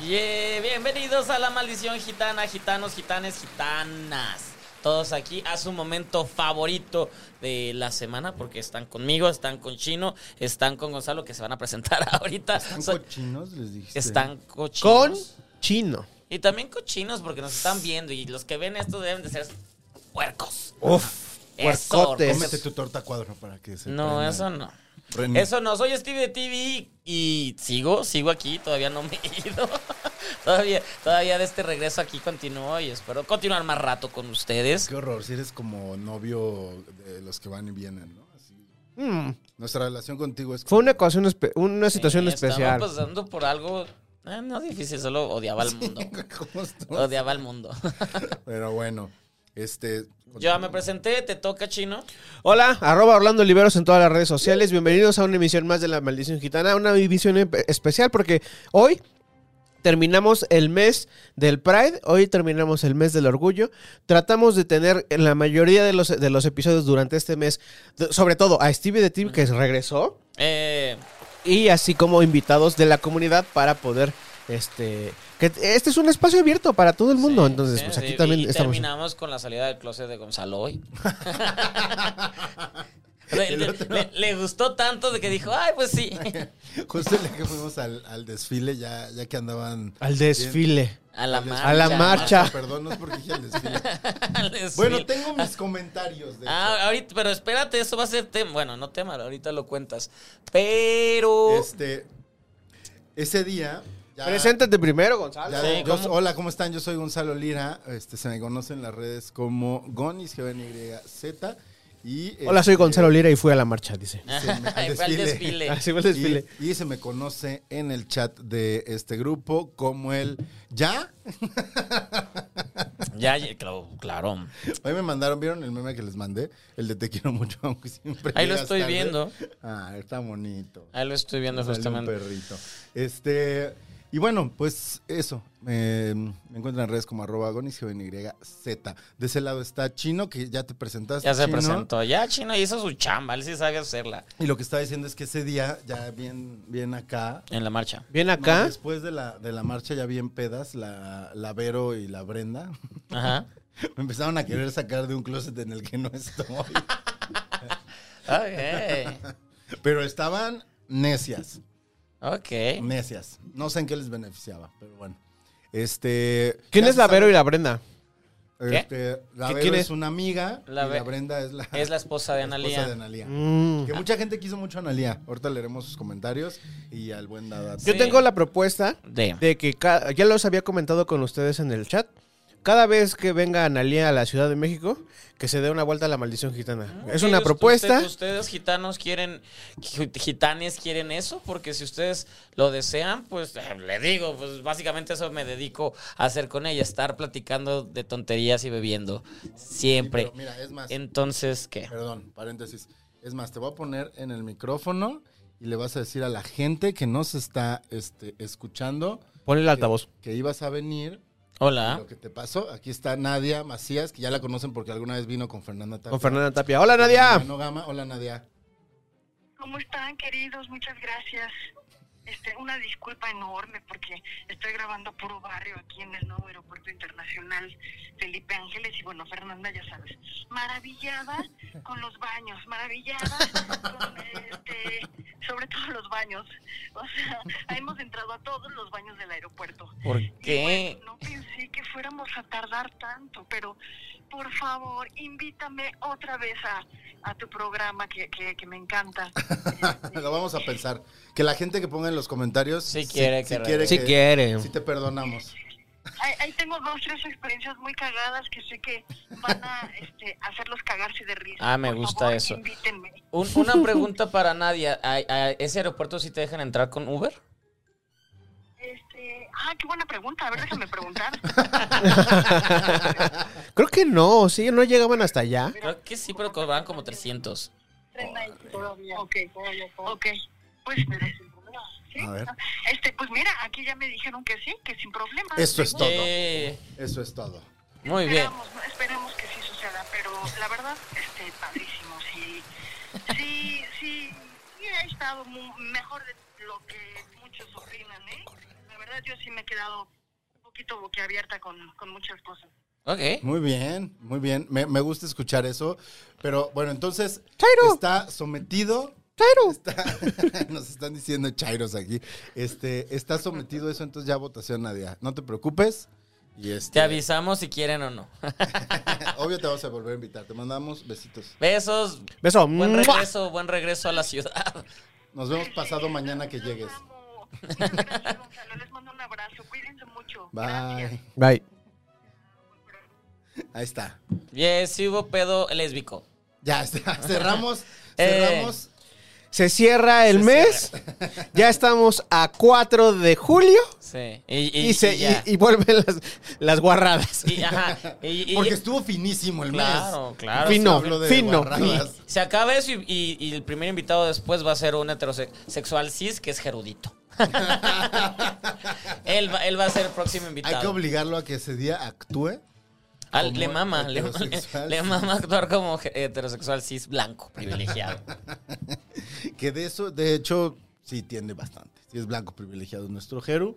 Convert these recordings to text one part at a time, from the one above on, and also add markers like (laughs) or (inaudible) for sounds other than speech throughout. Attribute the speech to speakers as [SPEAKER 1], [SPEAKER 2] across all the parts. [SPEAKER 1] Yeah, bienvenidos a la maldición gitana, gitanos, gitanes, gitanas. Todos aquí a su momento favorito de la semana, porque están conmigo, están con Chino, están con Gonzalo, que se van a presentar (laughs) ahorita.
[SPEAKER 2] ¿Están
[SPEAKER 1] So-
[SPEAKER 2] cochinos, les dijiste?
[SPEAKER 1] están cochinos.
[SPEAKER 3] Conchino.
[SPEAKER 1] Y también cochinos, porque nos están viendo. Y los que ven esto deben de ser puercos.
[SPEAKER 3] Uf,
[SPEAKER 1] Eso,
[SPEAKER 3] puercotes.
[SPEAKER 2] Cómete tu torta cuadro para que se
[SPEAKER 1] No,
[SPEAKER 2] prenda.
[SPEAKER 1] eso no.
[SPEAKER 3] Mm.
[SPEAKER 2] Prenda.
[SPEAKER 1] Eso no, soy Steve de TV y sigo, sigo aquí, todavía no me he ido. (laughs) todavía, todavía de este regreso aquí continúo y espero continuar más rato con ustedes.
[SPEAKER 2] Qué horror, si eres como novio de los que van y vienen, ¿no? Así.
[SPEAKER 3] Mm,
[SPEAKER 2] Nuestra relación contigo es...
[SPEAKER 3] Fue una ocasión, espe- una situación
[SPEAKER 1] Sí, Pues,
[SPEAKER 3] especial.
[SPEAKER 1] Eh, Estaba pasando por algo, eh, no difícil, solo odiaba al
[SPEAKER 3] (laughs)
[SPEAKER 1] mundo.
[SPEAKER 2] (laughs) ¿Cómo estás?
[SPEAKER 1] Odiaba al mundo.
[SPEAKER 2] Pero bueno, este...
[SPEAKER 1] Yo ya me presenté, te toca chino.
[SPEAKER 3] Hola, arroba Orlando Oliveros en todas las redes sociales. Bienvenidos a una emisión más de La Maldición Gitana. Una emisión empe- especial porque hoy terminamos el mes del Pride, hoy terminamos el mes del orgullo. Tratamos de tener en la mayoría de los, de los episodios durante este mes, de- sobre todo a Stevie de Team que regresó,
[SPEAKER 1] Eh,
[SPEAKER 3] y así como invitados de la comunidad para poder... Este, que este es un espacio abierto para todo el mundo,
[SPEAKER 1] sí,
[SPEAKER 3] entonces
[SPEAKER 1] sí,
[SPEAKER 3] pues
[SPEAKER 1] sí,
[SPEAKER 3] aquí
[SPEAKER 1] y-
[SPEAKER 3] también
[SPEAKER 1] y
[SPEAKER 3] estamos.
[SPEAKER 1] terminamos con la salida del closet de Gonzalo
[SPEAKER 3] (laughs)
[SPEAKER 1] hoy. (laughs) le,
[SPEAKER 2] (laughs) El otro.
[SPEAKER 1] le- le gustó tanto de que dijo, ay, pues
[SPEAKER 3] (laughs)
[SPEAKER 1] sí.
[SPEAKER 2] Justo el día que fuimos al, al desfile, ya, ya que andaban...
[SPEAKER 3] Al desfile.
[SPEAKER 1] A la
[SPEAKER 2] Al
[SPEAKER 1] marcha.
[SPEAKER 3] A la marcha.
[SPEAKER 2] Perdón, no es porque dije al
[SPEAKER 1] (laughs)
[SPEAKER 2] desfile.
[SPEAKER 1] Al desfile.
[SPEAKER 2] Bueno, tengo mis comentarios de...
[SPEAKER 1] Ah, ahorita, pero espérate, eso va a ser tema. Bueno, no tema, ahorita lo cuentas. Pero. (laughs)
[SPEAKER 2] Este... Ese día... ya-
[SPEAKER 3] Preséntate primero, Gonzalo.
[SPEAKER 2] Ya,
[SPEAKER 1] Sí,
[SPEAKER 2] yo-
[SPEAKER 1] ¿cómo?
[SPEAKER 2] hola, ¿cómo están? Yo soy Gonzalo Lira. Este, se me conoce en las redes como Gonis, G-O-N-Y-Z. Y,
[SPEAKER 3] Hola, soy
[SPEAKER 2] este,
[SPEAKER 3] Gonzalo Lira y fui a la marcha, dice.
[SPEAKER 2] se me-
[SPEAKER 1] (laughs)
[SPEAKER 2] al
[SPEAKER 1] Fue al desfile.
[SPEAKER 3] Así (laughs) fue el
[SPEAKER 2] Y-
[SPEAKER 3] desfile.
[SPEAKER 2] Y, se me conoce en el chat de este grupo como el ya.
[SPEAKER 1] Ya, ya, claro, claro.
[SPEAKER 2] Hoy me mandaron, ¿vieron el meme que les mandé? El de te quiero mucho, (laughs) aunque siempre.
[SPEAKER 1] Ahí lo
[SPEAKER 2] llegas
[SPEAKER 1] estoy
[SPEAKER 2] tarde.
[SPEAKER 1] viendo.
[SPEAKER 2] Ah, está bonito.
[SPEAKER 1] Ahí lo estoy viendo
[SPEAKER 2] Sale un
[SPEAKER 1] justamente.
[SPEAKER 2] perrito. Este, y bueno, pues eso. Eh, me encuentran en redes como arroba agonis, Z. De ese lado está Chino, que ya te presentaste.
[SPEAKER 1] Ya se
[SPEAKER 2] Chino.
[SPEAKER 1] presentó. Ya Chino hizo su chamba, él sí sabe hacerla.
[SPEAKER 2] Y lo que estaba diciendo es que ese día, ya bien, bien acá.
[SPEAKER 1] En la marcha.
[SPEAKER 3] Bien
[SPEAKER 2] No,
[SPEAKER 3] acá.
[SPEAKER 2] después de la, de la marcha, ya bien pedas, la, la Vero y la Brenda (laughs)
[SPEAKER 1] Ajá.
[SPEAKER 2] me empezaron a querer sacar de un closet en el que no estoy.
[SPEAKER 3] (laughs)
[SPEAKER 1] (laughs) Ok.
[SPEAKER 2] Pero estaban necias.
[SPEAKER 1] Ok.
[SPEAKER 2] Necias. No sé en qué les beneficiaba, pero bueno. Este.
[SPEAKER 3] ¿Quién
[SPEAKER 2] ya
[SPEAKER 3] es la
[SPEAKER 2] saben-
[SPEAKER 3] Vero y la Brenda?
[SPEAKER 2] Este, la
[SPEAKER 3] ¿Qué-
[SPEAKER 2] Vero
[SPEAKER 3] quién
[SPEAKER 2] es?
[SPEAKER 3] es?
[SPEAKER 2] una amiga
[SPEAKER 1] La
[SPEAKER 2] y
[SPEAKER 1] Ve-
[SPEAKER 2] la Brenda es la,
[SPEAKER 1] Es la esposa de
[SPEAKER 2] la
[SPEAKER 1] Analia.
[SPEAKER 2] de Analía.
[SPEAKER 3] Mm.
[SPEAKER 2] Que mucha gente quiso mucho a Analia. Ahorita leeremos sus comentarios y al buen Dada.
[SPEAKER 1] Sí.
[SPEAKER 3] Yo tengo la propuesta
[SPEAKER 1] De.
[SPEAKER 3] de que ca- ya los había comentado con ustedes en el chat. Cada vez que venga Analia a la Ciudad de México, que se dé una vuelta a la maldición gitana. Es una
[SPEAKER 1] Ellos-
[SPEAKER 3] propuesta.
[SPEAKER 1] usted- ustedes gitanos quieren, gi- gitanes quieren eso, porque si ustedes lo desean, pues eh, le digo, pues básicamente eso me dedico a hacer con ella, estar platicando de tonterías y bebiendo siempre.
[SPEAKER 2] Pero mira, es más,
[SPEAKER 1] Entonces, ¿qué?
[SPEAKER 2] perdón, paréntesis. Es más, te voy a poner en el micrófono y le vas a decir a la gente que nos está este, escuchando
[SPEAKER 3] Pon el altavoz.
[SPEAKER 2] que ibas a venir.
[SPEAKER 1] Hola.
[SPEAKER 2] Lo que te pasó, aquí está Nadia Macías, que ya la conocen porque alguna vez vino con Fernanda Tapia.
[SPEAKER 3] Con Fernanda Tapia. Hola, Nadia.
[SPEAKER 2] Mariano Gama. Hola, Nadia.
[SPEAKER 4] ¿Cómo están, queridos? Muchas gracias. Este, una disculpa enorme porque estoy grabando puro barrio aquí en el nuevo aeropuerto internacional Felipe Ángeles y bueno, Fernanda, ya sabes, maravillada con los baños, maravillada con, este, sobre todo los baños. O sea, hemos entrado a todos los baños del aeropuerto.
[SPEAKER 1] ¿Por
[SPEAKER 4] Y
[SPEAKER 1] qué?
[SPEAKER 4] bueno, no pensé que fuéramos a tardar tanto, pero por favor, invítame otra vez a, a tu programa que, que, que me encanta.
[SPEAKER 2] (laughs) Lo vamos a pensar. Que la gente que ponga en los comentarios
[SPEAKER 1] Si quiere que
[SPEAKER 2] quiere
[SPEAKER 3] Si quiere.
[SPEAKER 2] si te perdonamos.
[SPEAKER 4] ahí, ahí tengo dos, tres experiencias muy cagadas que sé que van
[SPEAKER 1] (laughs)
[SPEAKER 4] a este, hacerlos cagarse de risa.
[SPEAKER 1] Ah, me
[SPEAKER 4] Por
[SPEAKER 1] gusta
[SPEAKER 4] favor,
[SPEAKER 1] eso.
[SPEAKER 4] Invítenme.
[SPEAKER 1] Un- una pregunta para Nadia. ¿A, a ese aeropuerto sí te dejan entrar con Uber?
[SPEAKER 4] Este, ah, qué buena pregunta. A ver, déjame preguntar.
[SPEAKER 3] (laughs) Creo que no, sí, no llegaban hasta allá.
[SPEAKER 1] (laughs) Creo que sí, pero cobraban como 300.
[SPEAKER 4] Ok, ok. Pues, ¿sí?
[SPEAKER 2] A ver.
[SPEAKER 4] Este, pues mira, aquí ya me dijeron que sí, que sin problema.
[SPEAKER 2] Eso es
[SPEAKER 4] Digo,
[SPEAKER 2] Todo.
[SPEAKER 1] Eh,
[SPEAKER 2] Eso es todo.
[SPEAKER 1] muy bien.
[SPEAKER 4] Esperamos, ¿no? esperamos que sí suceda, pero la verdad, este, padrísimo, sí, sí, sí, sí ha estado mu- mejor de lo que muchos opinan, ¿eh? La verdad, yo sí me he quedado un poquito boquiabierta con, con muchas cosas.
[SPEAKER 1] Ok.
[SPEAKER 2] Muy bien, muy bien. Me, me gusta escuchar eso. Pero bueno, entonces
[SPEAKER 3] Chairo.
[SPEAKER 2] está sometido.
[SPEAKER 3] Claro.
[SPEAKER 2] está- (laughs) nos están diciendo chairos aquí. Este, está sometido eso, entonces ya votación, Nadia. No te preocupes. Y este,
[SPEAKER 1] Te avisamos si quieren o no.
[SPEAKER 2] (laughs) Obvio te vamos a volver a invitar. Te mandamos besitos.
[SPEAKER 1] Besos.
[SPEAKER 3] Beso.
[SPEAKER 1] Buen
[SPEAKER 3] ¡Mua!
[SPEAKER 1] regreso, buen regreso a la ciudad.
[SPEAKER 2] Nos vemos pasado mañana que llegues.
[SPEAKER 4] Los amo. Muchas gracias, Gonzalo. Les mando un abrazo. Cuídense mucho. Gracias.
[SPEAKER 2] Bye.
[SPEAKER 3] Bye.
[SPEAKER 2] Ahí está.
[SPEAKER 1] Bien, sí hubo pedo lésbico.
[SPEAKER 2] Ya (laughs) está. Cerramos.
[SPEAKER 1] (laughs) Eh.
[SPEAKER 2] Cerramos.
[SPEAKER 3] Se cierra el
[SPEAKER 1] Se
[SPEAKER 3] mes. Ya estamos a 4 de julio.
[SPEAKER 1] Sí. Y,
[SPEAKER 3] Y,
[SPEAKER 1] y-
[SPEAKER 3] se,
[SPEAKER 1] y ya.
[SPEAKER 3] y- y vuelven las, las guarradas.
[SPEAKER 1] Y, ajá. ah,
[SPEAKER 3] (laughs)
[SPEAKER 1] Y- y-
[SPEAKER 2] (laughs) Porque estuvo finísimo el mes.
[SPEAKER 1] claro, claro.
[SPEAKER 3] Fin- Fino,
[SPEAKER 2] Habló de
[SPEAKER 3] fino.
[SPEAKER 2] guarradas. (laughs)
[SPEAKER 1] Se acaba eso y, y- y el primer invitado después va a ser un heterosexual cis que es
[SPEAKER 3] (laughs)
[SPEAKER 1] Gerudito. él, va, él va a ser el próximo
[SPEAKER 2] Hay que
[SPEAKER 1] invitado.
[SPEAKER 2] obligarlo a que ese día actúe.
[SPEAKER 1] Ah,
[SPEAKER 2] como
[SPEAKER 1] le mama, le,
[SPEAKER 2] heterosexual.
[SPEAKER 1] le mama actuar como ge- heterosexual cis blanco, privilegiado.
[SPEAKER 2] Que de eso, de hecho, sí tiende bastante. Sí es blanco privilegiado nuestro Jeru,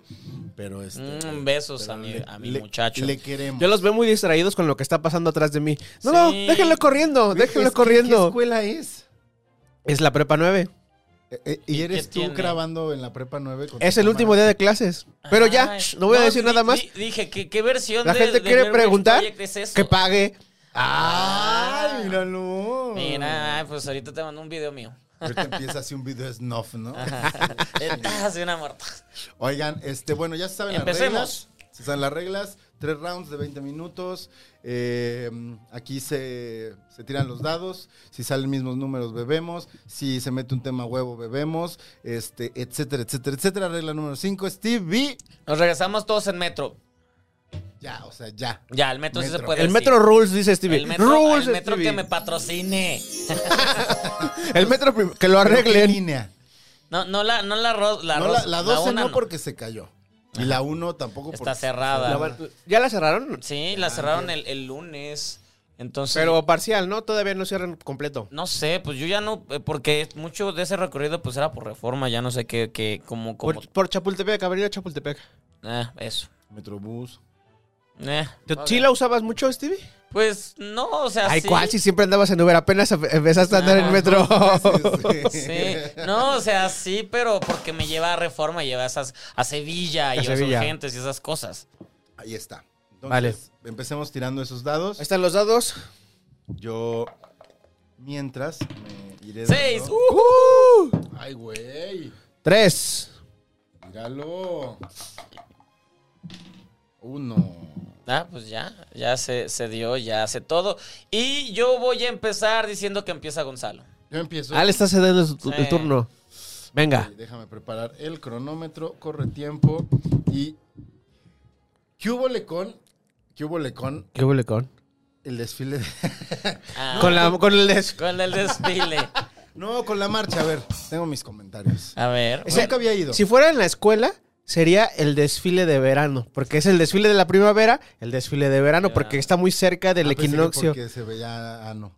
[SPEAKER 2] pero este...
[SPEAKER 1] Mm, besos
[SPEAKER 2] pero
[SPEAKER 1] a mi,
[SPEAKER 2] le-
[SPEAKER 1] a mi
[SPEAKER 2] le-
[SPEAKER 1] muchacho.
[SPEAKER 2] Le queremos.
[SPEAKER 3] Yo los veo muy distraídos con lo que está pasando atrás de mí. No, no,
[SPEAKER 1] Sí.
[SPEAKER 3] déjenlo corriendo,
[SPEAKER 2] Dije,
[SPEAKER 3] déjenlo
[SPEAKER 2] "¿Es que- ¿Qué
[SPEAKER 3] corriendo.
[SPEAKER 2] escuela es?
[SPEAKER 3] Es la prepa 9.
[SPEAKER 2] Eh, eh, y
[SPEAKER 1] ¿Y
[SPEAKER 2] eres
[SPEAKER 1] qué
[SPEAKER 2] tú
[SPEAKER 1] tiene?
[SPEAKER 2] grabando en la prepa 9. con
[SPEAKER 3] Es
[SPEAKER 2] tu
[SPEAKER 3] el último día
[SPEAKER 2] cámara.
[SPEAKER 3] de clases. Pero ya,
[SPEAKER 1] Ay,
[SPEAKER 3] shh, no voy a decir
[SPEAKER 1] di-
[SPEAKER 3] nada más.
[SPEAKER 1] di- dije, ¿qué, qué versión
[SPEAKER 3] La
[SPEAKER 1] de-
[SPEAKER 3] gente
[SPEAKER 1] de
[SPEAKER 3] quiere
[SPEAKER 1] Blair Witch
[SPEAKER 3] preguntar
[SPEAKER 1] Project es eso?
[SPEAKER 3] que pague.
[SPEAKER 1] Ah.
[SPEAKER 2] ¡Ay, míralo!
[SPEAKER 1] Mira, ay, pues ahorita te mando un video
[SPEAKER 3] (laughs)
[SPEAKER 1] mío.
[SPEAKER 2] Ahorita empieza así un video snuff, ¿no?
[SPEAKER 1] Estás de una muerta.
[SPEAKER 2] (laughs) Oigan, este, bueno, ya se saben
[SPEAKER 1] Empecemos.
[SPEAKER 2] las reglas. Se saben las reglas. Tres rounds de 20 minutos. Eh, aquí se, se tiran los dados. Si salen mismos números, bebemos. Si se mete un tema huevo, bebemos. Este, etcétera, etcétera, etcétera. Regla número 5, Steve y-
[SPEAKER 1] Nos regresamos todos en metro.
[SPEAKER 2] Ya, o sea, ya.
[SPEAKER 1] Ya, el metro, sí se
[SPEAKER 2] Metro.
[SPEAKER 1] puede.
[SPEAKER 3] El
[SPEAKER 1] sí.
[SPEAKER 3] metro rules, dice Stevie.
[SPEAKER 1] El metro,
[SPEAKER 3] rules,
[SPEAKER 1] el metro que
[SPEAKER 3] Stevie.
[SPEAKER 1] me patrocine.
[SPEAKER 3] El metro prim- que lo
[SPEAKER 2] Pero qué
[SPEAKER 3] arreglen.
[SPEAKER 2] línea.
[SPEAKER 1] No, no la, no la, ro- la,
[SPEAKER 2] No,
[SPEAKER 1] ro-
[SPEAKER 2] la, la 12
[SPEAKER 1] una
[SPEAKER 2] no, porque se cayó. Y la 1 tampoco porque...
[SPEAKER 1] está cerrada.
[SPEAKER 3] La va- ¿Ya la cerraron?
[SPEAKER 1] Sí, la cerraron el, el lunes. Entonces,
[SPEAKER 3] Ah, Pero parcial, ¿no? Todavía no cierran completo.
[SPEAKER 1] no sé, pues yo ya no, eh, porque mucho de ese recorrido pues era por reforma, ya no sé qué, qué, cómo, cómo.
[SPEAKER 3] Por, por Chapultepec, Avenida Chapultepec.
[SPEAKER 1] Eh, eso.
[SPEAKER 2] Metrobús.
[SPEAKER 1] Eh,
[SPEAKER 3] ¿Tú-
[SPEAKER 1] ok.
[SPEAKER 3] ¿Sí la usabas mucho, Stevie?
[SPEAKER 1] Pues no, o sea,
[SPEAKER 3] Ay,
[SPEAKER 1] sí. Ah,
[SPEAKER 3] ¿cuál? Si siempre andabas en Uber, apenas em- empezaste a andar en
[SPEAKER 1] No,
[SPEAKER 3] metro.
[SPEAKER 1] (laughs) Sí, no, o sea, sí, pero porque me lleva a Reforma, lleva a esas a Sevilla y
[SPEAKER 3] A
[SPEAKER 1] a
[SPEAKER 3] Sevilla.
[SPEAKER 1] Urgentes y esas cosas.
[SPEAKER 2] Ahí está. Entonces,
[SPEAKER 3] Vale.
[SPEAKER 2] empecemos tirando esos dados.
[SPEAKER 3] (laughs) Ahí están los dados.
[SPEAKER 2] Yo, mientras, me iré
[SPEAKER 1] Seis.
[SPEAKER 3] uh.
[SPEAKER 2] dando- ¡Ay, güey!
[SPEAKER 3] Tres.
[SPEAKER 2] Míralo. Uno.
[SPEAKER 1] Ah, pues ya, ya se, se dio, ya hace todo. Y yo voy a empezar diciendo que empieza Gonzalo.
[SPEAKER 2] Yo empiezo.
[SPEAKER 3] Ah, le está cediendo su tu-
[SPEAKER 1] Sí.
[SPEAKER 3] el turno. Venga.
[SPEAKER 2] Ok, Déjame preparar el cronómetro, corre tiempo y... ¿Qué hubo lecón? ¿Qué hubo lecón?
[SPEAKER 3] ¿Qué huele con?
[SPEAKER 2] El desfile de... (laughs)
[SPEAKER 1] Ah,
[SPEAKER 3] (laughs) Con, la, con el des-
[SPEAKER 1] (laughs) con el desfile.
[SPEAKER 2] No, con la marcha, a ver, tengo mis comentarios.
[SPEAKER 3] Ah,
[SPEAKER 1] A ver.
[SPEAKER 3] Ese-
[SPEAKER 2] Nunca había ido.
[SPEAKER 3] Si fuera en la escuela, sería el desfile de verano. Porque es el desfile de la primavera, el desfile de verano, porque está muy cerca del
[SPEAKER 2] Ah, pensé que
[SPEAKER 3] equinoccio.
[SPEAKER 2] Porque se veía... Ah, no.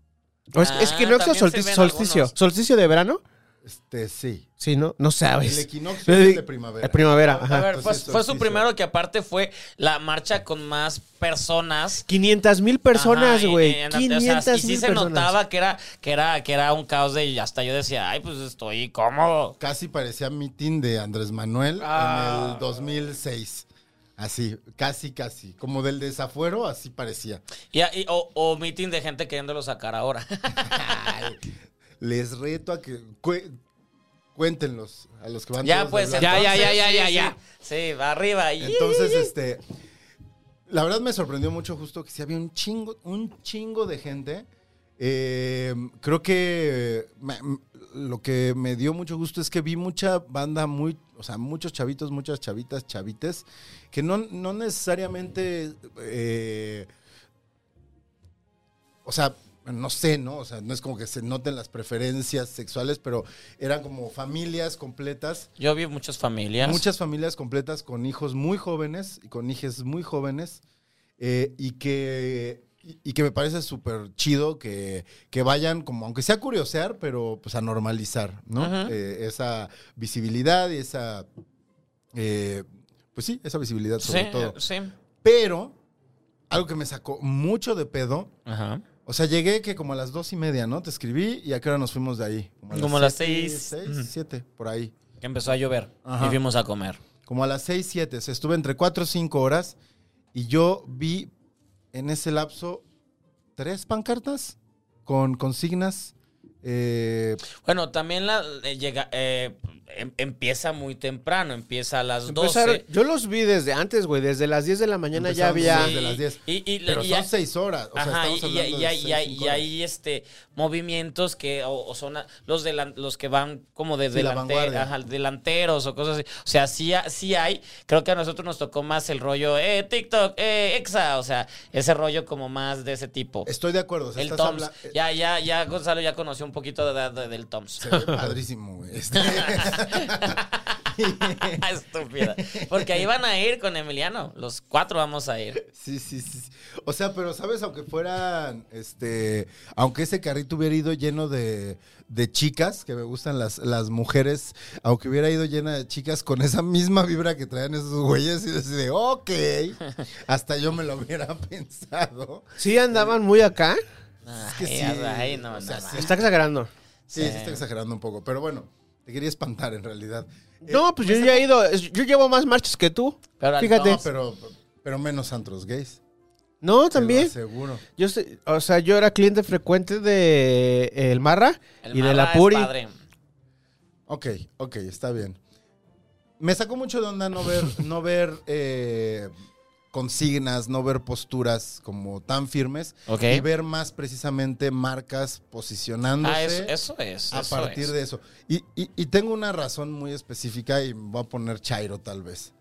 [SPEAKER 3] ¿O es, es
[SPEAKER 1] Ah,
[SPEAKER 3] equinoccio o
[SPEAKER 1] también se
[SPEAKER 3] solsticio?
[SPEAKER 1] ven
[SPEAKER 3] Solsticio.
[SPEAKER 1] algunos.
[SPEAKER 3] ¿Solsticio de verano?
[SPEAKER 2] Este, sí.
[SPEAKER 3] Sí, ¿no? No sabes.
[SPEAKER 2] El equinoccio es el de primavera.
[SPEAKER 3] La primavera, ajá.
[SPEAKER 1] A ver, fue,
[SPEAKER 2] Entonces,
[SPEAKER 1] fue su
[SPEAKER 2] solsticio.
[SPEAKER 1] primero que aparte fue la marcha con más personas.
[SPEAKER 3] 500 mil personas,
[SPEAKER 1] Ajá, y-
[SPEAKER 3] güey.
[SPEAKER 1] y- o sea,
[SPEAKER 3] 500 mil
[SPEAKER 1] Y sí se
[SPEAKER 3] personas.
[SPEAKER 1] notaba que era, que era, que era un caos de y hasta yo decía, ay, pues estoy cómodo.
[SPEAKER 2] Casi parecía meeting de Andrés Manuel en
[SPEAKER 1] Ah.
[SPEAKER 2] el 2006. Así, casi, casi. Como del desafuero,
[SPEAKER 1] (laughs)
[SPEAKER 2] así parecía.
[SPEAKER 1] Y, y- o, o meeting de gente queriéndolo sacar ahora. (laughs)
[SPEAKER 2] Ay, les reto a que cu- cuéntenlos a los que van
[SPEAKER 1] ya,
[SPEAKER 2] todos
[SPEAKER 1] pues.
[SPEAKER 2] de
[SPEAKER 3] Ya,
[SPEAKER 2] blanco.
[SPEAKER 3] ya,
[SPEAKER 1] entonces,
[SPEAKER 3] ya, ya,
[SPEAKER 1] sí,
[SPEAKER 3] ya,
[SPEAKER 1] sí.
[SPEAKER 3] ya.
[SPEAKER 1] Sí, va arriba. Y,
[SPEAKER 2] Entonces, este. La verdad me sorprendió mucho justo que sí había un chingo, un chingo de gente. Eh, creo que me- m- lo que me dio mucho gusto es que vi mucha banda muy, o sea, muchos chavitos, muchas chavitas, chavites, que no, no necesariamente, eh, o sea, no sé, ¿no? O sea, no es como que se noten las preferencias sexuales, pero eran como familias completas
[SPEAKER 1] Yo vi muchas familias.
[SPEAKER 2] Muchas familias completas con hijos muy jóvenes y con hijes muy jóvenes eh, y, que, y, y que me parece súper chido que, que vayan como, aunque sea a curiosear, pero pues a normalizar, ¿no?
[SPEAKER 1] Ajá.
[SPEAKER 2] Eh, esa visibilidad y esa, eh, pues sí, esa visibilidad sobre
[SPEAKER 1] Sí,
[SPEAKER 2] todo.
[SPEAKER 1] sí.
[SPEAKER 2] Pero algo que me sacó mucho de pedo,
[SPEAKER 1] Ajá.
[SPEAKER 2] o sea, llegué que como a las dos y media, ¿no? Te escribí y a qué hora nos fuimos de ahí.
[SPEAKER 1] Como a las
[SPEAKER 2] siete,
[SPEAKER 1] seis. Ujú.
[SPEAKER 2] Seis, siete, por ahí.
[SPEAKER 1] Que empezó a llover
[SPEAKER 2] Ajá.
[SPEAKER 1] y fuimos a comer.
[SPEAKER 2] como a las 6, 7. Se estuve entre 4 o 5 horas y yo vi en ese lapso tres pancartas con consignas. eh,
[SPEAKER 1] Bueno, también la eh, llega eh, em- empieza muy temprano, empieza a las 12.
[SPEAKER 3] Empezaron- yo los vi desde antes, güey. Desde las 10 de la mañana ya
[SPEAKER 2] Empezaron
[SPEAKER 3] había.
[SPEAKER 2] desde las 10.
[SPEAKER 1] Y, y-
[SPEAKER 2] pero
[SPEAKER 1] y-
[SPEAKER 2] son 6 horas. O sea,
[SPEAKER 1] Ajá,
[SPEAKER 2] estamos
[SPEAKER 1] y- y,
[SPEAKER 2] hablando
[SPEAKER 1] y-
[SPEAKER 2] de
[SPEAKER 1] y-
[SPEAKER 2] seis,
[SPEAKER 1] y-
[SPEAKER 2] cinco
[SPEAKER 1] y
[SPEAKER 2] horas.
[SPEAKER 1] hay este movimientos que o, o son a- los delan- los que van como de
[SPEAKER 2] Sí, la
[SPEAKER 1] delante-
[SPEAKER 2] vanguardia.
[SPEAKER 1] ajá, delanteros o cosas así. O sea, sí, ha- sí hay. Creo que a nosotros nos tocó más el rollo eh, TikTok, eh, Exa, o sea, ese rollo como más de ese tipo.
[SPEAKER 2] Estoy de acuerdo. o sea,
[SPEAKER 1] el
[SPEAKER 2] estás
[SPEAKER 1] Toms.
[SPEAKER 2] habla- eh,
[SPEAKER 1] Ya, ya, ya Gonzalo ya conoció un poquito de, de- del Toms.
[SPEAKER 2] Se ve padrísimo, güey. (laughs) Este-
[SPEAKER 1] (laughs) Estúpida. Porque ahí van a ir con Emiliano. Los cuatro vamos a ir.
[SPEAKER 2] Sí, sí, sí. sí. O sea, pero sabes, aunque fueran, este, aunque ese carrito hubiera ido lleno de, de chicas, que me gustan las, las mujeres, aunque hubiera ido llena de chicas con esa misma vibra que traen esos güeyes, y decide, ok, hasta yo me lo hubiera (laughs) pensado.
[SPEAKER 3] Sí andaban muy acá.
[SPEAKER 1] Ay,
[SPEAKER 2] que sí,
[SPEAKER 1] ay, no,
[SPEAKER 2] o sea,
[SPEAKER 1] no,
[SPEAKER 2] sí.
[SPEAKER 1] no.
[SPEAKER 3] Está exagerando.
[SPEAKER 2] Sí, sí, está exagerando un poco, pero bueno, te quería espantar en realidad. Eh,
[SPEAKER 3] No, pues yo ya he ido. es- Yo llevo más marchas que tú.
[SPEAKER 1] Pero al
[SPEAKER 3] Fíjate.
[SPEAKER 2] no, Eh, pero, pero menos antros gays.
[SPEAKER 3] No,
[SPEAKER 2] te lo
[SPEAKER 3] también.
[SPEAKER 2] aseguro.
[SPEAKER 3] Yo sé- o sea, yo era cliente frecuente de eh, El Marra
[SPEAKER 1] El
[SPEAKER 3] y de
[SPEAKER 1] Marra
[SPEAKER 3] La
[SPEAKER 1] es
[SPEAKER 3] Puri.
[SPEAKER 1] padre.
[SPEAKER 2] Ok, ok, está bien. Me sacó mucho de onda
[SPEAKER 1] (laughs)
[SPEAKER 2] no ver, no ver eh, consignas, no ver posturas como tan firmes
[SPEAKER 1] Ok.
[SPEAKER 2] y ver más precisamente marcas posicionándose
[SPEAKER 1] Ah, eso, eso es.
[SPEAKER 2] a
[SPEAKER 1] eso
[SPEAKER 2] partir
[SPEAKER 1] es.
[SPEAKER 2] de eso. Y, y- y tengo una razón muy específica y voy a poner Chairo tal vez.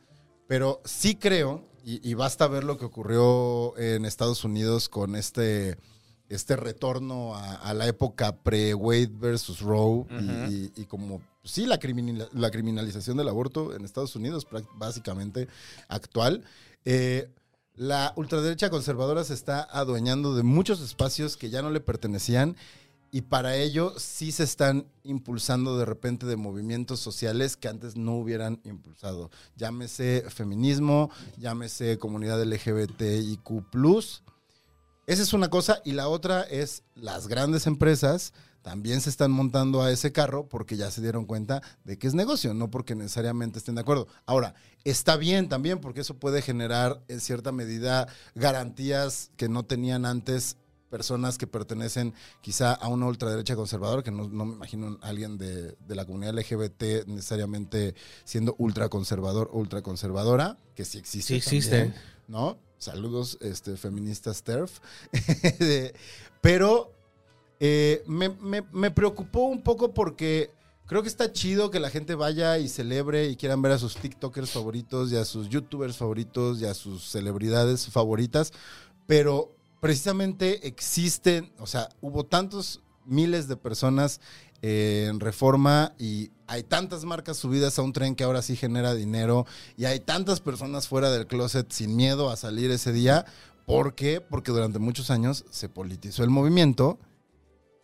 [SPEAKER 2] Pero sí creo, y, y basta ver lo que ocurrió en Estados Unidos con este, este retorno a, a la época pre-Wade versus Roe y-
[SPEAKER 1] Ujú.
[SPEAKER 2] y, y como, sí, la, criminal- la criminalización del aborto en Estados Unidos, práct- básicamente actual. Eh, la ultraderecha conservadora se está adueñando de muchos espacios que ya no le pertenecían y para ello sí se están impulsando de repente de movimientos sociales que antes no hubieran impulsado. Llámese feminismo, llámese comunidad LGBTIQ. Esa es una cosa. Y la otra es las grandes empresas también se están montando a ese carro porque ya se dieron cuenta de que es negocio, no porque necesariamente estén de acuerdo. Ahora, está bien también porque eso puede generar en cierta medida garantías que no tenían antes personas que pertenecen quizá a una ultraderecha conservadora, que no, no me imagino a alguien de, de la comunidad LGBT necesariamente siendo ultraconservador o ultraconservadora, que sí existe.
[SPEAKER 3] Sí existe.
[SPEAKER 2] también, ¿No? Saludos, este, feministas TERF. (laughs) Eh, Pero eh, me, me- me preocupó un poco porque creo que está chido que la gente vaya y celebre y quieran ver a sus TikTokers favoritos y a sus YouTubers favoritos y a sus celebridades favoritas, pero precisamente existen, o sea, hubo tantos miles de personas eh, en reforma y hay tantas marcas subidas a un tren que ahora sí genera dinero y hay tantas personas fuera del closet sin miedo a salir ese día. ¿Por qué? Porque durante muchos años se politizó el movimiento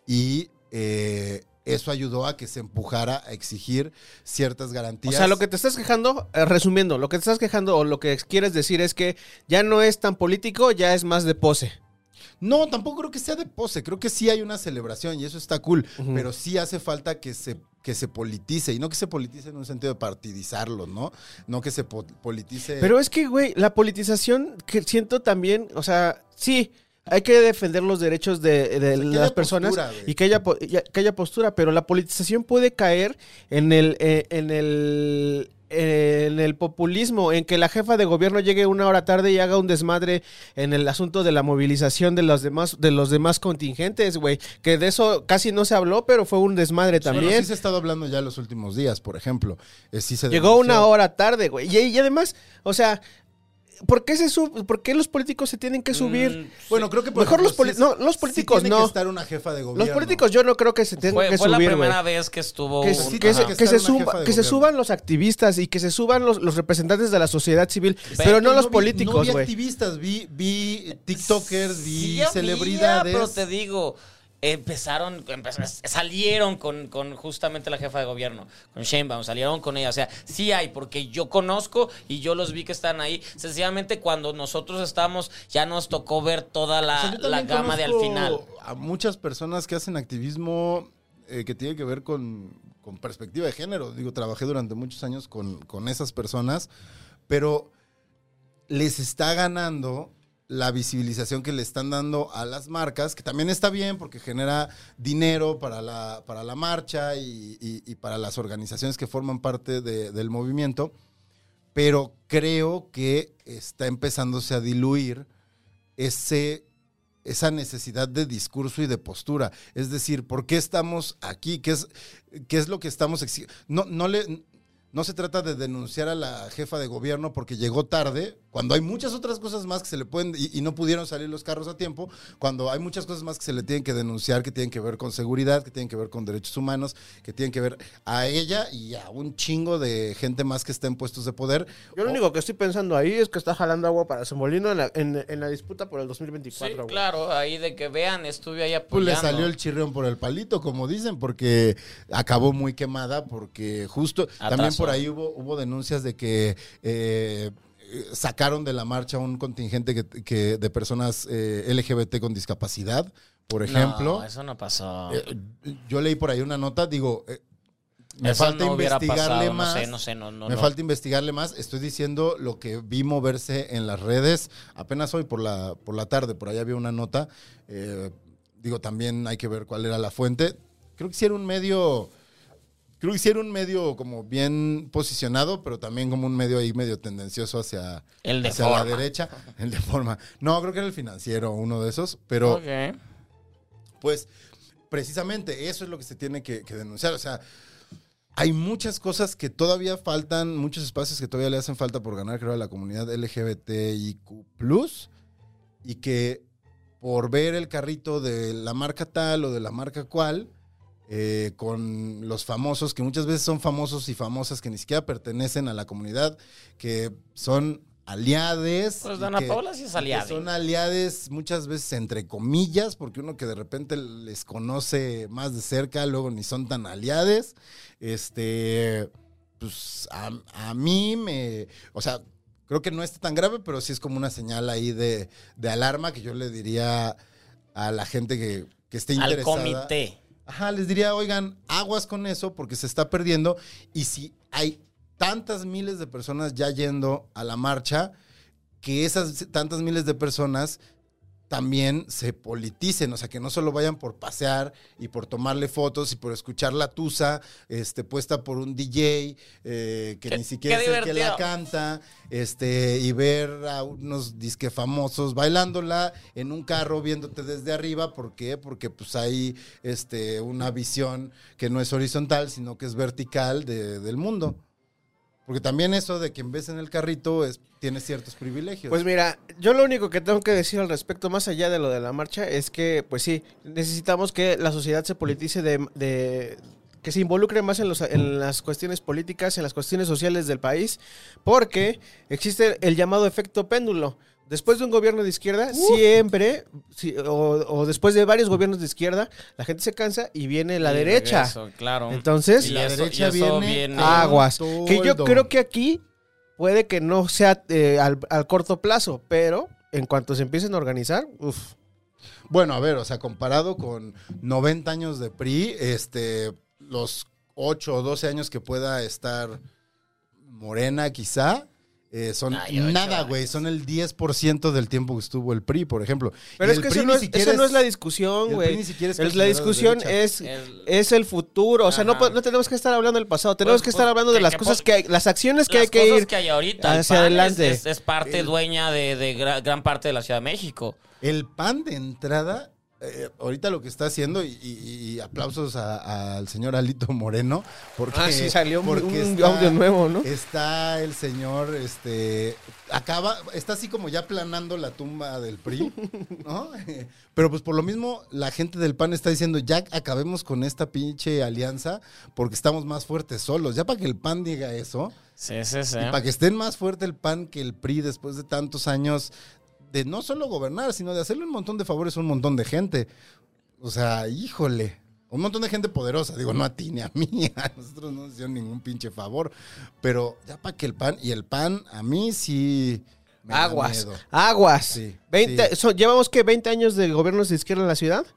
[SPEAKER 2] y eh, eso ayudó a que se empujara a exigir ciertas
[SPEAKER 3] O
[SPEAKER 2] garantías.
[SPEAKER 3] sea, lo que te estás quejando, eh, resumiendo, lo que te estás quejando o lo que quieres decir es que ya no es tan político, ya es más de pose.
[SPEAKER 2] No, tampoco creo que sea de pose. Creo que sí hay una celebración y eso está cool.
[SPEAKER 3] Ujú.
[SPEAKER 2] Pero sí hace falta que se, que se politice. Y no que se politice en un sentido de partidizarlo, ¿no? No que se po- politice.
[SPEAKER 3] Pero es que, güey, la politización que siento también, o sea, sí, hay que defender los derechos de, de
[SPEAKER 2] O sea, que
[SPEAKER 3] las
[SPEAKER 2] haya
[SPEAKER 3] personas
[SPEAKER 2] postura, güey.
[SPEAKER 3] y que haya, po- y que haya postura, pero la politización puede caer en el, eh, en el en el populismo, en que la jefa de gobierno llegue una hora tarde y haga un desmadre en el asunto de la movilización de los demás, de los demás contingentes, güey. Que de eso casi no se habló, pero fue un desmadre
[SPEAKER 2] Pero
[SPEAKER 3] también.
[SPEAKER 2] sí se ha estado hablando ya los últimos días, por ejemplo. Eh, sí se
[SPEAKER 3] Llegó una
[SPEAKER 2] denunció.
[SPEAKER 3] hora tarde, güey. Y, y además, o sea, ¿por qué, se sub- ¿por qué los políticos se tienen
[SPEAKER 1] Mm,
[SPEAKER 3] que subir?
[SPEAKER 2] Bueno, creo que por
[SPEAKER 3] Mejor los
[SPEAKER 2] ejemplo,
[SPEAKER 3] poli-
[SPEAKER 2] sí-
[SPEAKER 3] no, los
[SPEAKER 2] sí
[SPEAKER 3] políticos
[SPEAKER 2] tiene que
[SPEAKER 3] no.
[SPEAKER 2] estar una jefa de gobierno.
[SPEAKER 3] Los políticos yo no creo que se tengan
[SPEAKER 1] Fue, fue
[SPEAKER 3] que subir,
[SPEAKER 1] la
[SPEAKER 3] güey.
[SPEAKER 1] primera vez que estuvo.
[SPEAKER 3] que,
[SPEAKER 1] un-
[SPEAKER 2] sí,
[SPEAKER 3] que se-
[SPEAKER 1] ajá.
[SPEAKER 2] tiene
[SPEAKER 3] que
[SPEAKER 2] estar
[SPEAKER 3] se,
[SPEAKER 2] una
[SPEAKER 3] suba-
[SPEAKER 2] jefa de
[SPEAKER 3] que se
[SPEAKER 2] gobierno.
[SPEAKER 3] suban los activistas y que se suban los, los representantes de la sociedad civil,
[SPEAKER 1] Pero
[SPEAKER 3] pero no los
[SPEAKER 2] vi- No
[SPEAKER 3] políticos,
[SPEAKER 2] vi
[SPEAKER 3] güey.
[SPEAKER 2] activistas, vi, vi TikTokers, vi
[SPEAKER 1] Sí había,
[SPEAKER 2] celebridades.
[SPEAKER 1] pero te digo, empezaron, empezaron- salieron con, con justamente la jefa de gobierno, con Sheinbaum, salieron con ella. O sea, sí hay, porque yo conozco y yo los vi que están ahí. Sencillamente cuando nosotros estamos, ya nos tocó ver toda la,
[SPEAKER 2] O sea, yo
[SPEAKER 1] la
[SPEAKER 2] también
[SPEAKER 1] gama de al
[SPEAKER 2] conozco
[SPEAKER 1] final.
[SPEAKER 2] A muchas personas que hacen activismo eh, que tiene que ver con, con perspectiva de género. Digo, trabajé durante muchos años con, con esas personas, pero les está ganando la visibilización que le están dando a las marcas, que también está bien porque genera dinero para la, para la marcha y, y- y para las organizaciones que forman parte de- del movimiento, pero creo que está empezándose a diluir ese, esa necesidad de discurso y de postura. Es decir, ¿por qué estamos aquí? ¿Qué es, qué es lo que estamos exigiendo? No, no, le, no se trata de denunciar a la jefa de gobierno porque llegó tarde, cuando hay muchas otras cosas más que se le pueden, y, y no pudieron salir los carros a tiempo, cuando hay muchas cosas más que se le tienen que denunciar, que tienen que ver con seguridad, que tienen que ver con derechos humanos, que tienen que ver a ella y a un chingo de gente más que está en puestos de poder.
[SPEAKER 3] Yo lo único que estoy pensando ahí es que está jalando agua para su molino en la, en- en la disputa por el 2024,
[SPEAKER 1] Sí,
[SPEAKER 3] güey.
[SPEAKER 1] claro, ahí de que vean, estuve ahí
[SPEAKER 2] Pues
[SPEAKER 1] apoyando.
[SPEAKER 2] le salió el chirrión por el palito, como dicen, porque acabó muy quemada, porque justo
[SPEAKER 1] Atrasó.
[SPEAKER 2] también por ahí hubo, hubo denuncias de que eh, eh, sacaron de la marcha un contingente que, que- de personas eh, LGBT con discapacidad, por ejemplo.
[SPEAKER 1] No, eso no pasó.
[SPEAKER 2] Eh, yo leí por ahí una nota, digo, eh, me
[SPEAKER 1] Eso
[SPEAKER 2] falta
[SPEAKER 1] no hubiera
[SPEAKER 2] investigarle
[SPEAKER 1] pasado,
[SPEAKER 2] más.
[SPEAKER 1] No sé, no sé, no, no.
[SPEAKER 2] Me
[SPEAKER 1] no.
[SPEAKER 2] falta investigarle más. Estoy diciendo lo que vi moverse en las redes apenas hoy por la, por la tarde. Por ahí había una nota. Eh, digo, también hay que ver cuál era la fuente. Creo que sí era un medio. Creo que sí era un medio como bien posicionado, pero también como un medio ahí medio tendencioso hacia,
[SPEAKER 1] El de
[SPEAKER 2] hacia la
[SPEAKER 1] forma.
[SPEAKER 2] derecha. El de forma. No, creo que era el financiero, uno de esos. Pero
[SPEAKER 1] Ok.
[SPEAKER 2] pues precisamente eso es lo que se tiene que, que denunciar. O sea, hay muchas cosas que todavía faltan, muchos espacios que todavía le hacen falta por ganar, creo, a la comunidad LGBTIQ, y que por ver el carrito de la marca tal o de la marca cual. eh, con los famosos, que muchas veces son famosos y famosas que ni siquiera pertenecen a la comunidad, que son aliades.
[SPEAKER 1] Pues
[SPEAKER 2] y
[SPEAKER 1] Dana
[SPEAKER 2] que-
[SPEAKER 1] Paula sí es
[SPEAKER 2] que
[SPEAKER 1] aliada.
[SPEAKER 2] Son aliades muchas veces entre comillas, porque uno que de repente les conoce más de cerca, luego ni son tan aliades. Este, pues a, a mí me, o sea, creo que no está tan grave, pero sí es como una señal ahí de, de alarma que yo le diría a la gente que, que esté
[SPEAKER 1] Al
[SPEAKER 2] interesada.
[SPEAKER 1] comité.
[SPEAKER 2] Ajá, les diría, oigan, aguas con eso porque se está perdiendo. Y si hay tantas miles de personas ya yendo a la marcha, que esas tantas miles de personas también se politicen, o sea, que no solo vayan por pasear y por tomarle fotos y por escuchar la tusa este, puesta por un DJ eh, que
[SPEAKER 1] Qué-
[SPEAKER 2] ni siquiera
[SPEAKER 1] qué
[SPEAKER 2] es el que la
[SPEAKER 1] divertido.
[SPEAKER 2] canta, este, y ver a unos disque famosos bailándola en un carro viéndote desde arriba, ¿por qué? Porque pues hay este, una visión que no es horizontal, sino que es vertical de- del mundo. Porque también eso de que en vez en el carrito es, tiene ciertos privilegios.
[SPEAKER 3] Pues mira, yo lo único que tengo que decir al respecto, más allá de lo de la marcha, es que, pues sí, necesitamos que la sociedad se politice de... de- que se involucre más en, los, en las cuestiones políticas, en las cuestiones sociales del país, porque existe el llamado efecto péndulo. Después de un gobierno de izquierda, siempre, si- o, o después de varios gobiernos de izquierda, la gente se cansa y viene la
[SPEAKER 1] Y
[SPEAKER 3] derecha.
[SPEAKER 1] regreso, claro.
[SPEAKER 3] Entonces,
[SPEAKER 1] Y la derecha viene
[SPEAKER 3] aguas.
[SPEAKER 2] con
[SPEAKER 3] Que yo
[SPEAKER 2] todo.
[SPEAKER 3] creo que aquí puede que no sea eh, al, al corto plazo, pero en cuanto se empiecen a organizar, uff.
[SPEAKER 2] Bueno, a ver, o sea, comparado con 90 años de PRI, este, los 8 o 12 años que pueda estar Morena quizá, eh, son
[SPEAKER 1] Ay, ocho
[SPEAKER 2] nada,
[SPEAKER 1] horas.
[SPEAKER 2] güey. Son el 10% del tiempo que estuvo el PRI, por ejemplo. Y
[SPEAKER 3] Pero es
[SPEAKER 2] el
[SPEAKER 3] que
[SPEAKER 2] PRI
[SPEAKER 3] eso no
[SPEAKER 2] ni
[SPEAKER 3] es,
[SPEAKER 2] siquiera
[SPEAKER 3] eso no es la discusión,
[SPEAKER 2] el
[SPEAKER 3] güey.
[SPEAKER 2] PRI ni siquiera es
[SPEAKER 3] El- La
[SPEAKER 2] considerado de
[SPEAKER 3] discusión
[SPEAKER 2] derecha.
[SPEAKER 3] es,
[SPEAKER 1] El-
[SPEAKER 3] es el futuro. O sea, no,
[SPEAKER 1] Ajá.
[SPEAKER 3] po- no tenemos que estar hablando del pasado. Tenemos
[SPEAKER 1] Pues,
[SPEAKER 3] que estar
[SPEAKER 1] pues,
[SPEAKER 3] hablando de
[SPEAKER 1] que-
[SPEAKER 3] las
[SPEAKER 1] que
[SPEAKER 3] cosas
[SPEAKER 1] pon-
[SPEAKER 3] que hay, las acciones que
[SPEAKER 1] Las
[SPEAKER 3] hay que
[SPEAKER 1] cosas
[SPEAKER 3] ir.
[SPEAKER 1] que hay ahorita. el
[SPEAKER 3] hacia
[SPEAKER 1] PAN es-
[SPEAKER 3] adelante.
[SPEAKER 1] Es, es parte dueña de, de gra- gran parte de la Ciudad de México.
[SPEAKER 2] El pan de entrada, eh, ahorita lo que está haciendo, y, y- y aplausos a- al señor Alito Moreno, porque,
[SPEAKER 3] Ah, sí, salió un-
[SPEAKER 2] porque
[SPEAKER 3] un audio nuevo, ¿no?
[SPEAKER 2] Está el señor, este, acaba, está así como ya planando la tumba del
[SPEAKER 3] (laughs)
[SPEAKER 2] PRI, ¿no? (laughs) Pero pues por lo mismo la gente del PAN está diciendo, ya acabemos con esta pinche alianza porque estamos más fuertes solos. Ya para que el PAN diga eso,
[SPEAKER 1] Sí, sí, sí.
[SPEAKER 2] y para que estén más fuerte el PAN que el PRI después de tantos años de no solo gobernar, sino de hacerle un montón de favores a un montón de gente. O sea, híjole. Un montón de gente poderosa, digo, no a ti ni a (laughs) mí, a nosotros no nos hicieron ningún pinche favor. Pero ya para que el pan, y el pan a mí sí me da
[SPEAKER 3] Aguas.
[SPEAKER 2] miedo.
[SPEAKER 3] Aguas.
[SPEAKER 2] Sí,
[SPEAKER 3] 20
[SPEAKER 2] sí.
[SPEAKER 3] son- llevamos que 20 años de gobiernos de izquierda en la ciudad.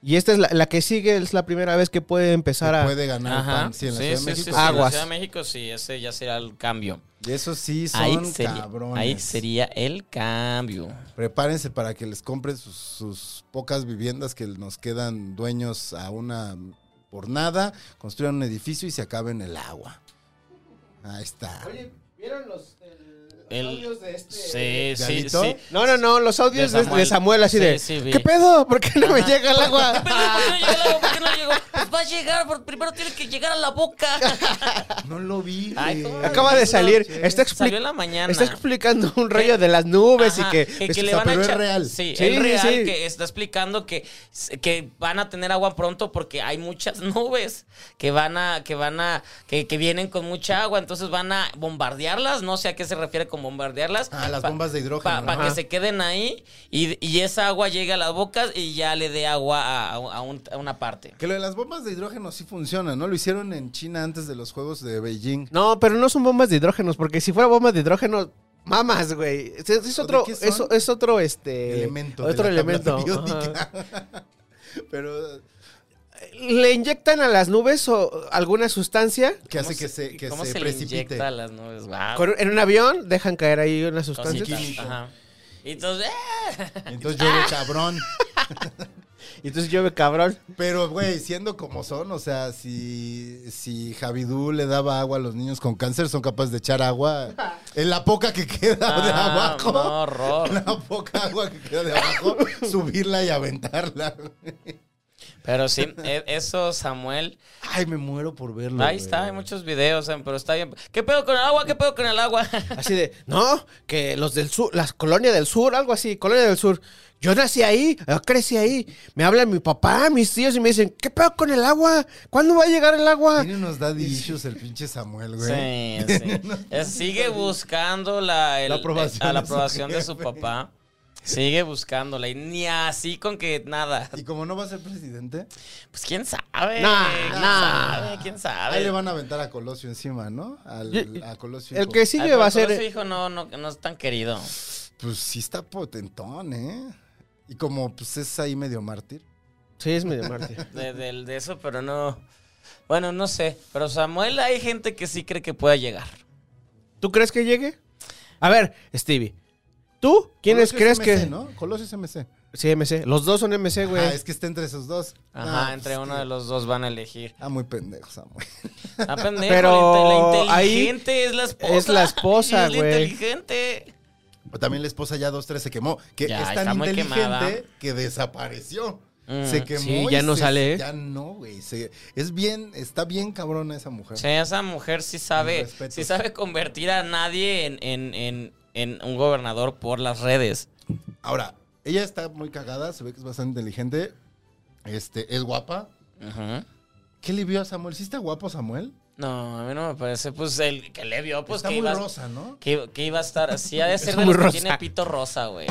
[SPEAKER 3] Y esta es la, la que sigue, es la primera vez que puede empezar
[SPEAKER 2] Que
[SPEAKER 3] a.
[SPEAKER 2] Puede ganar el
[SPEAKER 1] Ajá.
[SPEAKER 2] pan, sí, en la Ciudad de México.
[SPEAKER 1] sí, en la
[SPEAKER 3] Aguas.
[SPEAKER 1] Ciudad de México sí, ese ya será el cambio.
[SPEAKER 2] Y eso sí son
[SPEAKER 1] Ahí sería,
[SPEAKER 2] cabrones.
[SPEAKER 1] ahí sería el cambio.
[SPEAKER 2] Prepárense para que les compren sus, sus pocas viviendas que nos quedan dueños a una por nada, construyan un edificio y se acaben el agua. Ahí está.
[SPEAKER 3] ¿Vieron los,
[SPEAKER 1] El- audios de este Sí,
[SPEAKER 2] ¿De
[SPEAKER 1] sí,
[SPEAKER 2] Alito?
[SPEAKER 1] sí.
[SPEAKER 3] No, no, no, los audios
[SPEAKER 1] De
[SPEAKER 3] de de Samuel,
[SPEAKER 1] Samuel.
[SPEAKER 3] así
[SPEAKER 1] Sí,
[SPEAKER 3] de.
[SPEAKER 1] sí, vi.
[SPEAKER 3] ¿Qué pedo? ¿Por qué no me
[SPEAKER 1] Ajá.
[SPEAKER 3] llega el
[SPEAKER 1] (laughs)
[SPEAKER 3] agua?
[SPEAKER 1] Pero, ¿por qué no llegó el agua? ¿Por qué no llegó? Pues va a llegar, por- primero tiene que llegar a la boca.
[SPEAKER 2] No lo vi.
[SPEAKER 1] Ay,
[SPEAKER 2] güey.
[SPEAKER 1] ¿cómo?
[SPEAKER 3] Acaba de salir.
[SPEAKER 2] Sí.
[SPEAKER 3] Está, expli-
[SPEAKER 1] Salió en la mañana.
[SPEAKER 3] está explicando un rollo de las nubes
[SPEAKER 1] Ajá,
[SPEAKER 3] y que. este,
[SPEAKER 1] que,
[SPEAKER 3] es-
[SPEAKER 1] que
[SPEAKER 2] pues, o
[SPEAKER 1] le
[SPEAKER 2] sea,
[SPEAKER 1] van a
[SPEAKER 2] pero es
[SPEAKER 1] echar,
[SPEAKER 2] real.
[SPEAKER 1] Sí,
[SPEAKER 3] Sí, sí,
[SPEAKER 1] es real
[SPEAKER 3] sí.
[SPEAKER 1] que está explicando que, que van a tener agua pronto porque hay muchas (laughs) nubes que van a, que van a, que, que vienen con mucha agua, entonces van a bombardearlas, no sé a qué se refiere con bombardearlas.
[SPEAKER 2] Ah, las bombas de hidrógeno,
[SPEAKER 1] Para
[SPEAKER 2] ajá.
[SPEAKER 1] que se queden ahí y, y esa agua llegue a las bocas y ya le dé agua a, a un- a una parte.
[SPEAKER 2] Que lo de las bombas de hidrógeno sí funciona, ¿no? Lo hicieron en China antes de los Juegos de Beijing.
[SPEAKER 3] No, pero no son bombas de hidrógenos, porque si fuera bombas de hidrógeno, mamas, güey. Es, es- es
[SPEAKER 2] ¿De
[SPEAKER 3] otro,
[SPEAKER 2] qué son?
[SPEAKER 3] es, es otro, este.
[SPEAKER 2] elemento. de
[SPEAKER 3] Otro
[SPEAKER 2] la tabla
[SPEAKER 3] elemento. ajá.
[SPEAKER 2] periódica. (laughs) Pero
[SPEAKER 3] Le inyectan a las nubes o alguna sustancia.
[SPEAKER 2] que hace
[SPEAKER 1] ¿Cómo
[SPEAKER 2] que se, que
[SPEAKER 1] ¿Cómo
[SPEAKER 2] se,
[SPEAKER 1] se, le
[SPEAKER 2] precipite.
[SPEAKER 1] inyecta a las nubes? Guau.
[SPEAKER 3] con- en un avión dejan caer ahí una sustancia.
[SPEAKER 1] Cositas,
[SPEAKER 2] químico.
[SPEAKER 1] ajá. Y Entonces, ¡eh!
[SPEAKER 2] Entonces llueve cabrón.
[SPEAKER 3] Y entonces llueve cabrón.
[SPEAKER 2] Pero, güey, siendo como son, o sea, si, si Javidú le daba agua a los niños con cáncer, son capaces de echar agua en la poca que queda de
[SPEAKER 1] Ah,
[SPEAKER 2] abajo.
[SPEAKER 1] no, horror.
[SPEAKER 2] La poca agua que queda de abajo, subirla y aventarla.
[SPEAKER 1] Pero sí, e- eso Samuel.
[SPEAKER 2] Ay, me muero por verlo.
[SPEAKER 1] Ahí
[SPEAKER 2] güey.
[SPEAKER 1] está, hay muchos videos, eh, pero está bien. ¿Qué pedo con el agua? ¿Qué pedo con el agua? (laughs)
[SPEAKER 3] Así de, no, que los del sur, las colonias del sur, algo así, colonia del sur. Yo nací ahí, yo crecí ahí. Me hablan mi papá, mis tíos y me dicen, ¿qué pedo con el agua? ¿Cuándo va a llegar el agua?
[SPEAKER 2] Tiene unos daddy issues el pinche Samuel, güey.
[SPEAKER 1] Sí, sí. Eh, Sigue buscando la, el- eh,
[SPEAKER 2] La aprobación
[SPEAKER 1] a la
[SPEAKER 2] de su
[SPEAKER 1] aprobación de su
[SPEAKER 2] jefe.
[SPEAKER 1] papá. Sigue buscándola y ni así con que nada.
[SPEAKER 2] (laughs) Y como no va a ser presidente,
[SPEAKER 1] Pues quién sabe.
[SPEAKER 3] Nah,
[SPEAKER 1] ¿Quién
[SPEAKER 3] nah.
[SPEAKER 1] sabe? ¿Quién
[SPEAKER 2] ahí le
[SPEAKER 1] sabe?
[SPEAKER 2] van a aventar a Colosio encima, ¿no? Al-
[SPEAKER 3] Yo-
[SPEAKER 2] a Colosio.
[SPEAKER 3] El que
[SPEAKER 1] Ay,
[SPEAKER 3] sigue
[SPEAKER 1] pero
[SPEAKER 3] va a
[SPEAKER 1] todo
[SPEAKER 3] ser...
[SPEAKER 1] Su hijo no, no, no es tan querido.
[SPEAKER 2] Pues sí está potentón, ¿eh? Y como pues es ahí medio mártir.
[SPEAKER 3] Sí, es medio mártir.
[SPEAKER 1] de, del- de eso, pero no. Bueno, no sé. Pero Samuel, hay gente que sí cree que pueda llegar.
[SPEAKER 3] ¿Tú crees que llegue? A ver, Stevie. ¿Tú quiénes
[SPEAKER 2] Colosio
[SPEAKER 3] crees
[SPEAKER 2] es
[SPEAKER 3] que...?
[SPEAKER 2] MC, ¿no? Colosio es MC.
[SPEAKER 3] Sí, MC. Los dos son MC, güey.
[SPEAKER 2] Ah, es que está entre esos dos.
[SPEAKER 1] Ajá,
[SPEAKER 2] Ah,
[SPEAKER 1] entre
[SPEAKER 2] pues
[SPEAKER 1] uno
[SPEAKER 2] que-
[SPEAKER 1] de los dos van a elegir.
[SPEAKER 2] Ah, muy pendejo, Samuel.
[SPEAKER 1] Ah, pendejo,
[SPEAKER 3] Pero
[SPEAKER 1] la inte- la
[SPEAKER 3] ahí
[SPEAKER 1] inteligente es la esposa.
[SPEAKER 3] es la
[SPEAKER 1] (laughs)
[SPEAKER 3] esposa,
[SPEAKER 1] Es la
[SPEAKER 3] güey.
[SPEAKER 1] inteligente.
[SPEAKER 2] Pero también la esposa ya dos, tres se quemó. Que
[SPEAKER 1] Ya,
[SPEAKER 2] es
[SPEAKER 1] está
[SPEAKER 2] tan
[SPEAKER 1] muy
[SPEAKER 2] inteligente
[SPEAKER 1] quemada.
[SPEAKER 2] que desapareció.
[SPEAKER 1] Mm,
[SPEAKER 2] se quemó.
[SPEAKER 3] sí,
[SPEAKER 2] y
[SPEAKER 3] ya no
[SPEAKER 2] se-
[SPEAKER 3] sale, ¿eh?
[SPEAKER 2] Ya no, güey. se- Es bien, está bien cabrona esa mujer.
[SPEAKER 1] O sea, esa mujer sí
[SPEAKER 2] Mis
[SPEAKER 1] sabe,
[SPEAKER 2] respetos.
[SPEAKER 1] sí sabe convertir a nadie en, en- en- en un gobernador por las redes.
[SPEAKER 2] Ahora, ella está muy cagada, se ve que es bastante inteligente. Este, es guapa.
[SPEAKER 1] Ajá.
[SPEAKER 2] ¿Qué le vio a Samuel? ¿Sí está guapo Samuel?
[SPEAKER 1] No, a mí no me parece. Pues el que le vio, pues
[SPEAKER 2] está
[SPEAKER 1] que
[SPEAKER 2] muy
[SPEAKER 1] iba,
[SPEAKER 2] rosa, ¿no?
[SPEAKER 1] que, que iba a estar. Sí, ha de ser
[SPEAKER 3] Está
[SPEAKER 1] de
[SPEAKER 3] muy
[SPEAKER 1] los que
[SPEAKER 3] rosa.
[SPEAKER 1] tiene pito rosa, güey.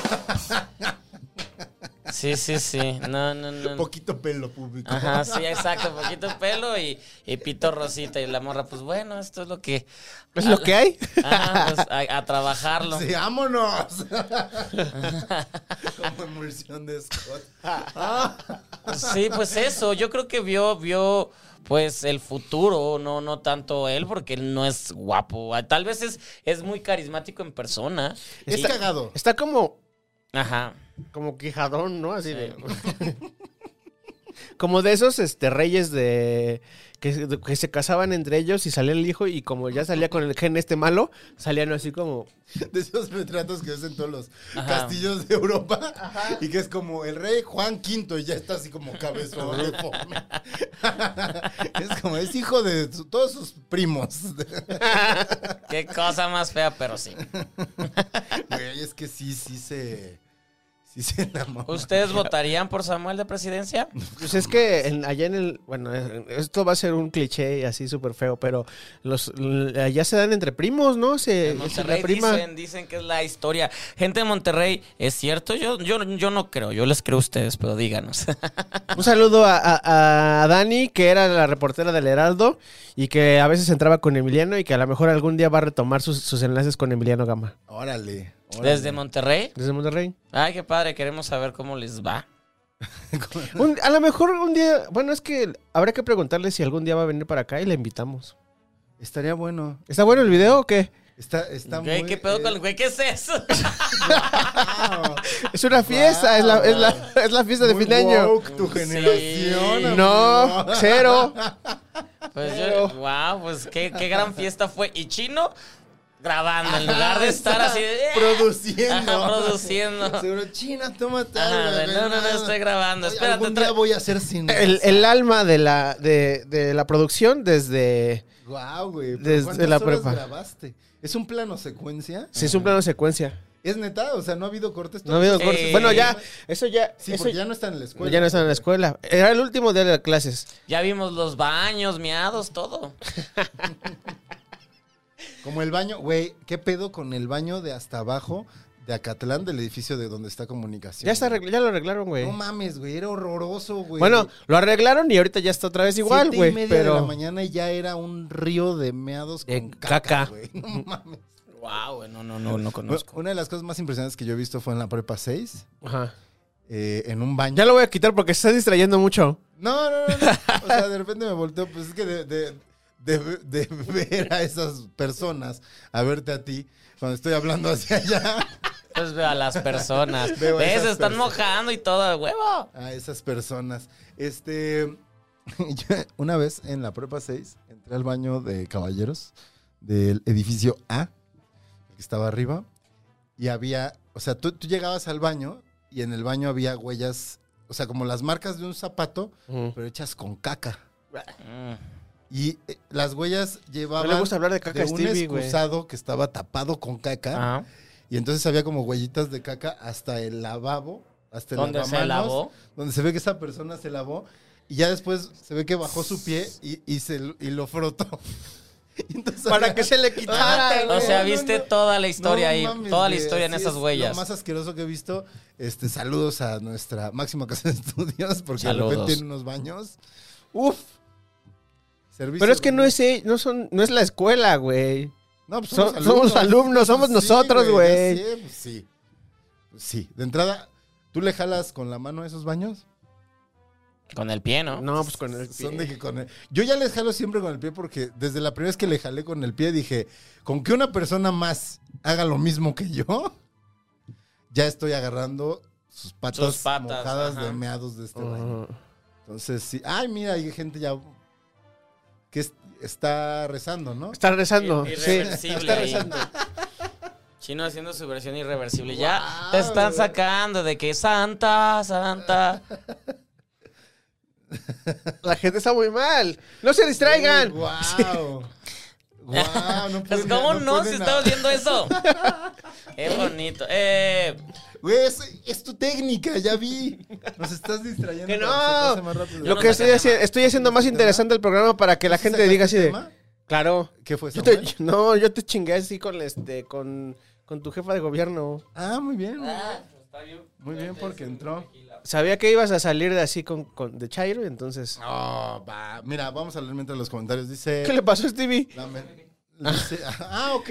[SPEAKER 1] Sí, sí, sí. No, no, no.
[SPEAKER 2] Poquito pelo público.
[SPEAKER 1] Ajá, sí, exacto. Poquito pelo y, y pito rosita. Y la morra, pues bueno, esto es lo que.
[SPEAKER 3] ¿Es lo
[SPEAKER 2] (laughs)
[SPEAKER 3] que hay?
[SPEAKER 1] Ajá, pues, a, a trabajarlo.
[SPEAKER 2] Sí, vámonos. (laughs) Conmemorización
[SPEAKER 1] (laughs)
[SPEAKER 2] de Scott.
[SPEAKER 1] Sí, pues eso. Yo creo que vio, vio, pues el futuro, no, no tanto él, porque él no es guapo. Ah, Tal vez es, es muy carismático en persona.
[SPEAKER 2] Es
[SPEAKER 1] (laughs)
[SPEAKER 2] cagado.
[SPEAKER 3] Está como,
[SPEAKER 1] Ajá.
[SPEAKER 3] como quijadón, ¿no? Así de. (laughs) como de esos este, reyes de. Que, se- que se casaban entre ellos y salía el hijo, y como ya salía con el gen este malo, salían así como.
[SPEAKER 2] De esos retratos que ves en todos los
[SPEAKER 1] Ajá.
[SPEAKER 2] castillos de Europa. Y que es como el rey Juan V y ya está así como cabezón
[SPEAKER 1] (laughs)
[SPEAKER 2] de fome. Es como, es hijo de su- todos sus primos.
[SPEAKER 1] (laughs) Qué cosa más fea, pero sí.
[SPEAKER 2] Güey, es que sí, sí se. Sí se enamoró.
[SPEAKER 1] ¿Ustedes votarían por Samuel de presidencia?
[SPEAKER 3] Pues es que en- allá en el. Bueno, eh, esto va a ser un cliché y así súper feo, pero los l- allá se dan entre primos, ¿no? Se,
[SPEAKER 1] En
[SPEAKER 3] se
[SPEAKER 1] Monterrey
[SPEAKER 3] la prima.
[SPEAKER 1] dicen, dicen que es la historia. Gente de Monterrey, ¿es cierto? Yo, yo, yo no creo, yo les creo a ustedes, pero díganos. (laughs)
[SPEAKER 3] Un saludo a, a- a Dani, que era la reportera del Heraldo y que a veces entraba con Emiliano y que a lo mejor algún día va a retomar sus, sus enlaces con Emiliano Gama.
[SPEAKER 2] Órale. órale.
[SPEAKER 1] ¿Desde Monterrey?
[SPEAKER 3] Desde Monterrey.
[SPEAKER 1] Ay, qué padre, queremos saber cómo les va.
[SPEAKER 3] Un- a lo mejor un día. Bueno, es que habrá que preguntarle si algún día va a venir para acá y le invitamos.
[SPEAKER 2] Estaría bueno.
[SPEAKER 3] ¿Está bueno el video o qué?
[SPEAKER 2] Está, está
[SPEAKER 1] Güey,
[SPEAKER 2] muy.
[SPEAKER 1] ¿qué pedo
[SPEAKER 2] eh,
[SPEAKER 1] con el güey? ¿Qué es eso?
[SPEAKER 2] (laughs) wow.
[SPEAKER 3] Es una fiesta, es, la, es, la, es la fiesta de
[SPEAKER 2] Muy
[SPEAKER 3] fin de año.
[SPEAKER 2] woke tu
[SPEAKER 1] Sí.
[SPEAKER 2] generación. amigo.
[SPEAKER 3] No, cero.
[SPEAKER 1] Pues yo, wow, pues qué, qué gran fiesta fue. Y Chino grabando, en lugar de estar así de... "Eh".
[SPEAKER 2] Produciendo.
[SPEAKER 1] Ajá, produciendo.
[SPEAKER 2] (laughs) Seguro, China, tómate.
[SPEAKER 1] Ajá,
[SPEAKER 2] algo,
[SPEAKER 1] de,
[SPEAKER 2] güey,
[SPEAKER 1] no, no, no,
[SPEAKER 2] nada".
[SPEAKER 1] estoy grabando.
[SPEAKER 2] Oye,
[SPEAKER 1] Espérate,
[SPEAKER 2] algún día
[SPEAKER 1] tra-
[SPEAKER 2] voy a hacer cine.
[SPEAKER 3] El, el alma de la, de, de la producción desde...
[SPEAKER 2] Guau, güey.
[SPEAKER 3] Desde
[SPEAKER 2] pero ¿Cuántas
[SPEAKER 3] la
[SPEAKER 2] horas
[SPEAKER 3] prepa.
[SPEAKER 2] grabaste? ¿Es un plano secuencia?
[SPEAKER 3] Se hizo un plano secuencia.
[SPEAKER 2] ¿Es neta? O sea, ¿no ha habido cortes?
[SPEAKER 3] No ha habido
[SPEAKER 1] Eh,
[SPEAKER 3] cortes. Bueno, ya, eso ya...
[SPEAKER 2] Sí,
[SPEAKER 3] eso
[SPEAKER 2] porque ya no están en la escuela.
[SPEAKER 3] ya no están en la escuela. Era el último día de las clases.
[SPEAKER 1] Ya vimos los baños, miados, todo.
[SPEAKER 2] Como el baño, güey, ¿qué pedo con el baño de hasta abajo de Acatlán, del edificio de donde está comunicación?
[SPEAKER 3] Ya, está arregl- ya lo arreglaron, güey.
[SPEAKER 2] No mames, güey, era horroroso, güey.
[SPEAKER 3] bueno, lo arreglaron y ahorita ya está otra vez igual,
[SPEAKER 2] Siete y
[SPEAKER 3] güey.
[SPEAKER 2] media de la
[SPEAKER 3] Pero...
[SPEAKER 2] mañana y ya era un río de meados
[SPEAKER 3] De
[SPEAKER 2] con caca,
[SPEAKER 3] caca.
[SPEAKER 2] güey. (laughs) No mames.
[SPEAKER 1] Wow, no, no, no, no conozco.
[SPEAKER 2] Una de las cosas más impresionantes que yo he visto fue en la prepa 6,
[SPEAKER 3] Ajá.
[SPEAKER 2] eh, en un baño.
[SPEAKER 3] Ya lo voy a quitar porque se está distrayendo mucho.
[SPEAKER 2] No, no, no, no. O sea, de repente me volteo, pues es que de, de- de- de ver a esas personas, a verte a ti, cuando estoy hablando hacia allá,
[SPEAKER 1] Pues veo a las personas.
[SPEAKER 2] (laughs) Veo a
[SPEAKER 1] ¿Ves?
[SPEAKER 2] esas
[SPEAKER 1] Se están
[SPEAKER 2] personas.
[SPEAKER 1] mojando y todo, huevo.
[SPEAKER 2] a esas personas. Este, (laughs) yo una vez en la prepa 6, entré al baño de caballeros del edificio A, que estaba arriba, y había, o sea, tú, tú llegabas al baño y en el baño había huellas, o sea, como las marcas de un zapato, pero hechas con caca.
[SPEAKER 1] Mm.
[SPEAKER 2] Y eh, las huellas llevaban
[SPEAKER 3] No le gusta hablar de caca
[SPEAKER 2] de
[SPEAKER 3] a
[SPEAKER 2] un
[SPEAKER 3] Stevie, güey.
[SPEAKER 2] excusado que estaba tapado con caca.
[SPEAKER 1] Ajá.
[SPEAKER 2] Y entonces había como huellitas de caca hasta el lavabo, hasta el
[SPEAKER 1] ¿Dónde se
[SPEAKER 2] lavamanos,
[SPEAKER 1] lavó?
[SPEAKER 2] donde se ve que esa persona se lavó. Y ya después se ve que bajó su pie y, y se, y lo frotó. (laughs) Y entonces
[SPEAKER 3] (laughs) Para
[SPEAKER 2] había- (laughs)
[SPEAKER 3] que se le quitara.
[SPEAKER 1] O
[SPEAKER 2] güey,
[SPEAKER 1] sea,
[SPEAKER 2] no,
[SPEAKER 1] viste
[SPEAKER 2] no.
[SPEAKER 1] toda la historia
[SPEAKER 2] No
[SPEAKER 1] ahí,
[SPEAKER 2] mames,
[SPEAKER 1] toda la
[SPEAKER 2] güey,
[SPEAKER 1] historia en
[SPEAKER 2] así
[SPEAKER 1] esas
[SPEAKER 2] es
[SPEAKER 1] huellas.
[SPEAKER 2] Lo más asqueroso que he visto. Este, saludos a nuestra máxima casa de estudios, porque de
[SPEAKER 1] Saludos.
[SPEAKER 2] repente tiene unos baños. Uf. Servicio
[SPEAKER 3] Pero es que
[SPEAKER 2] de-
[SPEAKER 3] no es, e- no son, no es la escuela, güey.
[SPEAKER 2] No, pues
[SPEAKER 3] So- somos alumnos, somos nosotros,
[SPEAKER 2] ya
[SPEAKER 3] güey.
[SPEAKER 2] sé, pues sí. Pues sí. De entrada, ¿tú le jalas con la mano a esos baños?
[SPEAKER 1] Con el pie, ¿no?
[SPEAKER 3] No, pues con el
[SPEAKER 2] Son
[SPEAKER 3] pie.
[SPEAKER 2] de que con el- Yo ya les jalo siempre con el pie porque desde la primera vez que le jalé con el pie dije, con que una persona más haga lo mismo que yo, ya estoy agarrando sus patas,
[SPEAKER 1] Sus patas,
[SPEAKER 2] mojadas
[SPEAKER 1] ajá. Oh.
[SPEAKER 2] de meados de este baño.
[SPEAKER 3] Ujú.
[SPEAKER 2] Entonces, sí. Ay, mira, hay gente ya que es- está rezando, ¿no?
[SPEAKER 3] Está rezando.
[SPEAKER 1] Ir-
[SPEAKER 3] sí.
[SPEAKER 1] irreversible
[SPEAKER 3] Está
[SPEAKER 1] ahí.
[SPEAKER 3] rezando.
[SPEAKER 1] (laughs) Chino haciendo su versión irreversible. Ya te están sacando de que Santa, Santa.
[SPEAKER 3] La gente está muy mal. No se distraigan.
[SPEAKER 2] ¡Wow!
[SPEAKER 1] (laughs)
[SPEAKER 2] no
[SPEAKER 1] Pues,
[SPEAKER 2] pueden-
[SPEAKER 1] ¿cómo no? si
[SPEAKER 2] pueden-
[SPEAKER 1] estamos viendo eso. Qué bonito. Eh,
[SPEAKER 2] Güey, es, es tu técnica, ya vi. Nos estás distrayendo.
[SPEAKER 3] Que no.
[SPEAKER 2] para que se pase más rápido.
[SPEAKER 1] no
[SPEAKER 3] Lo que
[SPEAKER 1] saqué
[SPEAKER 3] estoy,
[SPEAKER 1] tema.
[SPEAKER 3] haci- estoy haciendo más interesante el programa para que la gente
[SPEAKER 2] ¿Sacaste
[SPEAKER 3] diga así de.
[SPEAKER 2] este tema?
[SPEAKER 3] Claro.
[SPEAKER 2] ¿Qué fue,
[SPEAKER 3] Yo te-
[SPEAKER 2] Samuel?
[SPEAKER 3] (laughs) no, yo te chingué así con este, con, con tu jefa de gobierno.
[SPEAKER 2] Ah, muy bien. muy bien.
[SPEAKER 1] está bien.
[SPEAKER 2] Muy bien, porque entró.
[SPEAKER 3] Sabía que ibas a salir de así con, con- de Chairo, entonces.
[SPEAKER 2] Oh, va. Mira, vamos a leer mientras los comentarios. Dice.
[SPEAKER 3] ¿Qué le pasó a Stevie?
[SPEAKER 2] Lame- dice- ah, ok.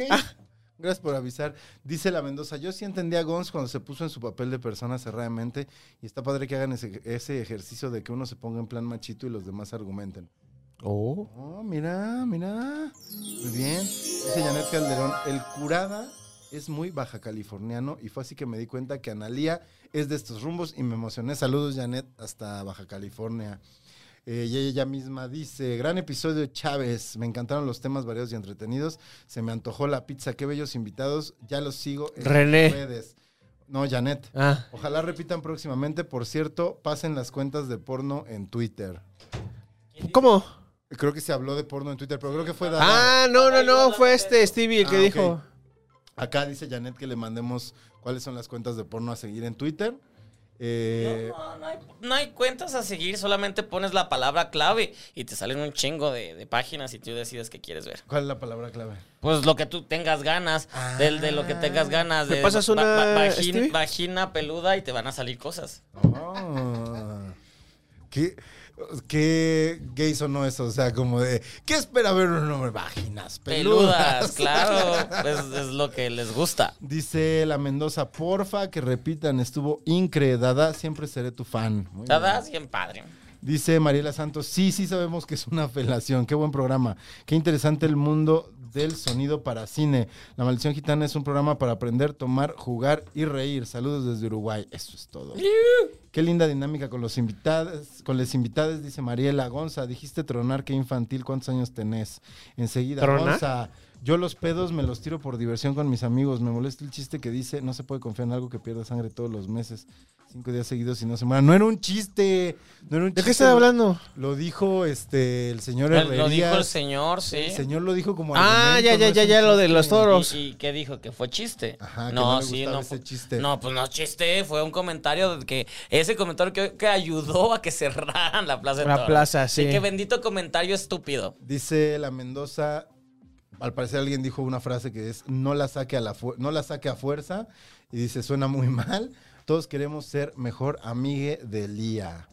[SPEAKER 2] Gracias por avisar. Dice la Mendoza, yo sí entendí a Gons cuando se puso en su papel de persona cerradamente y está padre que hagan ese, ese ejercicio de que uno se ponga en plan machito y los demás argumenten.
[SPEAKER 3] Oh.
[SPEAKER 2] Oh, mira, mira. Muy bien. Dice Janet Calderón, el curada es muy baja californiano y fue así que me di cuenta que Analía es de estos rumbos y me emocioné. Saludos, Janet, hasta Baja California. Eh, y ella misma dice, gran episodio Chávez, me encantaron los temas variados y entretenidos, se me antojó la pizza, qué bellos invitados, ya los sigo en
[SPEAKER 3] René.
[SPEAKER 2] redes. No, Janet.
[SPEAKER 3] Ah.
[SPEAKER 2] Ojalá repitan próximamente, por cierto, pasen las cuentas de porno en Twitter.
[SPEAKER 3] ¿Cómo?
[SPEAKER 2] Creo que se habló de porno en Twitter, pero creo que fue Dada.
[SPEAKER 3] Ah, no, no, no, fue este Stevie el que
[SPEAKER 2] Ah, ok.
[SPEAKER 3] dijo.
[SPEAKER 2] Acá dice Janet que le mandemos cuáles son las cuentas de porno a seguir en Twitter. Eh,
[SPEAKER 1] No, no hay, no hay cuentas a seguir, solamente pones la palabra clave y te salen un chingo de, de páginas y tú decides qué quieres ver.
[SPEAKER 2] ¿Cuál es la palabra clave?
[SPEAKER 1] Pues lo que tú tengas ganas, del, de lo que tengas ganas,
[SPEAKER 3] ¿Me
[SPEAKER 1] de
[SPEAKER 3] pasas una,
[SPEAKER 1] vagina,
[SPEAKER 3] Stevie?
[SPEAKER 1] vagina peluda y te van a salir cosas.
[SPEAKER 2] Oh. ¿Qué, ¿Qué gay sonó eso? O sea, como de, ¿qué espera ver un hombre? Vaginas
[SPEAKER 1] Peludas,
[SPEAKER 2] peludas.
[SPEAKER 3] (laughs)
[SPEAKER 1] claro, pues, es lo que les gusta.
[SPEAKER 2] Dice la Mendoza, porfa, que repitan, estuvo incre, Dada, siempre seré tu fan. Muy
[SPEAKER 1] Dada,
[SPEAKER 2] bien.
[SPEAKER 1] bien padre.
[SPEAKER 2] Dice Mariela Santos, sí, sí sabemos que es una felación. Qué buen programa. Qué interesante el mundo del sonido para cine. La Maldición Gitana es un programa para aprender, tomar, jugar y reír. Saludos desde Uruguay. Eso es todo. Qué linda dinámica con los invitados, con les invitados, dice Mariela Gonza. Dijiste tronar, qué infantil, ¿cuántos años tenés? Enseguida,
[SPEAKER 3] ¿Tronar?
[SPEAKER 2] Gonza. Yo los pedos me los tiro por diversión con mis amigos. Me molesta el chiste que dice, no se puede confiar en algo que pierda sangre todos los meses. Cinco días seguidos y no se muera. No era un chiste. No era un
[SPEAKER 3] ¿De
[SPEAKER 2] chiste.
[SPEAKER 3] qué estás hablando?
[SPEAKER 2] Lo dijo este el señor Herrerías.
[SPEAKER 1] Lo dijo el señor, sí.
[SPEAKER 2] El señor lo dijo como
[SPEAKER 3] ¿Eh? Ah,
[SPEAKER 2] argumento,
[SPEAKER 3] ya, ya,
[SPEAKER 2] no
[SPEAKER 3] ya,
[SPEAKER 2] es un
[SPEAKER 3] ya, lo de los
[SPEAKER 2] chiste.
[SPEAKER 3] toros.
[SPEAKER 1] ¿Y, y qué dijo? ¿Que fue chiste?
[SPEAKER 2] Ajá, que no le gustaba
[SPEAKER 1] fue-
[SPEAKER 2] ese chiste.
[SPEAKER 1] No, pues no es chiste, fue un comentario de que... Ese comentario que, que ayudó a que cerraran la plaza de
[SPEAKER 3] La
[SPEAKER 1] toros.
[SPEAKER 3] plaza, sí.
[SPEAKER 1] qué bendito comentario estúpido.
[SPEAKER 2] Dice la Mendoza, al parecer alguien dijo una frase que es no la saque a la fu- no la saque a fuerza y dice suena muy (laughs) mal. Todos queremos ser mejor amigue de Lía.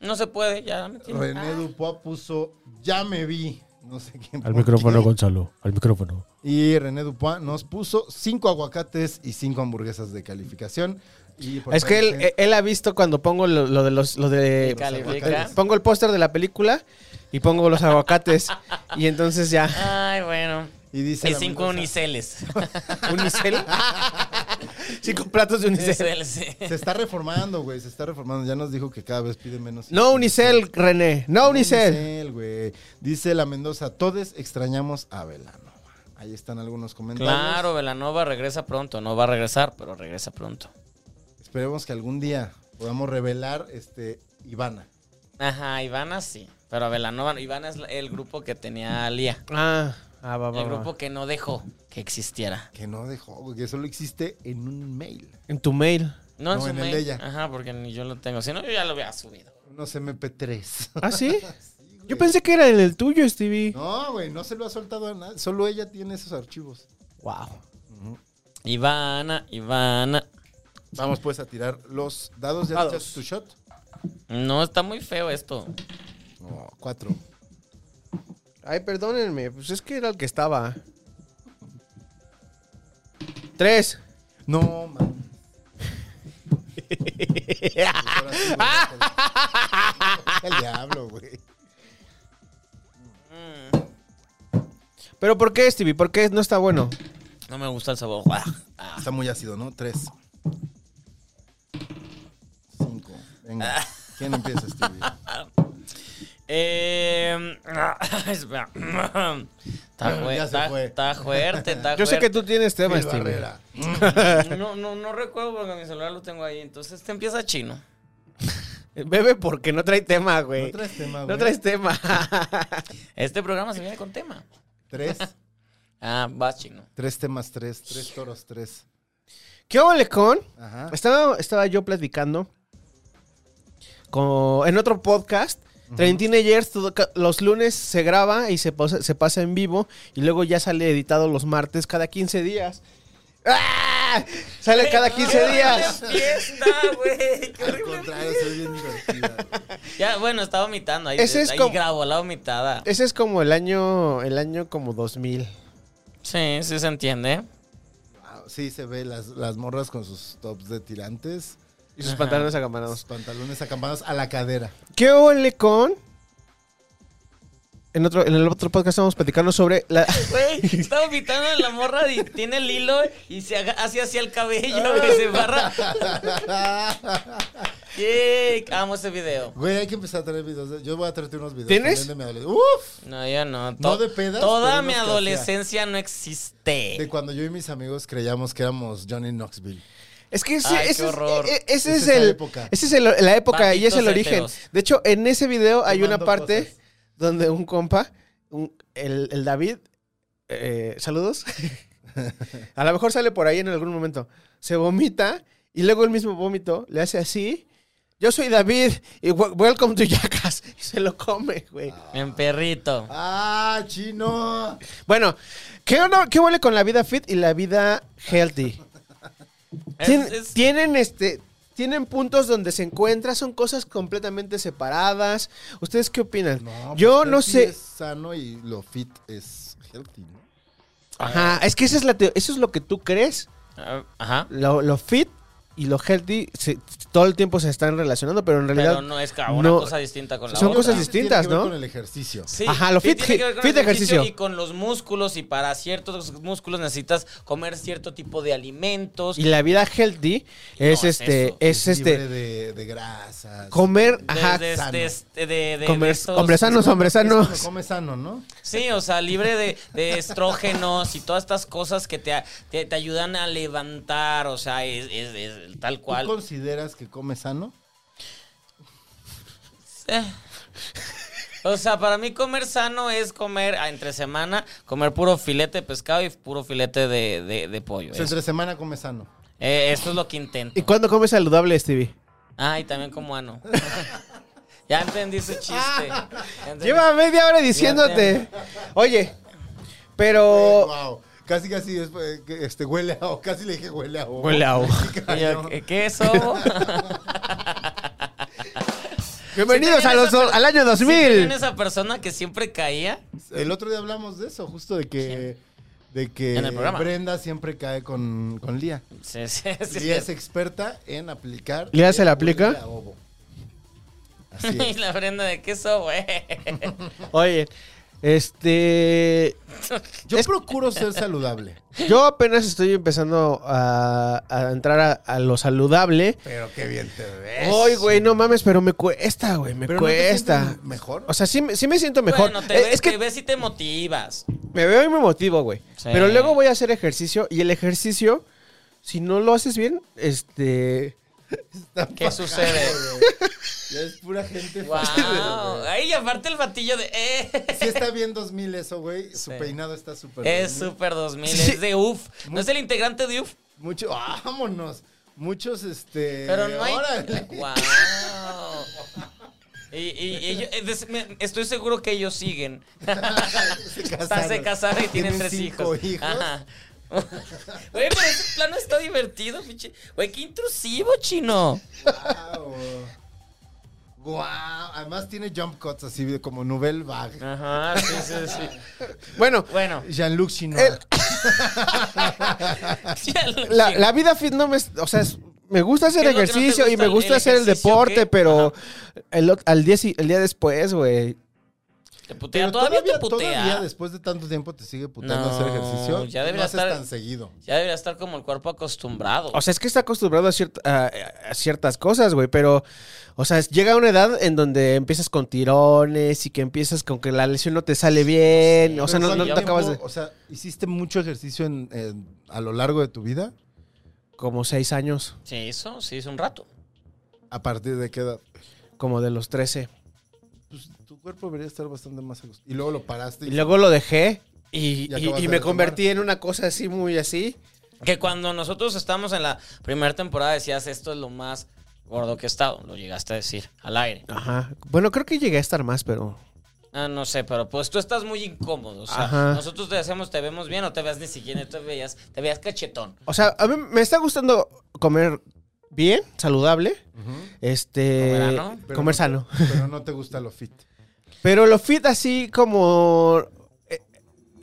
[SPEAKER 1] No se puede, ya me tiene-
[SPEAKER 2] René
[SPEAKER 1] Ah.
[SPEAKER 2] Dupois puso ya me vi. No sé quién.
[SPEAKER 5] Al
[SPEAKER 2] por qué.
[SPEAKER 5] micrófono, Gonzalo. Al micrófono.
[SPEAKER 2] Y René Dupois nos puso cinco aguacates y cinco hamburguesas de calificación. Y por
[SPEAKER 3] Es que eh, él,
[SPEAKER 2] presente-
[SPEAKER 3] él ha visto cuando pongo lo, lo de los lo de
[SPEAKER 1] ¿Y califica?
[SPEAKER 3] aguacates. pongo el póster de la película y pongo los aguacates y entonces ya
[SPEAKER 1] (laughs) Ay, bueno.
[SPEAKER 2] y dice
[SPEAKER 1] Y
[SPEAKER 2] la
[SPEAKER 1] cinco
[SPEAKER 2] Mendoza,
[SPEAKER 1] uniceles.
[SPEAKER 3] (laughs) unicel.
[SPEAKER 1] (laughs)
[SPEAKER 3] Cinco platos de unicel.
[SPEAKER 1] Uniceles, sí.
[SPEAKER 2] Se está reformando, güey. Se está reformando. Ya nos dijo que cada vez pide menos.
[SPEAKER 3] No unicel, René, no unicel.
[SPEAKER 2] güey. Dice la Mendoza, todos extrañamos a Velanova. Ahí están algunos comentarios.
[SPEAKER 1] Claro, Velanova regresa pronto. No va a regresar, pero regresa pronto.
[SPEAKER 2] Esperemos que algún día podamos revelar este Ivana.
[SPEAKER 1] Ajá, Ivana sí. Pero Velanova, Ivana es la- el grupo que tenía Lía.
[SPEAKER 3] Ah, ah, va, va,
[SPEAKER 1] El
[SPEAKER 3] va.
[SPEAKER 1] grupo que no dejó que existiera.
[SPEAKER 2] Que no dejó, güey, que solo existe en un mail.
[SPEAKER 3] En tu mail.
[SPEAKER 1] No, en
[SPEAKER 2] No,
[SPEAKER 1] su
[SPEAKER 2] en el
[SPEAKER 1] mail.
[SPEAKER 2] de ella.
[SPEAKER 1] Ajá, porque ni yo lo tengo. Si no, yo ya lo había subido.
[SPEAKER 2] Unos MP3.
[SPEAKER 3] ¿Ah, sí? (laughs) Yo pensé que era en el tuyo, Stevie.
[SPEAKER 2] (laughs) No, güey, no se lo ha soltado a nadie. Solo ella tiene esos archivos.
[SPEAKER 3] Wow.
[SPEAKER 1] Ivana, Ivana.
[SPEAKER 2] Vamos pues a tirar los dados. ¿Ya
[SPEAKER 3] Dados.
[SPEAKER 2] echaste tu shot?
[SPEAKER 1] No, está muy feo esto.
[SPEAKER 2] No, cuatro.
[SPEAKER 3] Ay, perdónenme, pues es que era el que estaba. Tres.
[SPEAKER 2] No, man. Ahora sí, güey. El diablo, güey.
[SPEAKER 3] ¿Pero por qué, Stevie? ¿Por qué no está bueno?
[SPEAKER 1] No me gusta el sabor. Ah,
[SPEAKER 2] Está muy ácido, ¿no? Tres. Cinco. Venga. ¿Quién empieza, Stevie?
[SPEAKER 1] eh, (laughs) espera. Está,
[SPEAKER 2] Ya
[SPEAKER 1] fue-
[SPEAKER 2] se
[SPEAKER 1] está-
[SPEAKER 2] fue.
[SPEAKER 1] está fuerte, está
[SPEAKER 3] Yo sé que
[SPEAKER 1] fuerte.
[SPEAKER 3] tú tienes tema,
[SPEAKER 2] Phil
[SPEAKER 3] Stevie.
[SPEAKER 2] Barrera.
[SPEAKER 1] No, no, no recuerdo porque mi celular lo tengo ahí. Entonces te empieza chino.
[SPEAKER 3] Bebe porque no trae tema,
[SPEAKER 2] No
[SPEAKER 3] güey.
[SPEAKER 2] traes tema, güey.
[SPEAKER 3] Eh, No traes tema. (laughs)
[SPEAKER 1] Este programa se viene con tema.
[SPEAKER 2] Tres.
[SPEAKER 1] Ah, vas chino.
[SPEAKER 2] Tres temas, tres. Tres toros, tres.
[SPEAKER 3] ¿Qué hubo, Lecón?
[SPEAKER 2] Ajá.
[SPEAKER 3] Estaba, estaba yo platicando con, en otro podcast. Trending Teenagers, todo ca- los lunes se graba y se, posa- se pasa en vivo. Y luego ya sale editado los martes cada 15 días. ¡Ah! ¡Ah! Sale cada 15 días.
[SPEAKER 1] ¡Qué horrible fiesta, güey! ¡Qué
[SPEAKER 2] Al
[SPEAKER 1] horrible!
[SPEAKER 2] contrario, soy bien divertida. güey.
[SPEAKER 1] Ya, bueno, estaba vomitando. Ahí,
[SPEAKER 3] Ese es
[SPEAKER 1] ahí
[SPEAKER 3] como- Eh.
[SPEAKER 1] grabó la vomitada.
[SPEAKER 3] Ese es como el año, el año como 2000.
[SPEAKER 1] Sí, sí se entiende.
[SPEAKER 2] Ah, Sí, se ve las, las morras con sus tops de tirantes,
[SPEAKER 3] Y sus
[SPEAKER 1] Ajá.
[SPEAKER 3] pantalones
[SPEAKER 2] los
[SPEAKER 3] acampanados.
[SPEAKER 2] pantalones acampados a la cadera. (laughs)
[SPEAKER 3] ¿Qué ole con? En, otro, en el otro podcast vamos a platicarnos sobre la... (laughs)
[SPEAKER 1] Güey, (laughs) está vomitando en la morra y tiene el hilo y se haga- hace así el cabello, güey, se barra. ¡Qué! Amo ese video.
[SPEAKER 2] Güey, hay que empezar a traer videos. de- Yo voy a traerte unos videos.
[SPEAKER 3] ¿Tienes?
[SPEAKER 2] también De mi adolesc- ¡Uf!
[SPEAKER 1] No, yo no.
[SPEAKER 2] No de pedas,
[SPEAKER 1] Toda
[SPEAKER 2] pero
[SPEAKER 1] mi
[SPEAKER 2] unos que
[SPEAKER 1] adolescencia no existe.
[SPEAKER 2] De cuando yo y mis amigos creíamos que éramos Johnny Knoxville.
[SPEAKER 3] Es que ese,
[SPEAKER 1] Ay, qué
[SPEAKER 3] ese es,
[SPEAKER 1] horror.
[SPEAKER 3] e- e- ese
[SPEAKER 2] Es
[SPEAKER 3] es
[SPEAKER 2] esa
[SPEAKER 3] el...
[SPEAKER 2] época.
[SPEAKER 3] Ese es el- la época y es
[SPEAKER 1] Patitos
[SPEAKER 3] el origen.
[SPEAKER 1] heteros.
[SPEAKER 3] De hecho, en ese video hay una
[SPEAKER 2] Quemando
[SPEAKER 3] parte
[SPEAKER 2] cosas.
[SPEAKER 3] donde un compa, un- el, el David, eh,
[SPEAKER 2] (laughs)
[SPEAKER 3] saludos. A lo mejor sale por ahí en algún momento. Se vomita y luego el mismo vómito le hace así. Yo soy David y we- welcome to Yacas. (laughs) Y se lo come, güey.
[SPEAKER 1] En perrito.
[SPEAKER 2] ¡Ah, chino!
[SPEAKER 3] Bueno, ¿qué, no, ¿qué huele con la vida fit y la vida healthy? Tien-
[SPEAKER 1] Es- es-
[SPEAKER 3] Tienen este. Tienen puntos donde se encuentra, son cosas completamente separadas. ¿Ustedes qué opinan? Yo
[SPEAKER 2] pues
[SPEAKER 3] no
[SPEAKER 2] healthy
[SPEAKER 3] sé.
[SPEAKER 2] Es sano y lo fit es healthy, ¿no?
[SPEAKER 3] Ajá, es que esa es la teo- eso es lo que tú crees.
[SPEAKER 1] Ah, Ajá.
[SPEAKER 3] Lo, lo fit y lo healthy se- todo el tiempo se están relacionando, pero en realidad.
[SPEAKER 1] Pero no es cada una
[SPEAKER 3] no.
[SPEAKER 1] cosa distinta con la
[SPEAKER 3] Son
[SPEAKER 1] otra.
[SPEAKER 3] cosas
[SPEAKER 2] Tiene que
[SPEAKER 3] distintas,
[SPEAKER 2] ver
[SPEAKER 3] ¿no?
[SPEAKER 2] Con el ejercicio.
[SPEAKER 1] Sí,
[SPEAKER 3] Ajá, lo
[SPEAKER 1] sí,
[SPEAKER 3] fit-
[SPEAKER 1] tiene que ver con
[SPEAKER 3] fit
[SPEAKER 1] el
[SPEAKER 3] ejercicio.
[SPEAKER 1] Y con los músculos, y para ciertos músculos necesitas comer cierto tipo de alimentos.
[SPEAKER 3] Y la vida healthy es
[SPEAKER 1] es
[SPEAKER 3] este.
[SPEAKER 1] eso.
[SPEAKER 3] Es,
[SPEAKER 2] Libre
[SPEAKER 3] este.
[SPEAKER 2] de, de grasas.
[SPEAKER 3] Comer.
[SPEAKER 1] de-
[SPEAKER 3] Ajá.
[SPEAKER 1] de-
[SPEAKER 2] sano.
[SPEAKER 1] de- este- de- de-
[SPEAKER 3] comer-
[SPEAKER 1] de estos-
[SPEAKER 3] hombres sanos, hombres
[SPEAKER 2] Es cuando
[SPEAKER 3] sanos.
[SPEAKER 2] come sano, ¿no?
[SPEAKER 1] Sí, o sea, libre de, de estrógenos y todas estas cosas que te, te, te ayudan a levantar, o sea, es, es- es tal
[SPEAKER 2] ¿Tú
[SPEAKER 1] cual.
[SPEAKER 2] consideras que come sano?
[SPEAKER 1] Eh. O sea, para mí comer sano es comer ah, entre semana, comer puro filete de pescado y puro filete de, de- de pollo.
[SPEAKER 2] O sea,
[SPEAKER 1] Eso.
[SPEAKER 2] entre semana come sano.
[SPEAKER 1] Eh, eso es lo que intento.
[SPEAKER 3] ¿Y cuándo comes saludable, Stevie?
[SPEAKER 1] Ah, y también como ano. (laughs) ya entendí su chiste. Ya entendí.
[SPEAKER 3] Lleva media hora diciéndote. Oye, pero.
[SPEAKER 2] Wow. Casi, casi, es, eh, que, este, huele a o. Casi le dije huele a o. (laughs)
[SPEAKER 3] Huele a ovo.
[SPEAKER 1] Y yo, ¿qué- ¿Qué es ovo?
[SPEAKER 3] Bienvenidos a los, do- al año
[SPEAKER 1] ¿Sí tienen
[SPEAKER 3] 2000.
[SPEAKER 1] esa persona que siempre caía?
[SPEAKER 2] El otro día hablamos de eso, justo de que, de que
[SPEAKER 1] En el programa.
[SPEAKER 2] Brenda siempre cae con, con Lía.
[SPEAKER 1] Sí, (laughs) sí, sí.
[SPEAKER 2] Lía
[SPEAKER 1] (laughs)
[SPEAKER 2] es experta en aplicar.
[SPEAKER 3] ¿Lía se la
[SPEAKER 2] el
[SPEAKER 3] aplica?
[SPEAKER 2] huele a ovo. Así
[SPEAKER 1] Y (laughs)
[SPEAKER 2] es.
[SPEAKER 1] la prenda de queso, güey.
[SPEAKER 3] Oye, este.
[SPEAKER 2] Yo procuro ser saludable.
[SPEAKER 3] Yo apenas estoy empezando a, a entrar a, a lo saludable.
[SPEAKER 2] (laughs) Pero qué bien te ves.
[SPEAKER 3] Ay, güey, no mames, pero me cuesta, güey, me
[SPEAKER 2] Pero ¿no te
[SPEAKER 3] cuesta.
[SPEAKER 2] sientes mejor?
[SPEAKER 3] O sea, sí, me- sí me siento mejor.
[SPEAKER 1] Bueno, te
[SPEAKER 3] Eh,
[SPEAKER 1] ves,
[SPEAKER 3] es que
[SPEAKER 1] te ves y te motivas.
[SPEAKER 3] me veo y me motivo, güey.
[SPEAKER 1] Sí.
[SPEAKER 3] Pero luego voy a hacer ejercicio y el ejercicio, si no lo haces bien, este.
[SPEAKER 1] ¿Qué sucede?
[SPEAKER 2] Ya es pura gente.
[SPEAKER 1] wow. Ay, y aparte el batillo de... eh.
[SPEAKER 2] Si está bien 2000 eso, güey. Su
[SPEAKER 1] Sí.
[SPEAKER 2] peinado está súper
[SPEAKER 1] Es
[SPEAKER 2] 2000.
[SPEAKER 1] súper 2000,
[SPEAKER 3] Sí.
[SPEAKER 1] es de UF. ¿No es el integrante de UF?
[SPEAKER 2] Mucho, vámonos. Muchos, este.
[SPEAKER 1] Pero no hay. (laughs)
[SPEAKER 2] órale.
[SPEAKER 1] ¡Wow!
[SPEAKER 2] (laughs)
[SPEAKER 1] Y, y- y yo- eh, des- me- estoy seguro que ellos siguen.
[SPEAKER 2] Se
[SPEAKER 1] Están se casaron y tienen, tres
[SPEAKER 2] cinco
[SPEAKER 1] hijos. Ajá. Güey, pero ese plano está divertido, pinche. Güey, qué intrusivo, chino.
[SPEAKER 2] Guau. Guau. Además tiene jump cuts así de como Nouvelle Vague.
[SPEAKER 1] Ajá, sí, sí, sí.
[SPEAKER 3] Bueno,
[SPEAKER 1] Ah. Bueno,
[SPEAKER 2] Jean-Luc Chinoa.
[SPEAKER 3] El-
[SPEAKER 1] ya lo-
[SPEAKER 3] (laughs) la,
[SPEAKER 1] (laughs) sí.
[SPEAKER 3] la vida fit no me. O sea, es- me gusta hacer
[SPEAKER 1] ¿Qué es lo que no te
[SPEAKER 3] ejercicio y
[SPEAKER 1] gusta?
[SPEAKER 3] me gusta
[SPEAKER 1] ¿El
[SPEAKER 3] hacer el
[SPEAKER 1] ejercicio
[SPEAKER 3] deporte,
[SPEAKER 1] qué?
[SPEAKER 3] pero el, ot- al día, si- el día después, güey.
[SPEAKER 1] te
[SPEAKER 2] Pero
[SPEAKER 1] putea, todavía, te putea.
[SPEAKER 2] todavía después de tanto tiempo te sigue puteando
[SPEAKER 1] No,
[SPEAKER 2] hacer ejercicio.
[SPEAKER 1] ya
[SPEAKER 2] no
[SPEAKER 1] debería
[SPEAKER 2] haces
[SPEAKER 1] estar-
[SPEAKER 2] tan seguido.
[SPEAKER 1] Ya debería estar como el cuerpo acostumbrado.
[SPEAKER 3] O sea, es que está acostumbrado a, ciert- a- a ciertas cosas, güey, pero, o sea, es- llega una edad en donde empiezas con tirones y que empiezas con que la lesión no te sale bien, o sea,
[SPEAKER 2] Pero
[SPEAKER 3] no, no te
[SPEAKER 2] ¿cuánto
[SPEAKER 3] acabas de...
[SPEAKER 2] tiempo- O sea, ¿hiciste mucho ejercicio en- en- a lo largo de tu vida?
[SPEAKER 3] Como seis años,
[SPEAKER 1] Sí, hizo, sí, hizo un rato.
[SPEAKER 2] ¿A partir de qué edad?
[SPEAKER 3] como de los 13.
[SPEAKER 2] Pues, tu cuerpo debería estar bastante más acostumbrado. Y luego lo paraste.
[SPEAKER 3] Y luego lo dejé y,
[SPEAKER 2] Y
[SPEAKER 3] y-
[SPEAKER 2] acabas
[SPEAKER 3] y
[SPEAKER 2] de
[SPEAKER 3] me
[SPEAKER 2] retomar.
[SPEAKER 3] convertí en una cosa así, muy así.
[SPEAKER 1] Que cuando nosotros estamos en la primera temporada decías, esto es lo más gordo que he estado. Lo llegaste a decir al aire.
[SPEAKER 3] Ajá. Bueno, creo que llegué a estar más, pero...
[SPEAKER 1] Ah, no sé, pero pues tú estás muy incómodo. O sea,
[SPEAKER 3] Ajá.
[SPEAKER 1] nosotros te hacemos, te vemos bien o te veas ni siquiera, te veías, te veías cachetón.
[SPEAKER 3] O sea, a mí me está gustando comer bien, saludable, este...
[SPEAKER 1] Comer ano,
[SPEAKER 2] pero
[SPEAKER 3] comer
[SPEAKER 2] no-
[SPEAKER 3] sano.
[SPEAKER 2] (laughs) Pero no te gusta lo
[SPEAKER 3] (laughs)
[SPEAKER 2] fit.
[SPEAKER 3] Pero lo fit así como... eh,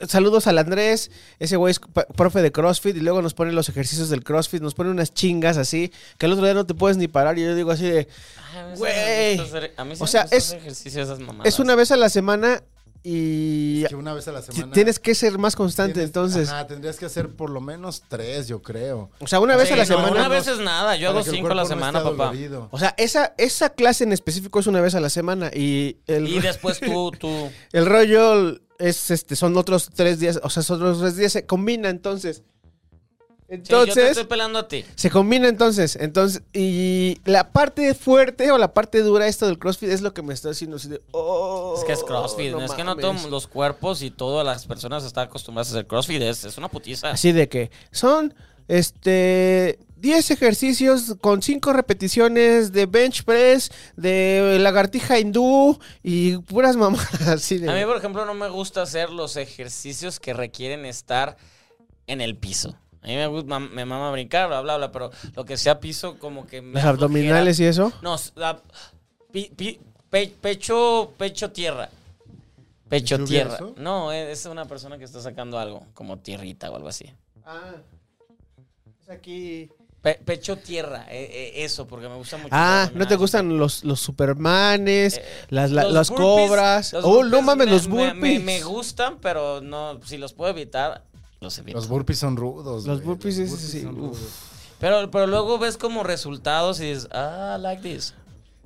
[SPEAKER 3] Saludos al Andrés, ese güey es pa- profe de CrossFit y luego nos pone los ejercicios del CrossFit, nos pone unas chingas así, que el otro día no te puedes ni parar y yo digo así de,
[SPEAKER 1] Ay, Ah, a mí sí me
[SPEAKER 3] Güey.
[SPEAKER 1] gusta hacer- A mí sí
[SPEAKER 3] O
[SPEAKER 1] me
[SPEAKER 3] sea,
[SPEAKER 1] gusta
[SPEAKER 3] es-
[SPEAKER 1] hacer ejercicio de esas mamadas.
[SPEAKER 3] es una vez a la semana y
[SPEAKER 2] Es que una vez a la semana.
[SPEAKER 3] tienes que ser más constante
[SPEAKER 2] tienes-
[SPEAKER 3] entonces.
[SPEAKER 2] Ajá, tendrías que hacer por lo menos tres, yo creo.
[SPEAKER 3] O sea, una vez
[SPEAKER 1] Sí,
[SPEAKER 3] a la
[SPEAKER 1] no,
[SPEAKER 3] semana...
[SPEAKER 1] Una vez es nada, yo
[SPEAKER 2] Para
[SPEAKER 1] hago
[SPEAKER 2] que el
[SPEAKER 1] cinco a la
[SPEAKER 2] cuerpo no
[SPEAKER 1] semana,
[SPEAKER 2] esté
[SPEAKER 1] papá.
[SPEAKER 2] dolorido.
[SPEAKER 3] O sea, esa, esa clase en específico es una vez a la semana y el,
[SPEAKER 1] Y después tú, tú.
[SPEAKER 3] el rollo es este, son otros tres días, o sea, son otros tres días, se combina entonces.
[SPEAKER 1] Sí, yo te
[SPEAKER 3] Entonces,
[SPEAKER 1] estoy pelando a ti.
[SPEAKER 3] se combina entonces, entonces, y la parte fuerte o la parte dura esto del CrossFit es lo que me está haciendo así de, oh,
[SPEAKER 1] Es que es CrossFit, es que no
[SPEAKER 3] mames.
[SPEAKER 1] todos los cuerpos y todas las personas están acostumbradas a hacer CrossFit, es, es una putiza.
[SPEAKER 3] Así de que son, este, 10 ejercicios con 5 repeticiones de bench press, de lagartija hindú y puras mamadas así de...
[SPEAKER 1] A mí, por ejemplo, no me gusta hacer los ejercicios que requieren estar en el piso. A mí me gusta, me mama brincar, bla, bla, bla, pero lo que sea piso, como que me.
[SPEAKER 3] Los
[SPEAKER 1] da
[SPEAKER 3] abdominales y eso.
[SPEAKER 1] flojera. No, la- pi- pi- pe- pecho, pecho tierra. Pecho
[SPEAKER 2] ¿Lluvia
[SPEAKER 1] tierra.
[SPEAKER 2] eso?
[SPEAKER 1] No, e, es una persona que está sacando algo, como tierrita o algo así.
[SPEAKER 3] Ah, es aquí.
[SPEAKER 1] Pe- pecho tierra, eh, eh, eso, porque me gusta mucho. los
[SPEAKER 3] Ah, ¿no te
[SPEAKER 1] abdominales.
[SPEAKER 3] gustan los, los supermanes,
[SPEAKER 1] Eh,
[SPEAKER 3] las, la-
[SPEAKER 1] Los
[SPEAKER 3] las
[SPEAKER 1] burpees,
[SPEAKER 3] cobras?
[SPEAKER 1] los
[SPEAKER 3] oh, no
[SPEAKER 1] burpees
[SPEAKER 3] mames,
[SPEAKER 1] me-
[SPEAKER 3] los
[SPEAKER 1] me-
[SPEAKER 3] burpees.
[SPEAKER 1] Me, me gustan, pero no, si los puedo evitar, los evito.
[SPEAKER 2] Los burpees son rudos.
[SPEAKER 3] Los
[SPEAKER 2] güey,
[SPEAKER 3] burpees es- sí,
[SPEAKER 2] son
[SPEAKER 3] uf.
[SPEAKER 2] rudos.
[SPEAKER 1] Pero, pero luego ves como resultados y dices, ah, like this.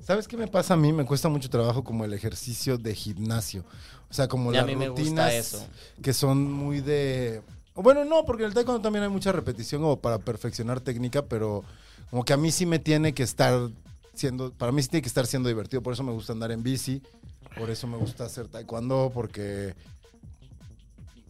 [SPEAKER 2] ¿Sabes qué me pasa a mí? Me cuesta mucho trabajo como el ejercicio de gimnasio. O sea, como
[SPEAKER 1] Y a
[SPEAKER 2] las
[SPEAKER 1] mí me gusta
[SPEAKER 2] rutinas
[SPEAKER 1] eso.
[SPEAKER 2] que son muy de... o Bueno, no, porque en el taekwondo también hay mucha repetición como para perfeccionar técnica, pero como que a mí sí me tiene que estar siendo... Para mí sí tiene que estar siendo divertido. Por eso me gusta andar en bici. Por eso me gusta hacer taekwondo, porque...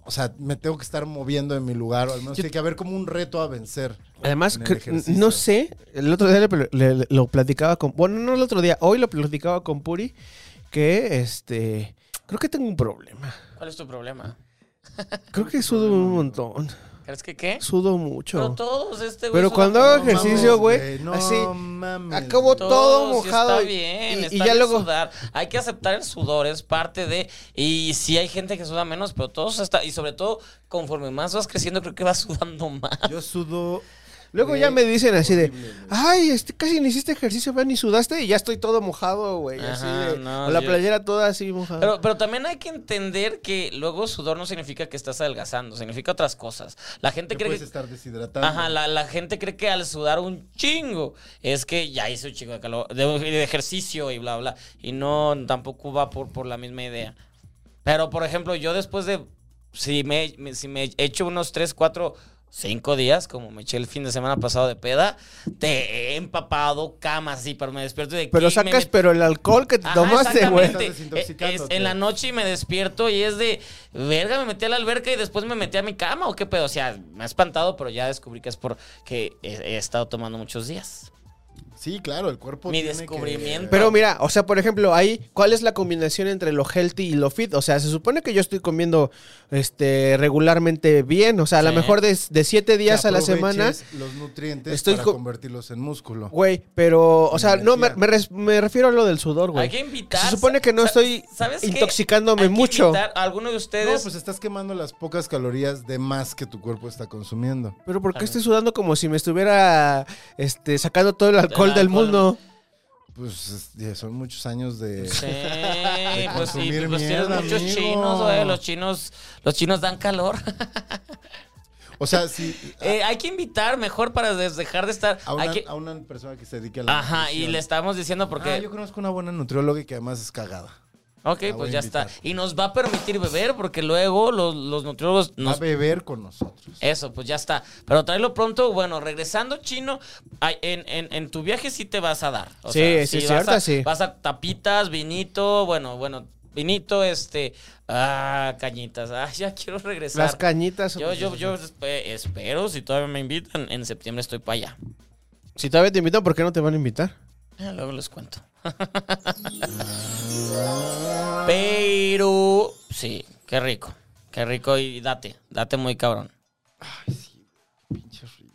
[SPEAKER 2] O sea, me tengo que estar moviendo en mi lugar, o al menos
[SPEAKER 3] Yo-
[SPEAKER 2] tiene que haber como un reto a vencer.
[SPEAKER 3] Además,
[SPEAKER 2] en el
[SPEAKER 3] cre-
[SPEAKER 2] ejercicio.
[SPEAKER 3] no sé, el otro día le- le- le- lo platicaba con... Bueno, no el otro día, hoy lo platicaba con Puri, que este... Creo que tengo un problema.
[SPEAKER 1] ¿Cuál es tu problema?
[SPEAKER 3] Creo que sudo un montón.
[SPEAKER 1] ¿Crees que qué?
[SPEAKER 3] Sudo mucho.
[SPEAKER 1] Pero todos este güey.
[SPEAKER 3] Pero
[SPEAKER 1] suda
[SPEAKER 3] cuando
[SPEAKER 1] como-
[SPEAKER 3] hago ejercicio,
[SPEAKER 2] mames,
[SPEAKER 3] güey,
[SPEAKER 2] güey, no
[SPEAKER 3] así,
[SPEAKER 2] mames,
[SPEAKER 3] acabo
[SPEAKER 2] güey.
[SPEAKER 1] Todos,
[SPEAKER 3] todo
[SPEAKER 1] sí
[SPEAKER 3] mojado
[SPEAKER 1] Está
[SPEAKER 3] y-
[SPEAKER 1] bien,
[SPEAKER 3] y- y
[SPEAKER 1] está
[SPEAKER 3] ya
[SPEAKER 1] bien
[SPEAKER 3] luego-
[SPEAKER 1] sudar. Hay que aceptar el sudor, es parte de. Y sí hay gente que suda menos, pero todos está. Y sobre todo, conforme más vas creciendo, creo que vas (laughs) sudando más.
[SPEAKER 2] Yo sudo.
[SPEAKER 3] Luego
[SPEAKER 2] güey,
[SPEAKER 3] ya me dicen así de,
[SPEAKER 2] horrible, güey.
[SPEAKER 3] ay, este, casi ni hiciste ejercicio, vean, ni sudaste y ya estoy todo mojado, güey. Así
[SPEAKER 1] Ajá,
[SPEAKER 3] de,
[SPEAKER 1] no,
[SPEAKER 3] o la
[SPEAKER 1] yo-
[SPEAKER 3] playera toda así mojada.
[SPEAKER 1] Pero, pero también hay que entender que luego sudor no significa que estás adelgazando, significa otras cosas. La gente
[SPEAKER 2] Te
[SPEAKER 1] cree
[SPEAKER 2] puedes
[SPEAKER 1] que.
[SPEAKER 2] estar deshidratando.
[SPEAKER 1] Ajá, la, la gente cree que al sudar un chingo es que ya hice un chingo de calor, de, de ejercicio y bla, bla. Y no, tampoco va por, por la misma idea. Pero, por ejemplo, yo después de, si me, me- si me echo unos 3, 4, 5 días, como me eché el fin de semana pasado de peda, te he empapado cama, sí, pero me despierto de
[SPEAKER 3] Pero
[SPEAKER 1] aquí, me
[SPEAKER 3] sacas,
[SPEAKER 1] met-
[SPEAKER 3] pero el alcohol que te
[SPEAKER 1] Ajá,
[SPEAKER 3] tomaste, güey.
[SPEAKER 1] exactamente.
[SPEAKER 2] Estás desintoxicándote.
[SPEAKER 1] Es- en la noche y me despierto y es de, verga, me metí a la alberca y después me metí a mi cama o qué pedo. O sea, me ha espantado, pero ya descubrí que es porque he, he estado tomando muchos días.
[SPEAKER 2] Sí, claro, el cuerpo.
[SPEAKER 1] Mi
[SPEAKER 2] tiene que-
[SPEAKER 1] descubrimiento.
[SPEAKER 3] Pero mira, o sea, por ejemplo, ahí, ¿cuál es la combinación entre lo healthy y lo fit? O sea, se supone que yo estoy comiendo este regularmente bien, o sea, a lo
[SPEAKER 1] Sí.
[SPEAKER 3] mejor de, de siete
[SPEAKER 2] que
[SPEAKER 3] días a la
[SPEAKER 2] aproveches
[SPEAKER 3] semana.
[SPEAKER 2] Los nutrientes
[SPEAKER 3] Estoy
[SPEAKER 2] para
[SPEAKER 3] co-
[SPEAKER 2] convertirlos en músculo.
[SPEAKER 3] Güey, pero, o sea, no, me,
[SPEAKER 2] Energía.
[SPEAKER 3] me res- me refiero a lo del sudor,
[SPEAKER 1] Hay
[SPEAKER 3] güey.
[SPEAKER 1] que invitar.
[SPEAKER 3] Se supone que no
[SPEAKER 1] Sa-
[SPEAKER 3] estoy
[SPEAKER 1] ¿sabes qué?
[SPEAKER 3] intoxicándome
[SPEAKER 1] Hay que
[SPEAKER 3] mucho.
[SPEAKER 1] invitar a alguno de
[SPEAKER 2] No,
[SPEAKER 1] ustedes.
[SPEAKER 2] pues estás quemando las pocas calorías de más que tu cuerpo está consumiendo.
[SPEAKER 3] Pero ¿por qué estoy sudando como si me estuviera este, sacando todo el alcohol del
[SPEAKER 1] alcohol.
[SPEAKER 3] mundo?
[SPEAKER 2] Pues es- ya son muchos años de. (laughs)
[SPEAKER 1] Sí, pues sí,
[SPEAKER 2] consumir
[SPEAKER 1] pues tienes
[SPEAKER 2] mierda,
[SPEAKER 1] muchos
[SPEAKER 2] amigo.
[SPEAKER 1] chinos, güey. Los chinos, los chinos dan calor. (laughs)
[SPEAKER 2] O sea, si.
[SPEAKER 1] Eh, hay que invitar mejor para des- dejar de estar.
[SPEAKER 2] A una,
[SPEAKER 1] hay que-
[SPEAKER 2] a una persona que se dedique a la.
[SPEAKER 1] Ajá, y
[SPEAKER 2] nutrición.
[SPEAKER 1] le estamos diciendo porque.
[SPEAKER 2] Ah, yo conozco una buena nutrióloga y que además es cagada.
[SPEAKER 1] Ok,
[SPEAKER 2] La voy
[SPEAKER 1] pues
[SPEAKER 2] a
[SPEAKER 1] ya
[SPEAKER 2] invitar.
[SPEAKER 1] está. Y nos va a permitir beber porque luego los, los nutriólogos
[SPEAKER 2] Va a
[SPEAKER 1] nos...
[SPEAKER 2] beber con nosotros.
[SPEAKER 1] Eso, pues ya está. Pero tráelo pronto. Bueno, regresando chino, ay, en, en- en tu viaje sí te vas a dar. O
[SPEAKER 3] Sí, sí,
[SPEAKER 1] vas
[SPEAKER 3] sí, ahorita
[SPEAKER 1] a-
[SPEAKER 3] sí.
[SPEAKER 1] Vas a tapitas, vinito, bueno, bueno, vinito, este... Ah, cañitas. Ah, ya quiero regresar.
[SPEAKER 3] Las cañitas.
[SPEAKER 1] Yo, yo, yo espe- espero, si todavía me invitan, en septiembre estoy para allá.
[SPEAKER 3] Si todavía te invitan, ¿por qué no te van a invitar?
[SPEAKER 1] Ah, Luego les cuento. (laughs) Pero Qué rico. Qué rico y date. Date muy cabrón.
[SPEAKER 2] Ay, sí, güey, pinche rico.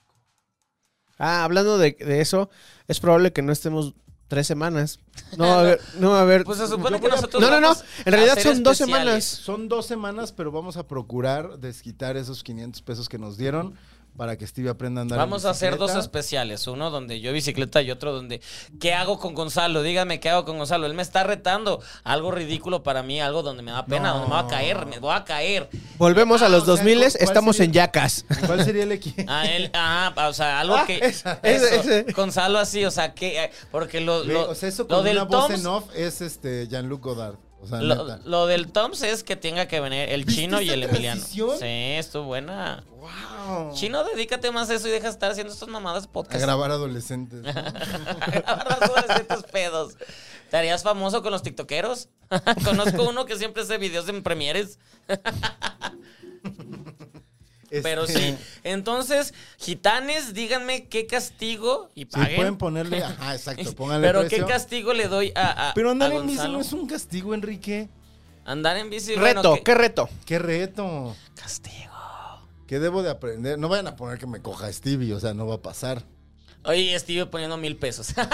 [SPEAKER 3] Ah, hablando de, de eso, es probable que no estemos tres semanas. No
[SPEAKER 1] (laughs)
[SPEAKER 3] va a haber. No, va a haber-
[SPEAKER 1] Pues se supone
[SPEAKER 2] Yo
[SPEAKER 1] que
[SPEAKER 2] voy a-
[SPEAKER 1] nosotros.
[SPEAKER 3] no, no, no.
[SPEAKER 1] vamos
[SPEAKER 3] En
[SPEAKER 1] a
[SPEAKER 3] realidad
[SPEAKER 1] hacer
[SPEAKER 3] son dos
[SPEAKER 1] especiales.
[SPEAKER 3] semanas.
[SPEAKER 2] Son dos semanas, pero vamos a procurar desquitar esos 500 pesos que nos dieron para que Steve aprenda a andar. en
[SPEAKER 1] Vamos a hacer dos
[SPEAKER 2] bicicleta.
[SPEAKER 1] especiales, uno donde yo bicicleta y otro donde ¿qué hago con Gonzalo? Dígame qué hago con Gonzalo. Él me está retando, algo ridículo para mí, algo donde me da pena,
[SPEAKER 2] No.
[SPEAKER 1] donde me voy a caer, me voy a caer.
[SPEAKER 3] Volvemos
[SPEAKER 2] Ah,
[SPEAKER 3] a los
[SPEAKER 2] o sea,
[SPEAKER 3] 2000,
[SPEAKER 2] ¿cuál- cuál
[SPEAKER 3] estamos
[SPEAKER 2] sería?
[SPEAKER 3] en yacas.
[SPEAKER 2] ¿Cuál sería
[SPEAKER 1] (laughs)
[SPEAKER 2] el equipo?
[SPEAKER 1] A Ah,
[SPEAKER 2] (laughs)
[SPEAKER 1] él, ajá, o sea, algo
[SPEAKER 2] Ah,
[SPEAKER 1] que
[SPEAKER 2] esa,
[SPEAKER 1] eso,
[SPEAKER 3] ese, ese.
[SPEAKER 1] Gonzalo así, o sea, que eh, porque lo,
[SPEAKER 2] Güey,
[SPEAKER 1] lo,
[SPEAKER 2] o sea, eso
[SPEAKER 1] lo
[SPEAKER 2] con
[SPEAKER 1] del
[SPEAKER 2] una voz
[SPEAKER 1] Toms,
[SPEAKER 2] en off es este Jean-Luc Godard. O sea,
[SPEAKER 1] lo,
[SPEAKER 2] neta.
[SPEAKER 1] lo del Toms es que tenga que venir el
[SPEAKER 2] ¿Viste
[SPEAKER 1] chino y
[SPEAKER 2] esa
[SPEAKER 1] el Emiliano.
[SPEAKER 2] transición?
[SPEAKER 1] Sí, estuvo buena.
[SPEAKER 2] ¡Wow!
[SPEAKER 1] Chino, dedícate más a eso y deja de estar haciendo estas mamadas
[SPEAKER 2] A
[SPEAKER 1] podcast. (laughs)
[SPEAKER 2] grabar adolescentes. ¿no?
[SPEAKER 1] Agarras todos estos pedos. ¿Te harías famoso con los tiktokeros? (laughs) Conozco uno que siempre hace videos en premieres. Pero
[SPEAKER 2] Este,
[SPEAKER 1] sí. Entonces, gitanes, díganme qué castigo y
[SPEAKER 2] Sí,
[SPEAKER 1] paguen.
[SPEAKER 2] pueden
[SPEAKER 1] (laughs)
[SPEAKER 2] ponerle. Ajá, exacto. Pónganle
[SPEAKER 1] Pero
[SPEAKER 2] precio.
[SPEAKER 1] qué castigo le doy a, a-
[SPEAKER 2] Pero andar
[SPEAKER 1] a
[SPEAKER 2] en bici
[SPEAKER 1] Gonzalo?
[SPEAKER 2] no es un castigo, Enrique.
[SPEAKER 1] Andar en bici... bueno,
[SPEAKER 3] reto,
[SPEAKER 1] ¿qué-
[SPEAKER 3] ¿qué reto?
[SPEAKER 2] ¡Qué reto!
[SPEAKER 1] Castigo.
[SPEAKER 2] ¿Qué debo de aprender? No vayan a poner que me coja Stevie, o sea, no va a pasar.
[SPEAKER 1] (laughs) Oye, estoy poniendo mil pesos. (laughs) no, no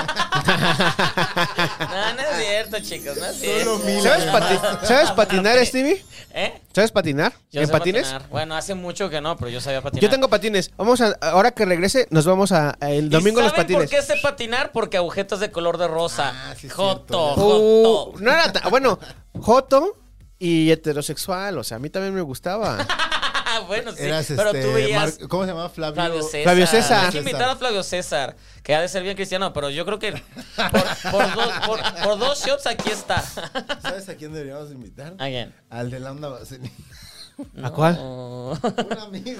[SPEAKER 1] es cierto, chicos. No es cierto.
[SPEAKER 2] mil.
[SPEAKER 3] ¿Sabes,
[SPEAKER 1] (laughs)
[SPEAKER 3] pati- ¿sabes patinar, Stevie?
[SPEAKER 1] ¿Eh?
[SPEAKER 3] ¿Sabes patinar?
[SPEAKER 1] Yo
[SPEAKER 3] ¿En
[SPEAKER 1] sé
[SPEAKER 3] patines?
[SPEAKER 1] patinar. Bueno, hace mucho que no, pero yo sabía patinar.
[SPEAKER 3] Yo tengo patines. Vamos a, ahora que regrese, nos vamos a, a el
[SPEAKER 1] ¿Y
[SPEAKER 3] domingo a los
[SPEAKER 1] saben por
[SPEAKER 3] patines.
[SPEAKER 1] qué sé patinar? Porque agujetas de color de rosa.
[SPEAKER 2] Ah, sí es
[SPEAKER 1] joto,
[SPEAKER 2] cierto.
[SPEAKER 1] joto.
[SPEAKER 3] Uh, no era tan- bueno, Joto y heterosexual, o sea, a mí también me
[SPEAKER 1] (laughs)
[SPEAKER 3] gustaba.
[SPEAKER 1] Ah, bueno, sí.
[SPEAKER 2] Eras
[SPEAKER 1] pero
[SPEAKER 2] este.
[SPEAKER 1] tú veías
[SPEAKER 2] Mar- ¿Cómo se llamaba? Flavio.
[SPEAKER 1] Flavio César.
[SPEAKER 3] Flavio César.
[SPEAKER 1] Hay que invitar a Flavio César, que ha de ser bien cristiano, pero yo creo que por, por dos, por- por dos shots aquí
[SPEAKER 2] (laughs)
[SPEAKER 1] está.
[SPEAKER 2] ¿Sabes a quién deberíamos invitar?
[SPEAKER 1] ¿A quién?
[SPEAKER 2] Al de la
[SPEAKER 1] (laughs)
[SPEAKER 2] onda vaselina.
[SPEAKER 3] ¿A cuál?
[SPEAKER 1] No,
[SPEAKER 2] Un amigo.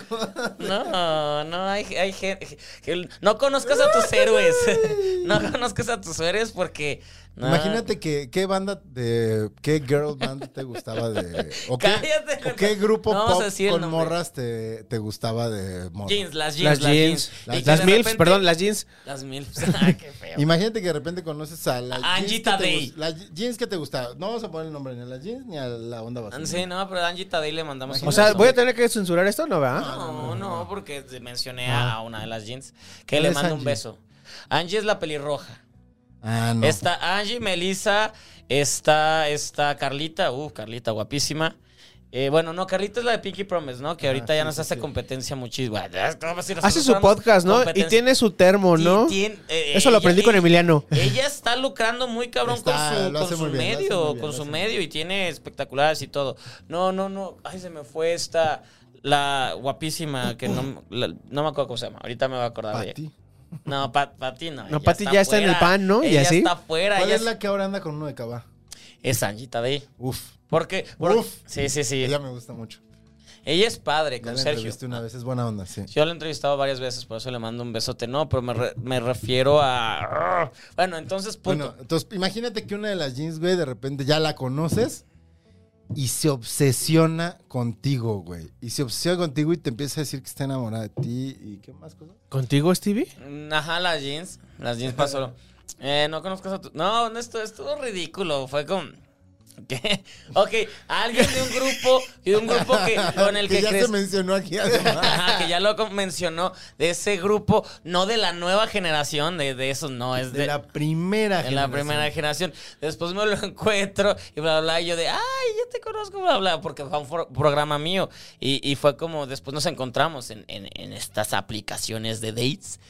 [SPEAKER 1] no, no, hay, hay gente. que- No conozcas a tus héroes. (laughs) No conozcas a tus héroes porque. no.
[SPEAKER 2] Imagínate que qué banda de qué girl band te gustaba de o qué,
[SPEAKER 1] (laughs) Cállate.
[SPEAKER 2] o qué grupo
[SPEAKER 1] No vamos a
[SPEAKER 2] pop
[SPEAKER 1] decir el
[SPEAKER 2] con
[SPEAKER 1] nombre.
[SPEAKER 2] morras te, te gustaba de morra.
[SPEAKER 1] Jeans, las jeans,
[SPEAKER 3] Las
[SPEAKER 1] las jeans.
[SPEAKER 3] jeans.
[SPEAKER 1] Y que
[SPEAKER 3] Las,
[SPEAKER 1] de
[SPEAKER 3] MILFs,
[SPEAKER 1] repente-
[SPEAKER 3] perdón, las jeans.
[SPEAKER 1] Las milfs. (laughs) Ah, qué feo.
[SPEAKER 2] Imagínate que de repente conoces a la
[SPEAKER 1] A
[SPEAKER 2] jeans
[SPEAKER 1] Angita
[SPEAKER 2] que te
[SPEAKER 1] Ah, Day.
[SPEAKER 2] gus- la je- jeans que te gustaba. No vamos a poner el nombre ni a las jeans ni a la onda vaselina.
[SPEAKER 1] Sí, Ah, no, pero a Angie Tadei le mandamos
[SPEAKER 3] O sea,
[SPEAKER 1] beso.
[SPEAKER 3] voy a tener que censurar esto, ¿no?
[SPEAKER 1] Ah,
[SPEAKER 3] ¿verdad?
[SPEAKER 1] No, no, porque mencioné a una de las jeans que
[SPEAKER 2] ¿Quién
[SPEAKER 1] le
[SPEAKER 2] es
[SPEAKER 1] mando un
[SPEAKER 2] Angie?
[SPEAKER 1] beso. Angie es la pelirroja.
[SPEAKER 2] Ah, no.
[SPEAKER 1] Está Angie, Melissa, está, está Carlita, uh, Carlita, guapísima. Eh, bueno, no, Carlita es la de Pinky Promise, ¿no? Que
[SPEAKER 3] Ah,
[SPEAKER 1] ahorita ya nos hace competencia muchísimo. Bueno, esto va a ser-
[SPEAKER 3] Hace
[SPEAKER 1] nosotros
[SPEAKER 3] su
[SPEAKER 1] éramos
[SPEAKER 3] podcast, ¿no? Y
[SPEAKER 1] competencia.
[SPEAKER 3] tiene su termo,
[SPEAKER 1] Sí,
[SPEAKER 3] ¿no?
[SPEAKER 1] tiene- eh,
[SPEAKER 3] Eso lo
[SPEAKER 1] ella-
[SPEAKER 3] aprendí con
[SPEAKER 1] ella-
[SPEAKER 3] Emiliano.
[SPEAKER 1] Ella está lucrando muy cabrón
[SPEAKER 2] Está,
[SPEAKER 1] con su,
[SPEAKER 2] lo
[SPEAKER 1] con
[SPEAKER 2] hace
[SPEAKER 1] su
[SPEAKER 2] muy bien, lo hace
[SPEAKER 1] medio,
[SPEAKER 2] muy bien,
[SPEAKER 1] con
[SPEAKER 2] lo
[SPEAKER 1] su
[SPEAKER 2] hace muy
[SPEAKER 1] medio y tiene espectaculares y todo. No, no, no. Ay, se me fue esta la guapísima que no, la- no me acuerdo cómo se llama. Ahorita me voy a acordar de ella.
[SPEAKER 2] Pati.
[SPEAKER 1] No, Pat, Pati no.
[SPEAKER 3] No,
[SPEAKER 1] ella
[SPEAKER 3] Pati ya está en el
[SPEAKER 1] fuera.
[SPEAKER 3] pan, ¿no? Y
[SPEAKER 1] Ella
[SPEAKER 3] así.
[SPEAKER 1] está fuera.
[SPEAKER 2] ¿Cuál
[SPEAKER 1] ella
[SPEAKER 2] es
[SPEAKER 1] es,
[SPEAKER 2] la que ahora anda con uno de Cabá?
[SPEAKER 1] es Angita de ahí.
[SPEAKER 2] Uf.
[SPEAKER 1] Porque, porque-
[SPEAKER 2] Uf.
[SPEAKER 1] sí, sí, sí.
[SPEAKER 2] Ella
[SPEAKER 1] Ella,
[SPEAKER 2] me gusta mucho.
[SPEAKER 1] es padre
[SPEAKER 2] Ya
[SPEAKER 1] con
[SPEAKER 2] la
[SPEAKER 1] Sergio.
[SPEAKER 2] entrevisté una vez, es buena onda, sí.
[SPEAKER 1] Yo lo he entrevistado varias veces, por eso le mando un besote. No, pero me, re- me refiero a. Bueno, entonces, punto.
[SPEAKER 2] Bueno, entonces imagínate que una de las jeans, güey, de repente ya la conoces y se obsesiona contigo, güey. Y se obsesiona contigo y te empieza a decir que está enamorada de ti y qué más cosas.
[SPEAKER 3] ¿Contigo, Stevie?
[SPEAKER 1] Mm, Ajá, las jeans. Las jeans
[SPEAKER 2] (laughs)
[SPEAKER 1] pasó. Eh, no conozco a tu. No, no estuvo, estuvo ridículo. Fue con. (laughs) ¿Qué? Ok, alguien de un grupo, de un grupo que, con
[SPEAKER 2] (laughs)
[SPEAKER 1] el que,
[SPEAKER 2] ya
[SPEAKER 1] crees-
[SPEAKER 2] se mencionó aquí además.
[SPEAKER 1] (laughs) Ajá, que ya lo con- mencionó, de ese grupo, no de la nueva generación, de, de esos no, (laughs) es
[SPEAKER 2] de,
[SPEAKER 1] de,
[SPEAKER 2] la primera
[SPEAKER 1] en la primera generación. Después me lo encuentro y bla, bla, bla. Y yo de, ay, ya te conozco, bla, bla, porque fue un for- programa mío. Y, y fue como, después nos encontramos en, en- en estas aplicaciones de dates.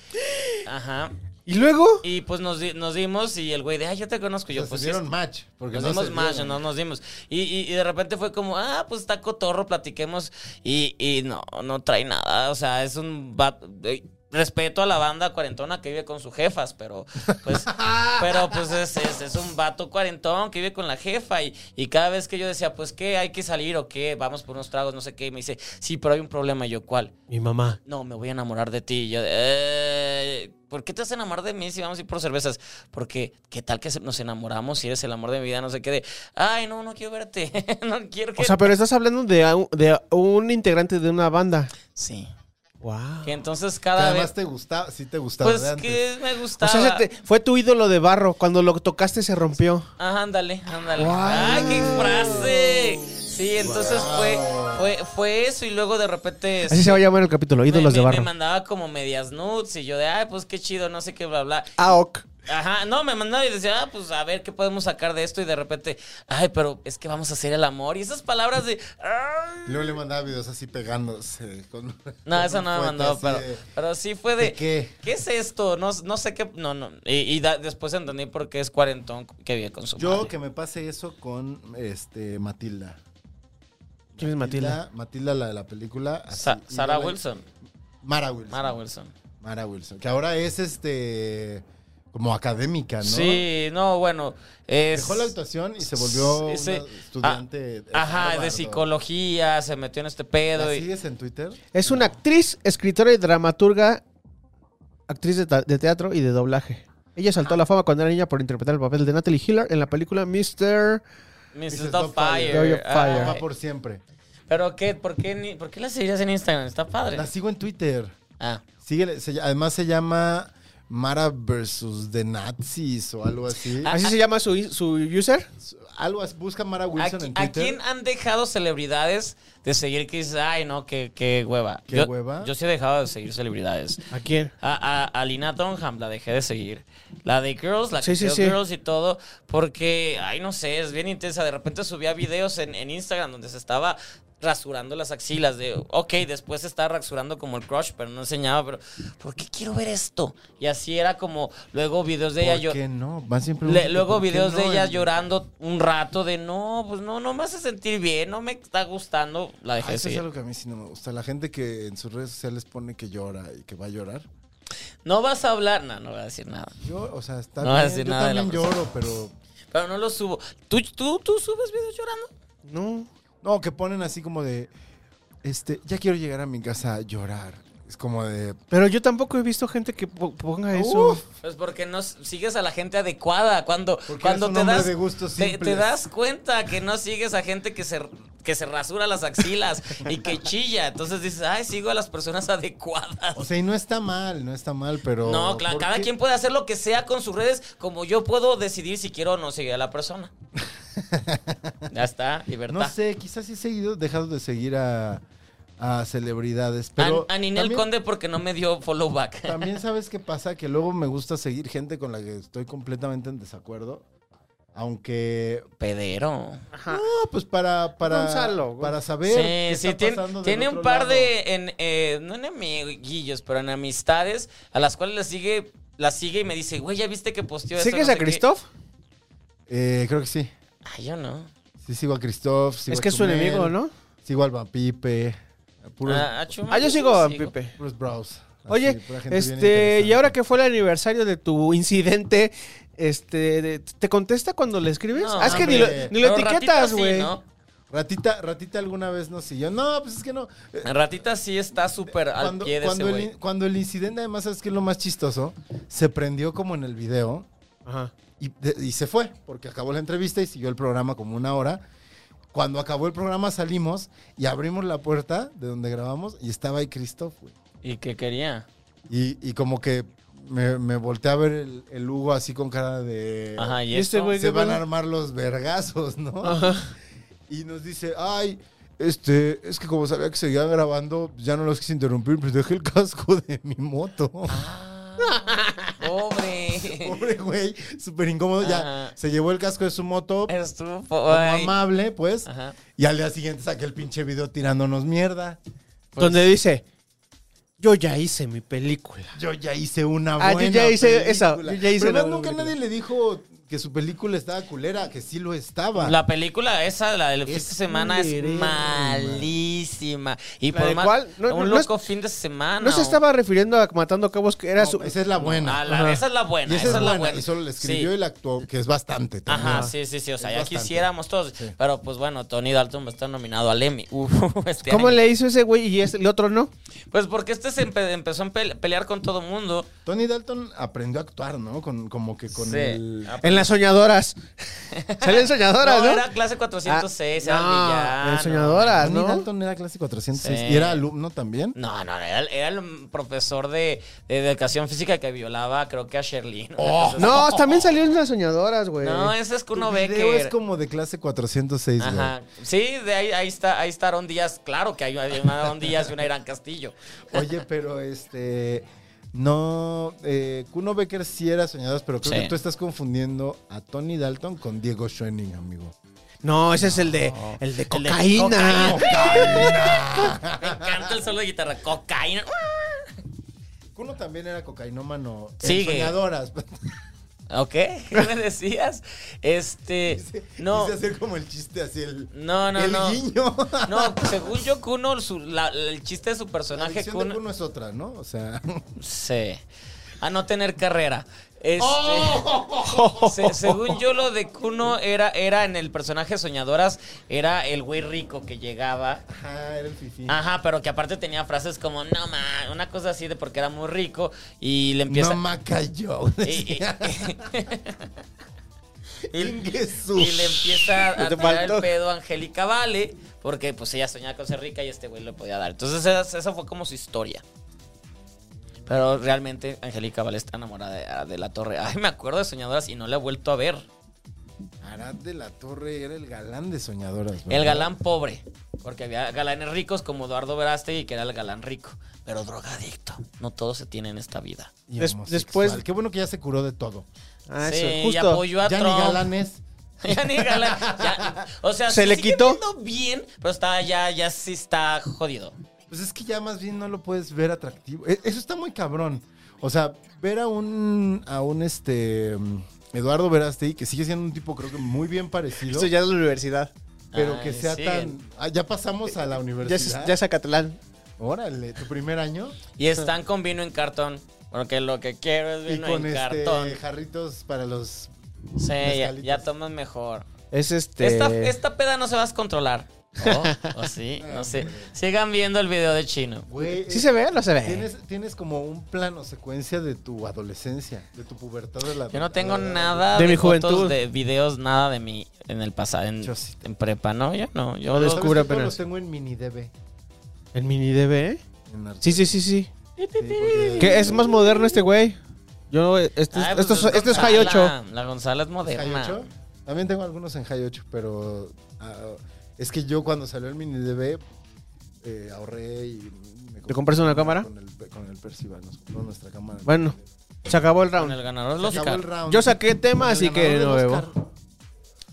[SPEAKER 1] Ajá.
[SPEAKER 3] ¿Y luego?
[SPEAKER 1] Y pues nos, di- nos dimos y el güey de, ay, yo te conozco. Y
[SPEAKER 2] Yo,
[SPEAKER 1] yo, pues sí,
[SPEAKER 2] dieron match. Porque
[SPEAKER 1] nos
[SPEAKER 2] no
[SPEAKER 1] dimos
[SPEAKER 2] se
[SPEAKER 1] más,
[SPEAKER 2] dieron.
[SPEAKER 1] no nos dimos. Y, y- y de repente fue como, ah, pues está cotorro, platiquemos. Y, y no, no trae nada. O sea, es un... va- eh, Respeto a la banda cuarentona que vive con sus jefas, pero
[SPEAKER 2] (laughs)
[SPEAKER 1] pues, pero pues es, es- es un vato cuarentón que vive con la jefa. Y, y cada vez que yo decía, pues qué, hay que salir o qué, vamos por unos tragos, no sé qué, y me dice, sí, pero hay un problema. Y yo, ¿cuál?
[SPEAKER 3] Mi mamá.
[SPEAKER 1] no, me voy a enamorar de ti. Y yo, de, "Eh, ¿por qué te vas a enamorar de mí si vamos a ir por cervezas? Porque, ¿qué tal que se- nos enamoramos si eres el amor de mi vida? No sé qué de, ay, no, no quiero verte. (laughs) no quiero que.
[SPEAKER 3] O sea, pero estás hablando de, a- de a un integrante de una banda.
[SPEAKER 1] sí.
[SPEAKER 3] Wow.
[SPEAKER 1] Que entonces
[SPEAKER 2] Que
[SPEAKER 1] cada
[SPEAKER 2] además
[SPEAKER 1] vez.
[SPEAKER 2] te gustaba, sí te gustaba
[SPEAKER 1] Pues
[SPEAKER 2] de antes.
[SPEAKER 1] que me
[SPEAKER 3] O
[SPEAKER 1] gustaba.
[SPEAKER 3] sea, se te- fue tu ídolo de barro. Cuando lo tocaste se rompió.
[SPEAKER 1] Ah, ándale, ándale. ¡Ay, qué frase! Sí, entonces fue, fue, fue eso y luego de repente...
[SPEAKER 3] Así se va a llamar el capítulo,
[SPEAKER 1] me,
[SPEAKER 3] ídolos de
[SPEAKER 1] me- me
[SPEAKER 3] barro.
[SPEAKER 1] mandaba como medias nudes y yo de, ay, pues qué chido, no sé qué, bla, bla.
[SPEAKER 3] AOC.
[SPEAKER 1] Ajá, no, me mandaba y decía, ah, pues a ver qué podemos sacar de esto y de repente, ay, pero es que vamos a hacer el amor y esas palabras de... "Ay".
[SPEAKER 2] Y luego le mandaba videos así pegándose. Con,
[SPEAKER 1] No,
[SPEAKER 2] con
[SPEAKER 1] eso no me
[SPEAKER 2] fuete
[SPEAKER 1] mandó,
[SPEAKER 2] así
[SPEAKER 1] pero,
[SPEAKER 2] de-
[SPEAKER 1] pero sí fue de...
[SPEAKER 2] ¿De qué?
[SPEAKER 1] ¿Qué es esto? No, no sé qué... No, no. Y, y da- después entendí por qué es cuarentón que vive con su
[SPEAKER 2] Yo
[SPEAKER 1] madre.
[SPEAKER 2] que me pase eso con este Matilda.
[SPEAKER 3] ¿Quién es Matilda?
[SPEAKER 2] Matilda, la de la película. así,
[SPEAKER 1] Sa-
[SPEAKER 2] y
[SPEAKER 1] Sara
[SPEAKER 2] yo le-
[SPEAKER 1] Wilson.
[SPEAKER 2] Mara Wilson.
[SPEAKER 1] Mara Wilson.
[SPEAKER 2] Mara Wilson. Que ahora es este. Como académica, Ah, ¿no?
[SPEAKER 1] Sí, no, bueno. Es...
[SPEAKER 2] Dejó la actuación y se volvió
[SPEAKER 1] Ese- ah,
[SPEAKER 2] una estudiante. de
[SPEAKER 1] Ajá,
[SPEAKER 2] Harvard,
[SPEAKER 1] de
[SPEAKER 2] ¿no?
[SPEAKER 1] psicología, se metió en este pedo
[SPEAKER 2] ¿La
[SPEAKER 1] y...
[SPEAKER 2] sigues en Twitter?
[SPEAKER 3] Es una actriz, escritora y dramaturga, actriz de, ta- de teatro y de doblaje. Ella saltó a la fama cuando era niña por interpretar el papel de Natalie Hiller en la película Mr.
[SPEAKER 1] Mrs.
[SPEAKER 2] Mrs.
[SPEAKER 1] Doubtfire.
[SPEAKER 3] Doubtfire.
[SPEAKER 1] Ay,
[SPEAKER 2] Va Ah, por siempre.
[SPEAKER 1] Pero qué, ¿por qué, ni- ¿por qué la seguirías en Instagram? Está padre.
[SPEAKER 2] La sigo en Twitter.
[SPEAKER 1] Ah.
[SPEAKER 2] Síguele, se- además se llama Mara versus The Nazis o algo así.
[SPEAKER 1] Ah,
[SPEAKER 3] ¿Así se llama su, su user?
[SPEAKER 2] Algo así. Busca Mara
[SPEAKER 1] ¿A,
[SPEAKER 2] Wilson
[SPEAKER 1] qui-
[SPEAKER 2] en
[SPEAKER 1] a
[SPEAKER 2] Twitter.
[SPEAKER 1] quién han dejado celebridades de seguir que dices, ay, no, qué, qué hueva?
[SPEAKER 2] ¿Qué
[SPEAKER 1] yo,
[SPEAKER 2] hueva?
[SPEAKER 1] Yo sí he dejado de seguir celebridades.
[SPEAKER 3] ¿A quién?
[SPEAKER 1] A, a, a Lina Dunham la dejé de seguir. La de Girls, la que
[SPEAKER 3] Sí, sí,
[SPEAKER 1] creó
[SPEAKER 3] sí.
[SPEAKER 1] Girls y todo. Porque, ay, no sé, es bien intensa. De repente subía videos en, en Instagram donde se estaba rasurando las axilas. De, ok, después se estaba rasurando como el crush, pero no enseñaba. Pero, ¿por qué quiero ver esto? Y así era como luego videos de ella.
[SPEAKER 2] ¿Por
[SPEAKER 1] yo-
[SPEAKER 2] qué no? Más bien
[SPEAKER 1] le-
[SPEAKER 2] pregúntate,
[SPEAKER 1] luego
[SPEAKER 2] ¿por qué
[SPEAKER 1] videos de
[SPEAKER 2] no?
[SPEAKER 1] ella
[SPEAKER 2] En-
[SPEAKER 1] llorando un rato de no, pues no, no me hace sentir bien, no me está gustando. La
[SPEAKER 2] Ah,
[SPEAKER 1] dejé de
[SPEAKER 2] eso es
[SPEAKER 1] seguir.
[SPEAKER 2] algo que a mí sí no me gusta. La gente que en sus redes sociales pone que llora y que va a llorar.
[SPEAKER 1] No vas a hablar, no, no voy a decir nada.
[SPEAKER 2] Yo, o sea, está
[SPEAKER 1] No
[SPEAKER 2] bien,
[SPEAKER 1] va a decir
[SPEAKER 2] yo
[SPEAKER 1] nada de la
[SPEAKER 2] también
[SPEAKER 1] persona.
[SPEAKER 2] lloro, pero...
[SPEAKER 1] Pero no lo subo. ¿Tú, tú, tú subes videos llorando?
[SPEAKER 3] No.
[SPEAKER 2] No, que ponen así como de... Este, ya quiero llegar a mi casa a llorar. Es como de...
[SPEAKER 3] Pero yo tampoco he visto gente que po- ponga eso.
[SPEAKER 2] Uf.
[SPEAKER 1] Pues porque no s- sigues a la gente adecuada. Cuando,
[SPEAKER 2] Porque
[SPEAKER 1] cuando
[SPEAKER 2] eres un
[SPEAKER 1] te,
[SPEAKER 2] hombre
[SPEAKER 1] das,
[SPEAKER 2] de gustos
[SPEAKER 1] te, te
[SPEAKER 2] simples.
[SPEAKER 1] das cuenta que no sigues a gente que se, que se rasura las axilas y que chilla. Entonces dices, ay, sigo a las personas (laughs) adecuadas.
[SPEAKER 2] O sea, y no está mal, no está mal, pero...
[SPEAKER 1] No, claro,
[SPEAKER 2] ¿por
[SPEAKER 1] cada
[SPEAKER 2] qué?
[SPEAKER 1] quien puede hacer lo que sea con sus redes, como yo puedo decidir si quiero o no seguir a la
[SPEAKER 3] (laughs)
[SPEAKER 1] persona. ya está, libertad.
[SPEAKER 2] No sé, quizás sí he seguido, dejado de seguir a, a celebridades,
[SPEAKER 1] A-
[SPEAKER 2] pero...
[SPEAKER 1] a, Ninel
[SPEAKER 2] también-
[SPEAKER 1] Conde porque no me dio follow back.
[SPEAKER 2] También sabes qué pasa, que luego me gusta seguir gente con la que estoy completamente en desacuerdo. Aunque...
[SPEAKER 1] Pedero.
[SPEAKER 2] No, pues para... para
[SPEAKER 3] Gonzalo, Gon-
[SPEAKER 2] Para saber... qué
[SPEAKER 1] Sí,
[SPEAKER 2] está
[SPEAKER 1] sí, tiene,
[SPEAKER 2] pasando del
[SPEAKER 1] tiene un
[SPEAKER 2] otro
[SPEAKER 1] par
[SPEAKER 2] lado.
[SPEAKER 1] de, en, eh, no enemiguillos, pero en amistades, a las cuales las sigue, las sigue y me dice, güey, ¿ya viste que posteó esto?
[SPEAKER 3] ¿Sigues
[SPEAKER 1] No
[SPEAKER 3] a
[SPEAKER 1] sé qué".
[SPEAKER 3] Christoph?
[SPEAKER 2] Eh, creo que sí.
[SPEAKER 1] Ay, yo no.
[SPEAKER 2] Sí, sigo a Christoph. sigo
[SPEAKER 3] Es
[SPEAKER 2] a
[SPEAKER 3] que es su
[SPEAKER 2] Chumel,
[SPEAKER 3] enemigo, ¿no?
[SPEAKER 2] Sigo al Vampipe. a Puros,
[SPEAKER 1] Ah, a Chumel
[SPEAKER 3] Ah, yo
[SPEAKER 1] sí
[SPEAKER 3] sigo a
[SPEAKER 1] sigo.
[SPEAKER 3] Pipe.
[SPEAKER 2] puros bros. así,
[SPEAKER 3] Oye,
[SPEAKER 2] pura gente bien
[SPEAKER 3] este, y ahora
[SPEAKER 2] interesante.
[SPEAKER 3] que fue el aniversario de tu incidente, este, de- ¿te contesta cuando le escribes?
[SPEAKER 1] No,
[SPEAKER 3] ah, es que ni lo,
[SPEAKER 2] hombre.
[SPEAKER 3] ni lo
[SPEAKER 1] Pero ratita
[SPEAKER 3] etiquetas,
[SPEAKER 1] sí,
[SPEAKER 3] güey.
[SPEAKER 1] ¿no?
[SPEAKER 2] Ratita, ratita alguna vez nos siguió. No, pues es que no. Eh,
[SPEAKER 1] Ratita sí está súper al
[SPEAKER 2] Cuando,
[SPEAKER 1] pie de
[SPEAKER 2] cuando
[SPEAKER 1] ese
[SPEAKER 2] el,
[SPEAKER 1] güey.
[SPEAKER 2] in- cuando el incidente, además, ¿sabes qué es lo más chistoso? Se prendió como en el video
[SPEAKER 3] Ajá.
[SPEAKER 2] y, de- y se fue, porque acabó la entrevista y siguió el programa como una hora. Cuando acabó el programa salimos y abrimos la puerta de donde grabamos y estaba ahí Christoph, güey.
[SPEAKER 1] ¿Y qué quería?
[SPEAKER 2] Y, y como que me, me volteé a ver el, el Hugo así con cara de...
[SPEAKER 1] Ajá, y,
[SPEAKER 3] ¿Y este
[SPEAKER 1] esto?
[SPEAKER 3] güey?
[SPEAKER 2] se
[SPEAKER 3] ¿qué
[SPEAKER 2] van a
[SPEAKER 3] pedo?
[SPEAKER 2] armar los vergazos, ¿no?
[SPEAKER 3] Ajá.
[SPEAKER 2] Y nos dice, ay, este, es que como sabía que seguían grabando, ya no los quise interrumpir, pero dejé el casco (laughs) de mi moto.
[SPEAKER 1] Ah,
[SPEAKER 2] (laughs)
[SPEAKER 1] pobre.
[SPEAKER 2] Pobre güey, súper incómodo. Ya
[SPEAKER 1] Ajá.
[SPEAKER 2] se llevó el casco de su moto,
[SPEAKER 1] Estuvo
[SPEAKER 2] como
[SPEAKER 1] Ah. Eh, ay.
[SPEAKER 2] amable, pues.
[SPEAKER 1] Ajá.
[SPEAKER 2] Y al día siguiente saqué el pinche video tirándonos mierda.
[SPEAKER 1] Pues-
[SPEAKER 3] Donde dice, yo ya hice mi película.
[SPEAKER 2] Yo ya hice una buena
[SPEAKER 3] Ah, yo ya hice
[SPEAKER 2] película.
[SPEAKER 3] esa, yo ya hice
[SPEAKER 2] Pero además
[SPEAKER 3] una buena
[SPEAKER 2] nunca
[SPEAKER 3] película.
[SPEAKER 2] nadie le dijo que su película estaba culera, que sí lo estaba.
[SPEAKER 1] La película esa, la del fin de
[SPEAKER 2] Es
[SPEAKER 1] semana, es
[SPEAKER 2] culerísima.
[SPEAKER 1] malísima. Y
[SPEAKER 3] ¿La
[SPEAKER 1] por
[SPEAKER 3] de
[SPEAKER 1] más,
[SPEAKER 3] cuál? No, no,
[SPEAKER 1] un
[SPEAKER 3] no es-
[SPEAKER 1] loco fin de semana.
[SPEAKER 3] No se
[SPEAKER 1] o-
[SPEAKER 3] estaba refiriendo a Matando Cabos, que era
[SPEAKER 2] No,
[SPEAKER 3] su...
[SPEAKER 2] esa es la buena.
[SPEAKER 1] Ah, la-
[SPEAKER 3] Ajá.
[SPEAKER 1] esa es la buena,
[SPEAKER 2] y
[SPEAKER 1] esa, es la buena.
[SPEAKER 2] Y solo le escribió
[SPEAKER 1] Sí.
[SPEAKER 2] y la actuó, que es bastante también.
[SPEAKER 1] Ajá, sí, sí, sí. O sea,
[SPEAKER 2] Es
[SPEAKER 1] ya
[SPEAKER 2] bastante.
[SPEAKER 1] quisiéramos todos.
[SPEAKER 2] Sí.
[SPEAKER 1] Pero pues bueno, Tony Dalton va a estar nominado al Emmy. Uf, (laughs) este
[SPEAKER 3] ¿Cómo
[SPEAKER 1] año.
[SPEAKER 3] le hizo ese güey y ese- el otro no?
[SPEAKER 1] Pues porque este se empe- empezó a pe- pelear con todo mundo.
[SPEAKER 2] Tony Dalton aprendió a actuar, ¿no? Con, como que con
[SPEAKER 1] Sí.
[SPEAKER 2] el...
[SPEAKER 1] Ah,
[SPEAKER 3] En
[SPEAKER 1] (laughs)
[SPEAKER 3] las soñadoras. Salen soñadoras,
[SPEAKER 1] No,
[SPEAKER 3] ¿no?
[SPEAKER 1] era clase 406,
[SPEAKER 3] Ah,
[SPEAKER 1] era el
[SPEAKER 3] no,
[SPEAKER 1] villano.
[SPEAKER 3] eran soñadoras,
[SPEAKER 2] Tony
[SPEAKER 3] ¿no?
[SPEAKER 2] Dalton era clase 406
[SPEAKER 1] Ah, Sí.
[SPEAKER 2] y era alumno también.
[SPEAKER 1] No, no, era, el- era el profesor de, de educación física que violaba, creo que a Sherlyn. una cosa así.
[SPEAKER 3] No, también salió en las soñadoras, güey.
[SPEAKER 1] no, ese es que uno
[SPEAKER 2] Tu
[SPEAKER 1] ve
[SPEAKER 2] video
[SPEAKER 1] que...
[SPEAKER 2] es como de clase 406, güey.
[SPEAKER 1] Ajá. Sí, de ahí, ahí está, ahí está Aarón Díaz. Claro que hay una- hay una Aarón Díaz y una Irán Castillo.
[SPEAKER 2] Oye, pero este. No, eh, Kuno Becker sí era soñador, pero creo
[SPEAKER 1] Sí.
[SPEAKER 2] que tú estás confundiendo a Tony Dalton con Diego Schoening, amigo.
[SPEAKER 3] No, ese es el de, el de cocaína.
[SPEAKER 1] (laughs) Me encanta el solo de guitarra. Cocaína.
[SPEAKER 2] Kuno también era cocainómano. en
[SPEAKER 1] Sigue.
[SPEAKER 2] Soñadoras. (laughs)
[SPEAKER 1] Ok, ¿qué me decías? Este. No.
[SPEAKER 2] Quise hacer como el chiste así, el,
[SPEAKER 1] No, no,
[SPEAKER 2] el
[SPEAKER 1] no.
[SPEAKER 2] guiño.
[SPEAKER 1] No,
[SPEAKER 2] (laughs)
[SPEAKER 1] según yo, Kuno, su- la- el chiste de su
[SPEAKER 2] La
[SPEAKER 1] personaje,
[SPEAKER 2] adicción de
[SPEAKER 1] Kuno.
[SPEAKER 2] Kuno es otra, ¿no? O sea. (laughs)
[SPEAKER 1] Sí. A no tener carrera. Este, se- según yo, lo de Kuno era, era en el personaje Soñadoras, era el güey rico que llegaba.
[SPEAKER 2] Ajá, ah, era el fifi.
[SPEAKER 1] Ajá, pero que aparte tenía frases como, no ma, una cosa así de porque era muy rico y le empieza...
[SPEAKER 2] No me cayó.
[SPEAKER 1] y, (laughs) y-
[SPEAKER 2] (laughs) Ingue su-
[SPEAKER 1] y le empieza
[SPEAKER 3] (laughs)
[SPEAKER 1] a
[SPEAKER 3] Te
[SPEAKER 1] tirar el
[SPEAKER 3] faltó.
[SPEAKER 1] pedo a Angélica Vale, porque pues ella soñaba con ser rica y este güey le podía dar. Entonces esa, esa fue como su historia. Pero realmente Angélica Vale está enamorada de, de la torre. Ay, me acuerdo de Soñadoras y no la he vuelto a ver.
[SPEAKER 2] Arad de la Torre era el galán de soñadoras. ¿verdad?
[SPEAKER 1] El galán pobre, porque había galanes ricos como Eduardo Verástegui, que era el galán rico, pero drogadicto. No todo se tiene en esta vida.
[SPEAKER 2] Y
[SPEAKER 3] Des-
[SPEAKER 2] homosexual.
[SPEAKER 3] después-
[SPEAKER 2] Qué bueno que ya se curó de todo.
[SPEAKER 3] Ah,
[SPEAKER 1] sí,
[SPEAKER 3] eso,
[SPEAKER 1] y
[SPEAKER 3] justo.
[SPEAKER 1] apoyó a
[SPEAKER 2] ya
[SPEAKER 1] Trump.
[SPEAKER 2] ni galanes.
[SPEAKER 1] (laughs) Ya ni galán. ya- o sea,
[SPEAKER 3] Se
[SPEAKER 1] sí
[SPEAKER 3] le
[SPEAKER 1] sigue
[SPEAKER 3] quitó.
[SPEAKER 1] viendo bien, pero está ya, ya sí está jodido.
[SPEAKER 2] Pues es que ya más bien no lo puedes ver atractivo. E- Eso está muy cabrón. O sea, ver a un, a un este mm, Eduardo Verástegui, que sigue siendo un tipo creo que muy bien parecido,
[SPEAKER 3] Esto ya es la universidad.
[SPEAKER 2] pero
[SPEAKER 1] Ah,
[SPEAKER 2] que sea
[SPEAKER 1] siguen.
[SPEAKER 2] tan... Ah, ya pasamos a la
[SPEAKER 3] Ya es,
[SPEAKER 2] universidad.
[SPEAKER 3] ya es Acatlán.
[SPEAKER 2] Órale, tu primer año.
[SPEAKER 1] Y están con vino en cartón. Porque lo que quiero es
[SPEAKER 2] Y
[SPEAKER 1] vino
[SPEAKER 2] con
[SPEAKER 1] en
[SPEAKER 2] este
[SPEAKER 1] cartón.
[SPEAKER 2] jarritos para los...
[SPEAKER 1] Sí, ya,
[SPEAKER 2] mezcalitos.
[SPEAKER 1] ya tomas mejor.
[SPEAKER 3] Es este.
[SPEAKER 1] Esta, esta peda no se va a
[SPEAKER 3] (laughs)
[SPEAKER 1] descontrolar. Oh, o sí, no sé. Sigan viendo el video de Chino.
[SPEAKER 2] Güey,
[SPEAKER 3] ¿Sí
[SPEAKER 2] eh,
[SPEAKER 3] se ve o no se ve?
[SPEAKER 2] Tienes, tienes como un plano secuencia de tu adolescencia, de tu pubertad de la
[SPEAKER 1] Yo no tengo
[SPEAKER 2] a la-
[SPEAKER 1] nada
[SPEAKER 3] De mi
[SPEAKER 1] fotos,
[SPEAKER 3] juventud.
[SPEAKER 1] de videos, nada de mí en el pasado, en,
[SPEAKER 2] Yo sí.
[SPEAKER 1] en prepa. No, yo no. Yo
[SPEAKER 3] Lo
[SPEAKER 1] lo-
[SPEAKER 2] ¿Sabes
[SPEAKER 3] descubrí
[SPEAKER 2] qué?
[SPEAKER 3] apenas.
[SPEAKER 2] Los tengo en mini DB.
[SPEAKER 3] ¿El mini DB?
[SPEAKER 2] en arte.
[SPEAKER 3] Sí, sí, sí, sí.
[SPEAKER 2] Sí, porque-
[SPEAKER 3] Que es más moderno este güey. Yo no. Este, es-
[SPEAKER 1] Ay, pues
[SPEAKER 3] esto, es- esto es High 8.
[SPEAKER 1] Gonzala. La Gonzala es moderna.
[SPEAKER 2] Hi8. También tengo algunos en High 8, pero ah, es que yo cuando salió el mini DB eh, ahorré y me
[SPEAKER 3] ¿Te compraste una cámara?
[SPEAKER 2] Con el, con el Percival, nos compró nuestra cámara.
[SPEAKER 3] Bueno, se acabó el
[SPEAKER 1] Con
[SPEAKER 3] round.
[SPEAKER 1] el ganador del
[SPEAKER 2] Se acabó
[SPEAKER 1] Oscar.
[SPEAKER 2] el round.
[SPEAKER 3] Yo saqué tema,
[SPEAKER 2] Con el
[SPEAKER 3] así que
[SPEAKER 2] ganador del
[SPEAKER 3] no
[SPEAKER 2] Oscar.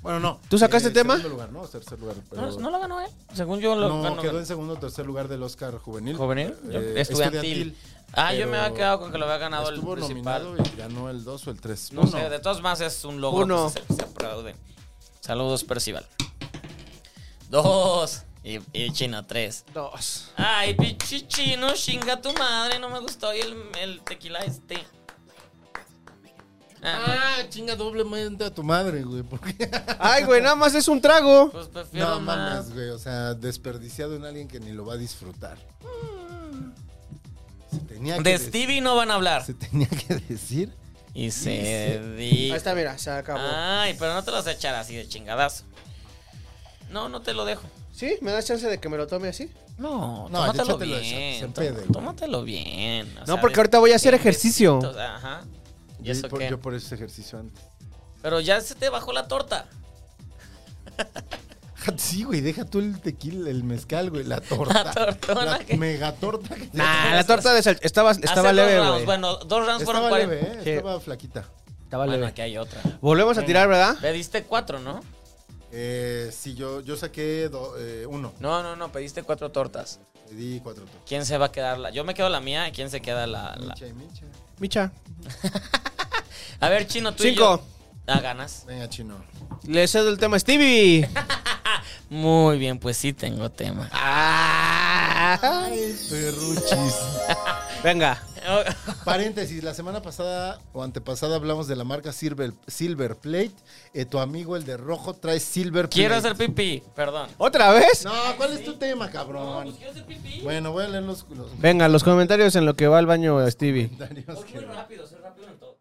[SPEAKER 2] Bueno, no.
[SPEAKER 3] ¿Tú sacaste tema?
[SPEAKER 2] Segundo lugar, no, tercer lugar.
[SPEAKER 1] No,
[SPEAKER 2] pero-
[SPEAKER 1] no lo ganó él. Según yo lo
[SPEAKER 2] no,
[SPEAKER 1] ganó.
[SPEAKER 2] quedó en segundo o tercer lugar del Oscar juvenil.
[SPEAKER 1] ¿Juvenil? Yo-
[SPEAKER 2] Eh,
[SPEAKER 1] estudiantil. Ah, yo
[SPEAKER 2] pero
[SPEAKER 1] me había quedado con que lo había ganado el
[SPEAKER 2] Estuvo
[SPEAKER 1] principal.
[SPEAKER 2] nominado y ganó el 2 o el 3.
[SPEAKER 1] No sé, de todas más es un logro
[SPEAKER 3] Uno.
[SPEAKER 1] que se, se aplaude. Saludos, Percival. Dos. Y, y Chino, tres.
[SPEAKER 3] Dos.
[SPEAKER 1] Ay, pinche chino, chinga tu madre. No me gustó y el, el tequila este. Ah,
[SPEAKER 2] Ah, chinga doblemente a tu madre, güey. Porque
[SPEAKER 3] Ay, güey, nada más es un trago.
[SPEAKER 1] pues prefiero
[SPEAKER 2] no
[SPEAKER 1] más.
[SPEAKER 2] mames, güey. O sea, desperdiciado en alguien que ni lo va a disfrutar. Se tenía que
[SPEAKER 1] De
[SPEAKER 2] decir-
[SPEAKER 1] Stevie no van a hablar.
[SPEAKER 2] Se tenía que decir.
[SPEAKER 1] Y se dijo.
[SPEAKER 3] Ahí está, mira, se acabó.
[SPEAKER 1] Ay, pero no te lo vas a echar así de chingadazo. No, no te lo dejo.
[SPEAKER 3] ¿Sí? ¿Me das chance de que me lo tome así?
[SPEAKER 1] No,
[SPEAKER 2] No,
[SPEAKER 1] tómatelo
[SPEAKER 2] échatelo de
[SPEAKER 1] bien.
[SPEAKER 2] se- se empede, güey.
[SPEAKER 1] tómatelo bien. o
[SPEAKER 3] No,
[SPEAKER 1] sea,
[SPEAKER 3] porque ahorita voy a hacer ejercicio.
[SPEAKER 1] besitos, Ajá. ¿Y eso
[SPEAKER 2] yo, por,
[SPEAKER 1] qué?
[SPEAKER 2] yo por ese ejercicio antes.
[SPEAKER 1] Pero ya se te bajó la torta.
[SPEAKER 2] Sí, güey, deja tú el tequila, el mezcal, güey, la
[SPEAKER 1] (laughs)
[SPEAKER 2] torta.
[SPEAKER 1] La tortona
[SPEAKER 2] La
[SPEAKER 1] que-
[SPEAKER 2] megatorta que te-
[SPEAKER 3] Nah, la torta de sal... estaba, estaba
[SPEAKER 1] Hace
[SPEAKER 3] leve,
[SPEAKER 1] dos rounds.
[SPEAKER 3] güey.
[SPEAKER 1] Bueno, dos rounds fueron
[SPEAKER 2] Estaba
[SPEAKER 1] 40.
[SPEAKER 2] leve, eh,
[SPEAKER 3] Sí.
[SPEAKER 2] estaba flaquita.
[SPEAKER 3] Estaba
[SPEAKER 1] Bueno,
[SPEAKER 3] leve.
[SPEAKER 1] aquí hay otra.
[SPEAKER 3] Volvemos a tirar, ¿verdad?
[SPEAKER 1] Pediste cuatro, ¿no?
[SPEAKER 2] Eh, sí, yo, yo saqué do- eh, uno.
[SPEAKER 1] No, no, no, pediste cuatro tortas.
[SPEAKER 2] Le di cuatro toques.
[SPEAKER 1] ¿Quién se va a quedar la? Yo me quedo la mía, ¿quién se queda la? la-
[SPEAKER 2] Micha y micha.
[SPEAKER 3] Micha.
[SPEAKER 1] A ver, chino, tú y
[SPEAKER 3] Cinco.
[SPEAKER 1] yo. Ah, ganas.
[SPEAKER 2] Venga, chino.
[SPEAKER 3] Le cedo el tema
[SPEAKER 1] (laughs)
[SPEAKER 3] a Stevie. (laughs)
[SPEAKER 1] Muy bien, pues sí tengo tema.
[SPEAKER 3] Ah.
[SPEAKER 2] Perruchis.
[SPEAKER 3] Venga.
[SPEAKER 2] Paréntesis, la semana pasada o antepasada hablamos de la marca Silver, Silver Plate. Eh, tu amigo, el de rojo, trae Silver Plate.
[SPEAKER 1] Quiero hacer pipí, perdón.
[SPEAKER 3] ¿Otra vez?
[SPEAKER 2] No, ¿cuál es tu tema, cabrón?
[SPEAKER 1] pues Quiero hacer pipí.
[SPEAKER 2] Bueno, voy a leer los, los
[SPEAKER 3] Venga, los comentarios en lo que va al baño Stevie.
[SPEAKER 2] comentarios. que-
[SPEAKER 1] Rápido, soy rápido en todo.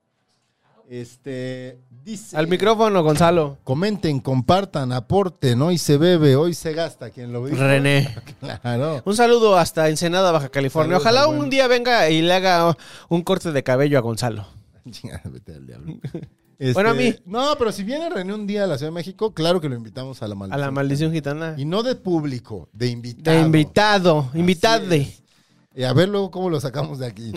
[SPEAKER 2] Este, dice...
[SPEAKER 3] Al micrófono, Gonzalo.
[SPEAKER 2] Comenten, compartan, aporten. Hoy se bebe, hoy se gasta. Quien lo dijo?
[SPEAKER 3] René.
[SPEAKER 2] (laughs) Claro.
[SPEAKER 3] Un saludo hasta Ensenada, Baja California.
[SPEAKER 2] Saludos,
[SPEAKER 3] Ojalá
[SPEAKER 2] bueno.
[SPEAKER 3] un día venga y le haga un corte de cabello a Gonzalo.
[SPEAKER 2] Chingada, vete al diablo. Este,
[SPEAKER 3] Bueno, a mí.
[SPEAKER 2] No, pero si viene René un día a la Ciudad de México, claro que lo invitamos a la
[SPEAKER 3] A
[SPEAKER 2] maldición.
[SPEAKER 3] la maldición gitana.
[SPEAKER 2] Y no de público, de invitado.
[SPEAKER 3] De invitado,
[SPEAKER 2] es.
[SPEAKER 3] invitade.
[SPEAKER 2] Y a ver luego cómo lo sacamos de
[SPEAKER 3] (laughs)
[SPEAKER 2] aquí.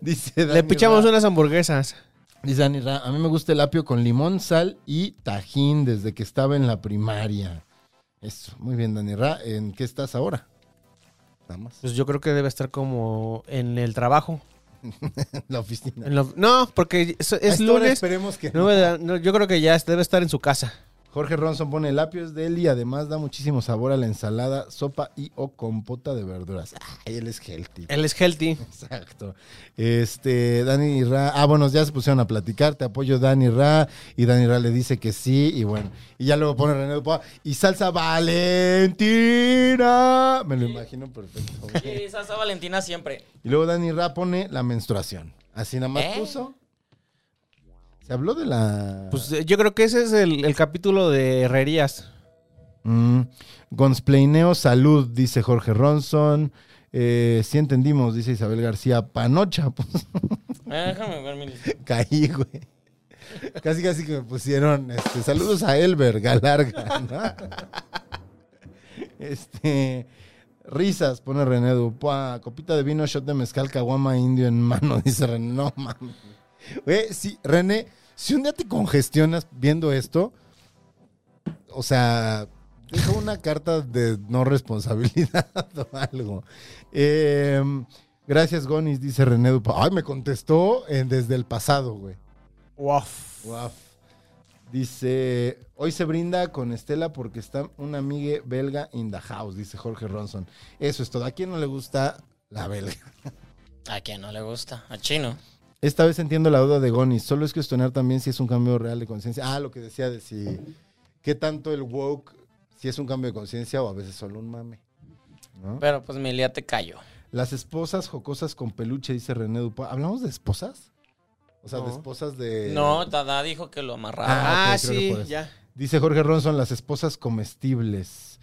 [SPEAKER 2] Dice Dani
[SPEAKER 3] Le pichamos
[SPEAKER 2] Ra-
[SPEAKER 3] unas hamburguesas.
[SPEAKER 2] Dice Dani Ra, a mí me gusta el apio con limón, sal y tajín desde que estaba en la primaria. Eso, muy bien, Dani Ra. ¿En qué estás ahora? Nada más.
[SPEAKER 3] Pues yo creo que debe estar como en el trabajo.
[SPEAKER 2] En la oficina.
[SPEAKER 3] En lo- no, porque es,
[SPEAKER 2] A
[SPEAKER 3] es
[SPEAKER 2] esta hora
[SPEAKER 3] lunes.
[SPEAKER 2] Esperemos que.
[SPEAKER 3] No, ¿verdad? No, yo creo que ya debe estar en su casa.
[SPEAKER 2] Jorge Ronson pone el apio es de él y además da muchísimo sabor a la ensalada, sopa y o compota de verduras. Ay, él es healthy.
[SPEAKER 3] Él es healthy.
[SPEAKER 2] (laughs) Ah. Exacto. Este, Dani Ra. Ah, bueno, ya se pusieron a platicar. Te apoyo, Dani Ra. Y Dani Ra le dice que sí. Y bueno, y ya luego pone René Dupoa. Y salsa Valentina. Me lo imagino perfecto.
[SPEAKER 1] Sí, Salsa Valentina siempre.
[SPEAKER 2] Y luego Dani Ra pone la menstruación. Así nada más
[SPEAKER 1] ¿Eh?
[SPEAKER 2] puso. Se habló de la.
[SPEAKER 3] Pues eh, yo creo que ese es el, el capítulo de herrerías.
[SPEAKER 2] Mm. Gonsplaneo Salud, dice Jorge Ronson. Eh, sí entendimos, dice Isabel García. Panocha, pues
[SPEAKER 1] Eh, déjame ver mi lista.
[SPEAKER 2] (laughs) caí, güey. Casi, casi que me pusieron este, saludos a Elber Galarga. ¿no? (laughs) Este, risas, pone René Dupois. ah, Copita de vino, shot de mezcal, caguama indio en mano, (laughs) dice René. No mames. Güey, sí, René, si un día te congestionas viendo esto, o sea, deja una carta de no responsabilidad (laughs) o algo. Eh, gracias, Gonis, dice René Dupa. Ay, me contestó en desde el pasado, güey. Guaf. Dice, hoy se brinda con Estela porque está una amiga belga in the house, dice Jorge Ronson. Eso es todo. ¿A quién no le gusta la belga? (laughs)
[SPEAKER 1] ¿A quién no le gusta? A Chino.
[SPEAKER 2] Esta vez entiendo la duda de Gonis. Solo es cuestionar también si es un cambio real de conciencia. Ah, lo que decía de si. ¿Qué tanto el woke, si es un cambio de conciencia o a veces solo un mame? ¿no?
[SPEAKER 1] Pero pues mi Lía te cayó.
[SPEAKER 2] Las esposas jocosas con peluche, dice René Dupois. ¿Hablamos de esposas? O sea, de
[SPEAKER 3] No.
[SPEAKER 2] esposas de.
[SPEAKER 1] No, Dada dijo que lo amarraba.
[SPEAKER 2] Ah,
[SPEAKER 3] Ah,
[SPEAKER 2] ok, creo que
[SPEAKER 3] sí,
[SPEAKER 2] por eso.
[SPEAKER 3] ya.
[SPEAKER 2] Dice Jorge Ronson, las esposas comestibles.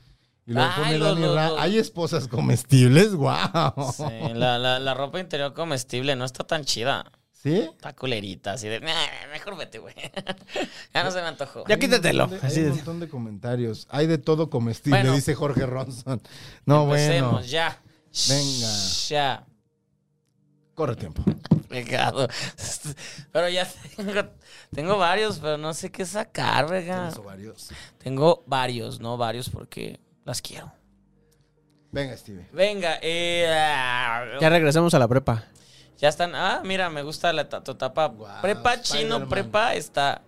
[SPEAKER 2] Y luego
[SPEAKER 1] Ay,
[SPEAKER 2] pone
[SPEAKER 1] los-
[SPEAKER 2] Dani
[SPEAKER 1] los-
[SPEAKER 2] Ra,
[SPEAKER 1] los-
[SPEAKER 2] ¿Hay esposas comestibles? ¡Guau!
[SPEAKER 1] Sí, la, la- la ropa interior comestible no está tan chida.
[SPEAKER 2] ¿Sí?
[SPEAKER 1] Está culerita, así de. "Nah, mejor vete, güey. (laughs) ya no se me antojó.
[SPEAKER 2] Hay
[SPEAKER 3] Ya
[SPEAKER 2] un
[SPEAKER 3] quítatelo.
[SPEAKER 2] montón de-
[SPEAKER 3] Así
[SPEAKER 2] hay un
[SPEAKER 3] de-
[SPEAKER 2] montón de comentarios. Hay de todo comestible,
[SPEAKER 1] Bueno.
[SPEAKER 2] dice Jorge Ronson. No,
[SPEAKER 1] Empecemos,
[SPEAKER 2] bueno.
[SPEAKER 1] ya.
[SPEAKER 2] Venga.
[SPEAKER 1] Ya.
[SPEAKER 2] Corre tiempo.
[SPEAKER 1] Pegado. (laughs) Pero ya tengo, tengo varios, pero no sé qué sacar, verga. Tengo varios, no varios porque las quiero.
[SPEAKER 2] Venga, Steve.
[SPEAKER 1] Venga, eh, ah,
[SPEAKER 3] Ya regresamos a la prepa.
[SPEAKER 1] ya están. Ah, mira, me gusta la ta- tu tapa.
[SPEAKER 2] Guau,
[SPEAKER 1] prepa chino,
[SPEAKER 2] Spider-Man.
[SPEAKER 1] prepa está.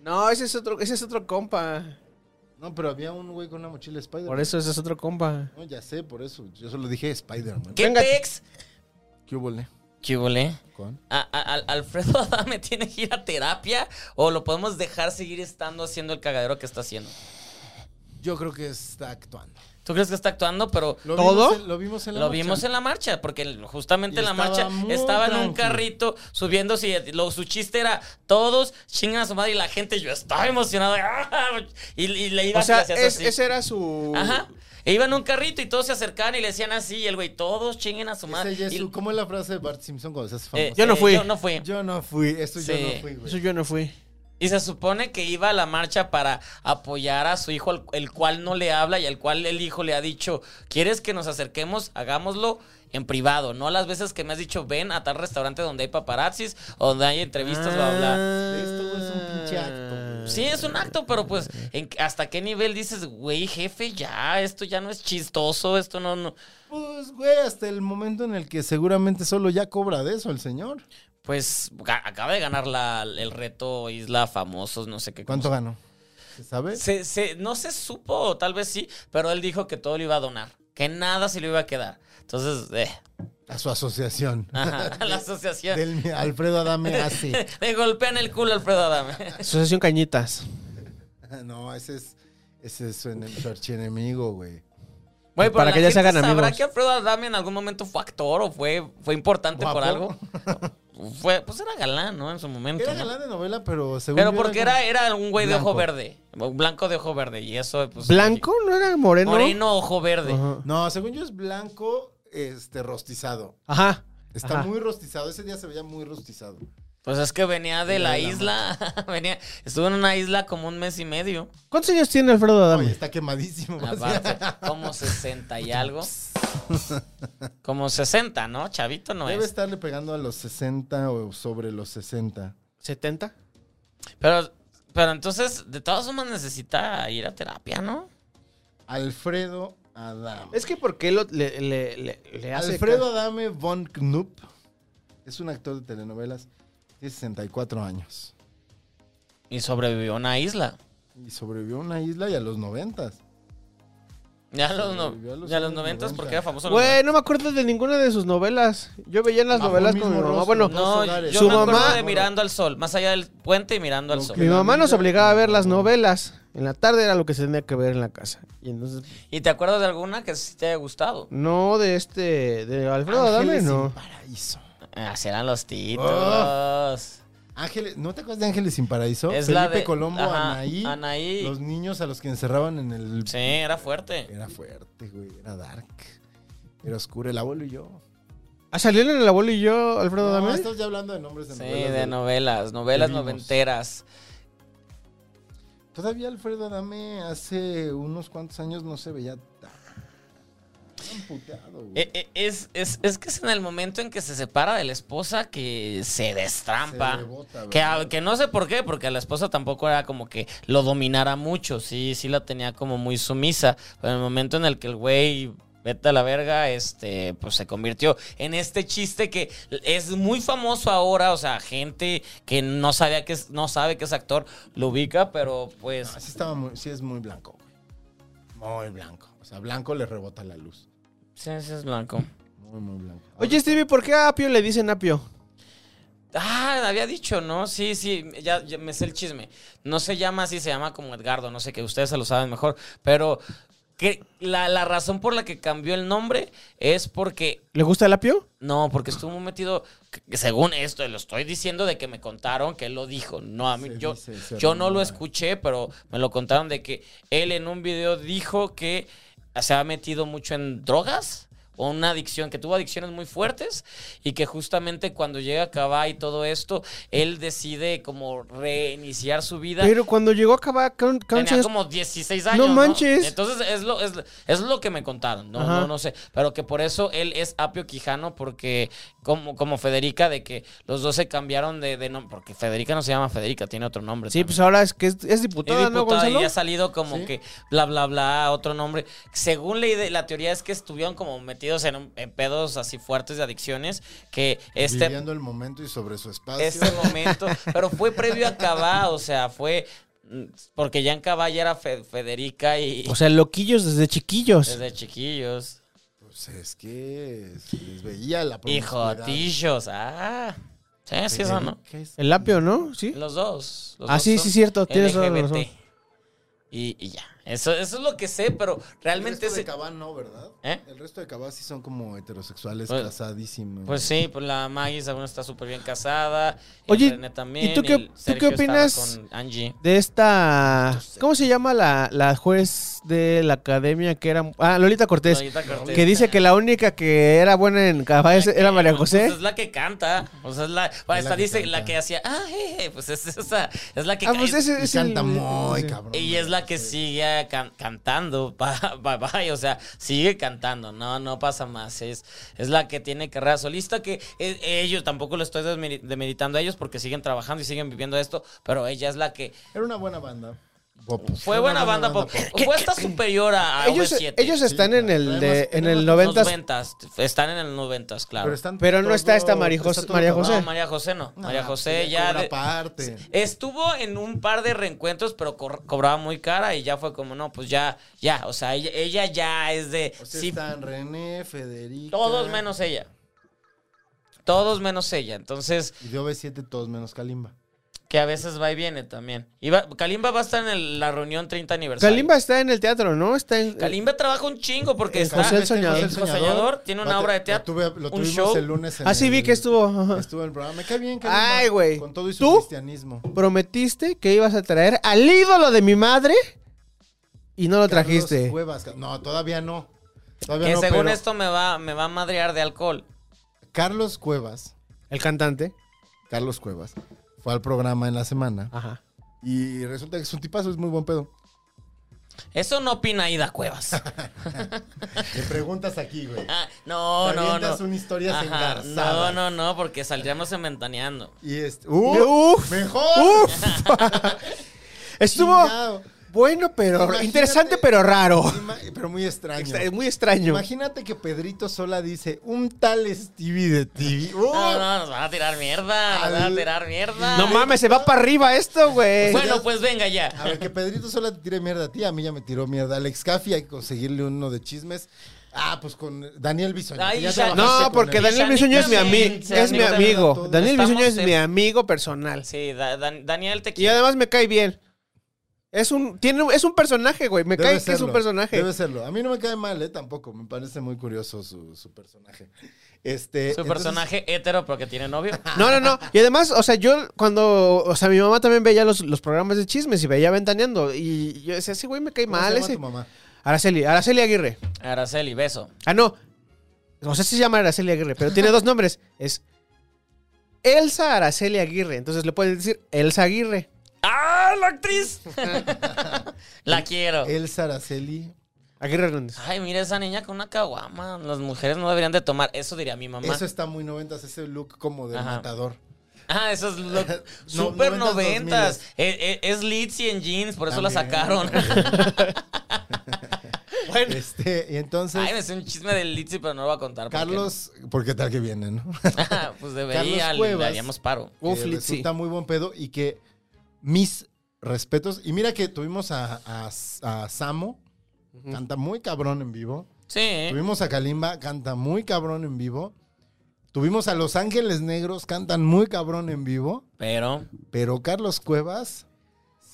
[SPEAKER 3] No, ese es otro, ese es otro compa.
[SPEAKER 2] No, pero había un güey con una mochila Spider-Man.
[SPEAKER 3] Por eso ese es otro compa.
[SPEAKER 2] No, ya sé, por eso. Yo solo dije Spider-Man.
[SPEAKER 1] ¿Qué
[SPEAKER 3] Venga.
[SPEAKER 1] pex?
[SPEAKER 2] ¿Qué hubo, le?
[SPEAKER 1] ¿Qué volé?
[SPEAKER 2] Con.
[SPEAKER 1] A- a- al- ¿Alfredo (laughs) Adame tiene que ir a terapia o lo podemos dejar seguir estando haciendo el cagadero que está haciendo?
[SPEAKER 2] Yo creo que está actuando.
[SPEAKER 1] ¿Tú crees que está actuando? Pero
[SPEAKER 2] Lo
[SPEAKER 3] ¿Todo?
[SPEAKER 2] vimos en- lo vimos en la
[SPEAKER 1] lo
[SPEAKER 2] marcha.
[SPEAKER 1] vimos en la marcha, porque el- justamente
[SPEAKER 2] Y
[SPEAKER 1] en la
[SPEAKER 2] estaba
[SPEAKER 1] marcha
[SPEAKER 2] muy
[SPEAKER 1] estaba en un
[SPEAKER 2] tranquilo.
[SPEAKER 1] carrito subiéndose y lo, su chiste era todos chingan a su madre y la gente yo estaba emocionada ¡ah! (laughs) y, y le iba
[SPEAKER 3] O sea,
[SPEAKER 1] hacia
[SPEAKER 3] es-
[SPEAKER 1] así.
[SPEAKER 3] ese era su.
[SPEAKER 1] Ajá. E iba en un carrito y todos se acercaban y le decían así y el güey todos chinguen a su madre.
[SPEAKER 2] Ese ya es
[SPEAKER 1] Y-
[SPEAKER 2] su- ¿Cómo es la frase de Bart Simpson cuando se hace
[SPEAKER 1] eh,
[SPEAKER 2] famoso?
[SPEAKER 3] Yo no
[SPEAKER 1] eh,
[SPEAKER 3] fui.
[SPEAKER 1] Yo no fui.
[SPEAKER 2] Yo no fui, eso yo
[SPEAKER 1] Sí.
[SPEAKER 2] no fui,
[SPEAKER 3] Eso
[SPEAKER 2] güey.
[SPEAKER 3] yo no fui.
[SPEAKER 1] Y se supone que iba a la marcha para apoyar a su hijo, al- el cual no le habla y al cual el hijo le ha dicho, ¿quieres que nos acerquemos? Hagámoslo en privado, no las veces que me has dicho, ven a tal restaurante donde hay paparazzis o donde hay entrevistas, bla, bla.
[SPEAKER 2] Ah. Esto es un pinche acto, güey.
[SPEAKER 1] Sí, es un acto, pero pues, ¿en- ¿hasta qué nivel dices, güey, jefe, ya, esto ya no es chistoso, esto no, no?
[SPEAKER 2] Pues, güey, hasta el momento en el que seguramente solo ya cobra de eso el señor.
[SPEAKER 1] Pues ga- acaba de ganar la- el reto Isla Famosos, no sé qué.
[SPEAKER 2] ¿Cuánto
[SPEAKER 1] cosa.
[SPEAKER 2] ganó? ¿Se sabe?
[SPEAKER 1] Se, se- no se supo, o tal vez sí, pero él dijo que todo lo iba a donar, que nada se lo iba a quedar. Entonces, eh,
[SPEAKER 2] A su asociación.
[SPEAKER 1] ajá,
[SPEAKER 2] (laughs)
[SPEAKER 1] a la asociación.
[SPEAKER 2] Del- Alfredo
[SPEAKER 1] (laughs)
[SPEAKER 2] Adame hace.
[SPEAKER 1] Le golpean el culo a Alfredo Adame.
[SPEAKER 3] Asociación Cañitas.
[SPEAKER 2] No, ese es, ese es su, ene- su archienemigo, güey.
[SPEAKER 1] Güey, pero
[SPEAKER 3] para
[SPEAKER 1] la
[SPEAKER 3] que ya se
[SPEAKER 1] gente
[SPEAKER 3] hagan
[SPEAKER 1] ¿Sabrá
[SPEAKER 3] amigos.
[SPEAKER 1] que Alfredo Adame en algún momento fue actor o fue, fue importante por
[SPEAKER 2] Guapo.
[SPEAKER 1] algo? Fue, pues era galán, ¿no? En su momento.
[SPEAKER 2] (laughs) Era
[SPEAKER 1] ¿no?
[SPEAKER 2] galán de novela, pero según
[SPEAKER 1] Pero
[SPEAKER 2] yo
[SPEAKER 1] porque era, era un güey de ojo
[SPEAKER 2] Blanco.
[SPEAKER 1] verde. Blanco de ojo verde. Y eso, pues.
[SPEAKER 3] ¿Blanco? ¿No era moreno?
[SPEAKER 1] Moreno, ojo verde.
[SPEAKER 3] Ajá.
[SPEAKER 2] No, según yo es blanco, este, rostizado.
[SPEAKER 3] Ajá.
[SPEAKER 2] Está
[SPEAKER 3] Ajá.
[SPEAKER 2] muy rostizado. Ese día se veía muy rostizado.
[SPEAKER 1] Pues es que venía de
[SPEAKER 2] Venía
[SPEAKER 1] la
[SPEAKER 2] de la
[SPEAKER 1] isla. (laughs) venía, estuvo en una isla como un mes y medio.
[SPEAKER 3] ¿Cuántos años tiene Alfredo Adame?
[SPEAKER 2] Oye, está quemadísimo.
[SPEAKER 1] Ah,
[SPEAKER 2] (laughs)
[SPEAKER 1] Aparte, como 60 y algo. Como 60, ¿no? Chavito no
[SPEAKER 2] Debe
[SPEAKER 1] es.
[SPEAKER 2] estarle pegando a los 60 o sobre los 60.
[SPEAKER 3] ¿70?
[SPEAKER 1] Pero, pero entonces, de todas formas, necesita ir a terapia, ¿no?
[SPEAKER 2] Alfredo Adame.
[SPEAKER 3] Es que porque lo, le, le- le- le hace...
[SPEAKER 2] Alfredo Adame von Knupp es un actor de telenovelas. Tiene 64 años.
[SPEAKER 1] Y sobrevivió a una isla.
[SPEAKER 2] Y sobrevivió a una isla y a los 90.
[SPEAKER 1] Ya a los,
[SPEAKER 2] Sobrevivió a
[SPEAKER 1] no,
[SPEAKER 2] los
[SPEAKER 1] ya a los
[SPEAKER 2] años
[SPEAKER 1] 90 porque
[SPEAKER 2] 90.
[SPEAKER 1] era famoso. en los
[SPEAKER 3] Güey, no me acuerdo de ninguna de sus novelas. Yo veía las
[SPEAKER 2] Bajo el
[SPEAKER 3] novelas
[SPEAKER 2] mismo
[SPEAKER 3] con mi mamá.
[SPEAKER 2] rostro,
[SPEAKER 3] Bueno,
[SPEAKER 2] ¿no?
[SPEAKER 1] No,
[SPEAKER 2] Dos hogares.
[SPEAKER 1] yo
[SPEAKER 3] Su
[SPEAKER 1] me acuerdo
[SPEAKER 3] mamá-
[SPEAKER 1] de Mirando al Sol, más allá del puente y Mirando al
[SPEAKER 2] Ok.
[SPEAKER 1] Sol.
[SPEAKER 3] mi mamá nos obligaba a ver las novelas. En la tarde era lo que se tenía que ver en la casa. Y entonces,
[SPEAKER 1] ¿Y te acuerdas de alguna que sí te haya gustado?
[SPEAKER 3] no de este, de Alfredo Adame,
[SPEAKER 2] Ángeles sin
[SPEAKER 3] no.
[SPEAKER 2] Paraíso.
[SPEAKER 1] Ah, serán los títulos.
[SPEAKER 2] Ángeles, ¿no te acuerdas de Ángeles sin Paraíso?
[SPEAKER 1] Es
[SPEAKER 2] Ah. Felipe
[SPEAKER 1] la de-
[SPEAKER 2] Colombo,
[SPEAKER 1] ajá,
[SPEAKER 2] Anaí,
[SPEAKER 1] Anaí.
[SPEAKER 2] los niños a los que encerraban en el...
[SPEAKER 1] Sí, era fuerte.
[SPEAKER 2] Era fuerte, güey, era dark. Era oscuro, el abuelo y yo.
[SPEAKER 3] Ah, salieron el abuelo y yo, Alfredo
[SPEAKER 2] No,
[SPEAKER 3] Adame.
[SPEAKER 2] estás ya hablando de nombres de
[SPEAKER 1] Sí,
[SPEAKER 2] novelas.
[SPEAKER 1] de
[SPEAKER 2] güey.
[SPEAKER 1] novelas, novelas
[SPEAKER 2] Vivimos.
[SPEAKER 1] noventeras.
[SPEAKER 2] Todavía Alfredo Adame hace unos cuantos años no se veía tan, tan puteado, güey.
[SPEAKER 1] Eh, eh, Es, es, es que es en el momento en que se separa de la esposa que se destrampa.
[SPEAKER 2] Se rebota,
[SPEAKER 1] que, a-
[SPEAKER 2] ¿verdad?
[SPEAKER 1] que no sé por qué, porque la esposa tampoco era como que lo dominara mucho. Sí, sí la tenía como muy sumisa. Pero en el momento en el que el güey vete a la verga, este, pues se convirtió en este chiste que es muy famoso ahora. O sea, gente que no sabía que es, no sabe que es actor lo ubica, pero pues.
[SPEAKER 2] No, sí, estaba muy- sí es muy blanco, güey. Muy blanco. O sea, blanco le rebota la luz.
[SPEAKER 1] Sí, sí es blanco.
[SPEAKER 2] Muy, muy blanco.
[SPEAKER 3] Oye, Stevie, ¿por qué a Apio le dicen Apio?
[SPEAKER 1] Ah, había dicho, ¿no? Sí, sí, ya, ya me sé el chisme. No se llama así, se llama como Edgardo, no sé que ustedes se lo saben mejor, pero que la, la razón por la que cambió el nombre es porque,
[SPEAKER 3] ¿Le gusta el Apio?
[SPEAKER 1] no, porque estuvo muy metido, que- según esto, lo estoy diciendo de que me contaron que él lo dijo, no, a mí,
[SPEAKER 2] Se
[SPEAKER 1] yo,
[SPEAKER 2] dice, se
[SPEAKER 1] yo no lo
[SPEAKER 2] rumora.
[SPEAKER 1] escuché, pero me lo contaron de que él en un video dijo que se ha metido mucho en drogas o una adicción, que tuvo adicciones muy fuertes y que justamente cuando llega a Cabá y todo esto, él decide como reiniciar su vida.
[SPEAKER 3] Pero cuando llegó acá,
[SPEAKER 1] Tenía
[SPEAKER 3] Canchas,
[SPEAKER 1] como 16 años.
[SPEAKER 3] manches.
[SPEAKER 1] Entonces es lo, es, es lo que me contaron. No,
[SPEAKER 3] Ajá.
[SPEAKER 1] no, no sé. Pero que por eso él es Apio Quijano, porque como, como Federica, de que los dos se cambiaron de, de nombre. Porque Federica no se llama Federica, tiene otro nombre.
[SPEAKER 3] Sí,
[SPEAKER 1] también.
[SPEAKER 3] pues ahora es que es, es
[SPEAKER 1] Y
[SPEAKER 3] diputada, ¿no,
[SPEAKER 1] diputada, y
[SPEAKER 3] Gonzalo?
[SPEAKER 1] ha salido como
[SPEAKER 2] Sí.
[SPEAKER 1] que bla, bla, bla, otro nombre. Según la, ide- la teoría es que estuvieron como metidos en, un- en pedos así fuertes de adicciones, que este,
[SPEAKER 2] Viviendo el momento y sobre su espacio.
[SPEAKER 1] este momento, pero fue previo a Cabá, o sea, fue mm, porque ya en Cabá ya era Fe- Federica y
[SPEAKER 3] O sea, pues, loquillos desde chiquillos.
[SPEAKER 1] desde chiquillos.
[SPEAKER 2] Pues es que se les veía la
[SPEAKER 1] Hijotillos, ah. Sí, sí, eso no.
[SPEAKER 2] ¿Qué
[SPEAKER 3] El Apio, ¿no? Sí.
[SPEAKER 1] Los dos. los
[SPEAKER 3] Ah,
[SPEAKER 1] dos
[SPEAKER 3] sí,
[SPEAKER 1] son
[SPEAKER 3] sí, cierto, tienes toda la
[SPEAKER 1] LGBT.
[SPEAKER 3] razón.
[SPEAKER 1] Y, y ya. Eso, eso es lo que sé, pero realmente
[SPEAKER 2] el resto
[SPEAKER 1] ese-
[SPEAKER 2] de Cabá no, ¿verdad?
[SPEAKER 1] ¿Eh?
[SPEAKER 2] El resto de Cabá sí son como heterosexuales
[SPEAKER 1] Pues-
[SPEAKER 2] casadísimos.
[SPEAKER 1] Pues sí, pues la Maggie según está súper bien casada. el
[SPEAKER 3] Oye,
[SPEAKER 1] René también,
[SPEAKER 3] ¿y tú qué-
[SPEAKER 1] el
[SPEAKER 3] tú qué
[SPEAKER 1] Sergio estaba
[SPEAKER 3] opinas?
[SPEAKER 1] Con Angie.
[SPEAKER 3] De esta... ¿Cómo se llama la, la juez de la academia que era... Ah, Lolita Cortés.
[SPEAKER 1] Lolita Cortés.
[SPEAKER 3] Que dice que la única que era buena en Cabá es- era María
[SPEAKER 1] Pues
[SPEAKER 3] José.
[SPEAKER 1] es la que canta. O sea, es la.
[SPEAKER 2] la
[SPEAKER 1] esta
[SPEAKER 2] que
[SPEAKER 1] dice
[SPEAKER 2] canta.
[SPEAKER 1] la que hacía. Ah, jeje, pues es esa. Es la que
[SPEAKER 3] Ah,
[SPEAKER 1] ca-
[SPEAKER 3] pues ese
[SPEAKER 2] Y
[SPEAKER 3] es
[SPEAKER 2] canta
[SPEAKER 3] el-
[SPEAKER 2] muy
[SPEAKER 3] sí.
[SPEAKER 2] cabrón.
[SPEAKER 1] Y es la que
[SPEAKER 2] Sí.
[SPEAKER 1] sigue can- cantando, (laughs) pa- bye bye, o sea, sigue cantando, no, no pasa más, es, es la que tiene carrera solista, que e- ellos, tampoco lo estoy desmeri- demeritando a ellos porque siguen trabajando y siguen viviendo esto, pero ella es la que
[SPEAKER 2] Era una buena banda.
[SPEAKER 1] fue buena banda, pop, fue hasta superior a, a
[SPEAKER 3] Ah, Ellos,
[SPEAKER 1] 7
[SPEAKER 3] ellos están en el de,
[SPEAKER 2] Además,
[SPEAKER 3] en el
[SPEAKER 2] los
[SPEAKER 3] 90
[SPEAKER 1] están en el 90, claro.
[SPEAKER 3] Pero no está esta Mari
[SPEAKER 2] María
[SPEAKER 3] Jos- María José.
[SPEAKER 1] No, María José no, María José ya... de-
[SPEAKER 2] Aparte.
[SPEAKER 1] Estuvo en un par de reencuentros, pero cor- cobraba muy cara y ya fue como, no, pues ya, ya, o sea, ella, ella ya es de...
[SPEAKER 2] O sea,
[SPEAKER 1] sí,
[SPEAKER 2] están René, Federica.
[SPEAKER 1] todos menos ella. Todos menos ella. Entonces,
[SPEAKER 2] Y de OV7, todos menos Kalimba.
[SPEAKER 1] que a veces va y viene también. Y va- Kalimba va a estar en el- la reunión 30 aniversario.
[SPEAKER 3] Kalimba está en el teatro, ¿no? Está en.
[SPEAKER 1] Kalimba trabaja un chingo porque
[SPEAKER 3] Eh,
[SPEAKER 1] está
[SPEAKER 3] José el Soñador.
[SPEAKER 1] Ah, este el Soñador, tiene una
[SPEAKER 2] Lo te-
[SPEAKER 1] obra de teatro,
[SPEAKER 2] Lo, tuve- lo
[SPEAKER 1] un
[SPEAKER 2] tuvimos
[SPEAKER 1] show.
[SPEAKER 2] el lunes. en
[SPEAKER 3] Ah, sí, vi
[SPEAKER 2] el-
[SPEAKER 3] que estuvo. ajá.
[SPEAKER 2] Estuvo en el programa. Me cae bien, cae
[SPEAKER 3] Ay, güey.
[SPEAKER 2] Con todo y su
[SPEAKER 3] ¿Tú?
[SPEAKER 2] cristianismo.
[SPEAKER 3] Prometiste que ibas a traer al ídolo de mi madre y no lo trajiste.
[SPEAKER 2] Carlos Cuevas. Ca- No, todavía no. Todavía
[SPEAKER 1] que
[SPEAKER 2] no,
[SPEAKER 1] según
[SPEAKER 2] pero
[SPEAKER 1] esto me va, me va a madrear de alcohol.
[SPEAKER 2] Carlos Cuevas.
[SPEAKER 3] El cantante.
[SPEAKER 2] Carlos Cuevas. Fue al programa en la semana.
[SPEAKER 3] Ajá.
[SPEAKER 2] Y resulta que su tipazo es muy buen pedo.
[SPEAKER 1] Eso no opina Ida
[SPEAKER 2] (laughs)
[SPEAKER 1] Cuevas.
[SPEAKER 2] Le preguntas aquí, güey.
[SPEAKER 1] Ah, (laughs) no,
[SPEAKER 2] Te
[SPEAKER 1] no, no.
[SPEAKER 2] avientas una historia
[SPEAKER 1] Ajá,
[SPEAKER 2] engarzada.
[SPEAKER 1] no, no, no, porque saldríamos en ventaneando.
[SPEAKER 2] Y este.
[SPEAKER 3] ¡Uf! ¡Uf!
[SPEAKER 2] ¡Mejor! (laughs)
[SPEAKER 3] Estuvo
[SPEAKER 2] Chingado.
[SPEAKER 3] bueno, pero
[SPEAKER 2] Imagínate-
[SPEAKER 3] interesante, pero raro.
[SPEAKER 2] Ima- Pero muy extraño.
[SPEAKER 3] Extra- muy extraño.
[SPEAKER 2] Imagínate que Pedrito Sola dice un tal Stevie de TV.
[SPEAKER 1] (laughs)
[SPEAKER 2] ¡Uh!
[SPEAKER 1] No, no, nos van a tirar mierda, nos van a
[SPEAKER 2] Al-
[SPEAKER 1] tirar mierda.
[SPEAKER 3] No mames, se va para arriba esto, güey.
[SPEAKER 1] Bueno, pues venga ya.
[SPEAKER 2] A ver, que Pedrito Sola te tire mierda a ti, a mí ya me tiró mierda. Alex Caffi, hay que conseguirle uno de chismes. Ah, pues con Daniel Bisoño.
[SPEAKER 1] Ay,
[SPEAKER 2] que ya
[SPEAKER 1] ya-
[SPEAKER 2] trabajaste
[SPEAKER 3] no,
[SPEAKER 2] con
[SPEAKER 3] porque
[SPEAKER 2] él.
[SPEAKER 3] Daniel Bisoño es mi amigo.
[SPEAKER 1] Sí,
[SPEAKER 3] Es mi
[SPEAKER 1] amigo,
[SPEAKER 3] amigo.
[SPEAKER 2] todo.
[SPEAKER 3] Daniel Bisoño es
[SPEAKER 1] Estamos
[SPEAKER 3] mi
[SPEAKER 1] en-
[SPEAKER 3] amigo personal.
[SPEAKER 1] Sí, Da- Dan- Daniel te
[SPEAKER 3] Y
[SPEAKER 1] quiere.
[SPEAKER 3] además me cae bien. Es un, tiene, es un personaje, güey. Me
[SPEAKER 2] Debe
[SPEAKER 3] cae que es
[SPEAKER 2] serlo,
[SPEAKER 3] un personaje.
[SPEAKER 2] Debe serlo. A mí no me cae mal, ¿eh? Tampoco. Me parece muy curioso su, su personaje. Este,
[SPEAKER 1] Su
[SPEAKER 2] entonces-
[SPEAKER 1] personaje hétero porque tiene
[SPEAKER 2] (laughs)
[SPEAKER 1] novio.
[SPEAKER 3] No, no, no. Y además, o sea, yo cuando. O sea, mi mamá también veía los, los programas de chismes y veía ventaneando. Y yo decía, ese güey me cae
[SPEAKER 2] ¿Cómo se
[SPEAKER 3] mal.
[SPEAKER 2] llama
[SPEAKER 3] Ese.
[SPEAKER 2] tu mamá?
[SPEAKER 3] Araceli, Araceli Aguirre.
[SPEAKER 1] Araceli, beso.
[SPEAKER 3] Ah, no. No sé si se llama Araceli Aguirre, pero tiene dos nombres. Es Elsa Araceli Aguirre. Entonces le puedes decir Elsa Aguirre.
[SPEAKER 1] ¡Ah, la actriz!
[SPEAKER 2] (laughs)
[SPEAKER 1] la quiero.
[SPEAKER 2] El Saraceli.
[SPEAKER 3] Aguirre Hernández.
[SPEAKER 2] Ah,
[SPEAKER 1] Ay, mira esa niña con una caguama. Las mujeres no deberían de tomar. Eso diría mi mamá.
[SPEAKER 2] Eso está muy noventas, ese look como del
[SPEAKER 1] Ajá.
[SPEAKER 2] matador.
[SPEAKER 1] Ah, eso es lo...
[SPEAKER 2] (laughs) No,
[SPEAKER 1] super
[SPEAKER 2] noventas,
[SPEAKER 1] noventas.
[SPEAKER 2] dos
[SPEAKER 1] Es, es, es Litzy en jeans, por eso la
[SPEAKER 2] También. (laughs)
[SPEAKER 1] sacaron. bueno.
[SPEAKER 2] Este, y entonces,
[SPEAKER 1] Ay, me sé un chisme de Litzy, pero no lo voy a contar. porque-
[SPEAKER 2] Carlos, porque tal que viene, ¿no? (laughs)
[SPEAKER 1] (laughs) pues debería,
[SPEAKER 2] Carlos
[SPEAKER 1] le,
[SPEAKER 2] Cuevas.
[SPEAKER 1] daríamos paro.
[SPEAKER 3] Uf,
[SPEAKER 2] que
[SPEAKER 3] Litzy.
[SPEAKER 2] resulta muy buen pedo y que mis respetos. Y mira que tuvimos a, a- a Samo, canta muy cabrón en vivo.
[SPEAKER 1] Sí.
[SPEAKER 2] Tuvimos a Kalimba, canta muy cabrón en vivo. Tuvimos a Los Ángeles Negros, cantan muy cabrón en vivo.
[SPEAKER 1] Pero.
[SPEAKER 2] Pero Carlos Cuevas,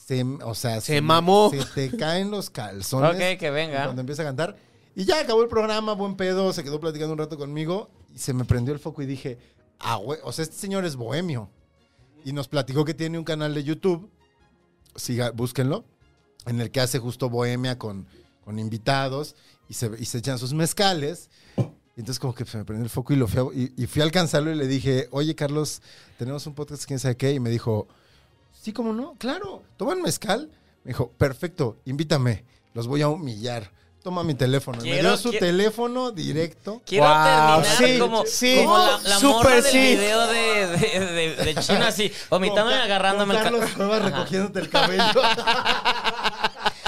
[SPEAKER 2] se, o sea,
[SPEAKER 3] Se mamó.
[SPEAKER 2] Se te caen los calzones.
[SPEAKER 1] Ok, que venga.
[SPEAKER 2] cuando empieza a cantar. Y ya acabó el programa, buen pedo, se quedó platicando un rato conmigo y se me prendió el foco y dije, ah, güey, o sea, este señor es bohemio. Y nos platicó que tiene un canal de YouTube, siga, búsquenlo, en el que hace justo bohemia con, con invitados y se, y se echan sus mezcales. Y entonces como que se me prendió el foco y, lo fui a- y, y fui a alcanzarlo y le dije, oye Carlos, tenemos un podcast, quién sabe qué, y me dijo, sí, cómo no, claro, toman mezcal. Me dijo, perfecto, invítame, los voy a humillar. Toma mi teléfono. Y me
[SPEAKER 1] Quiero-
[SPEAKER 2] dio su
[SPEAKER 1] qui-
[SPEAKER 2] teléfono directo.
[SPEAKER 1] Quiero
[SPEAKER 3] Wow,
[SPEAKER 1] terminar
[SPEAKER 3] sí,
[SPEAKER 1] como,
[SPEAKER 3] sí.
[SPEAKER 1] como la, la morra
[SPEAKER 3] Súper
[SPEAKER 1] del
[SPEAKER 3] sí.
[SPEAKER 1] video de, de, de- de China así, vomitándome y
[SPEAKER 2] Con Ca-
[SPEAKER 1] agarrándome
[SPEAKER 2] con
[SPEAKER 1] el
[SPEAKER 2] Carlos
[SPEAKER 1] ca-
[SPEAKER 2] Cuevas
[SPEAKER 1] Ajá.
[SPEAKER 2] recogiéndote el cabello.
[SPEAKER 1] (laughs)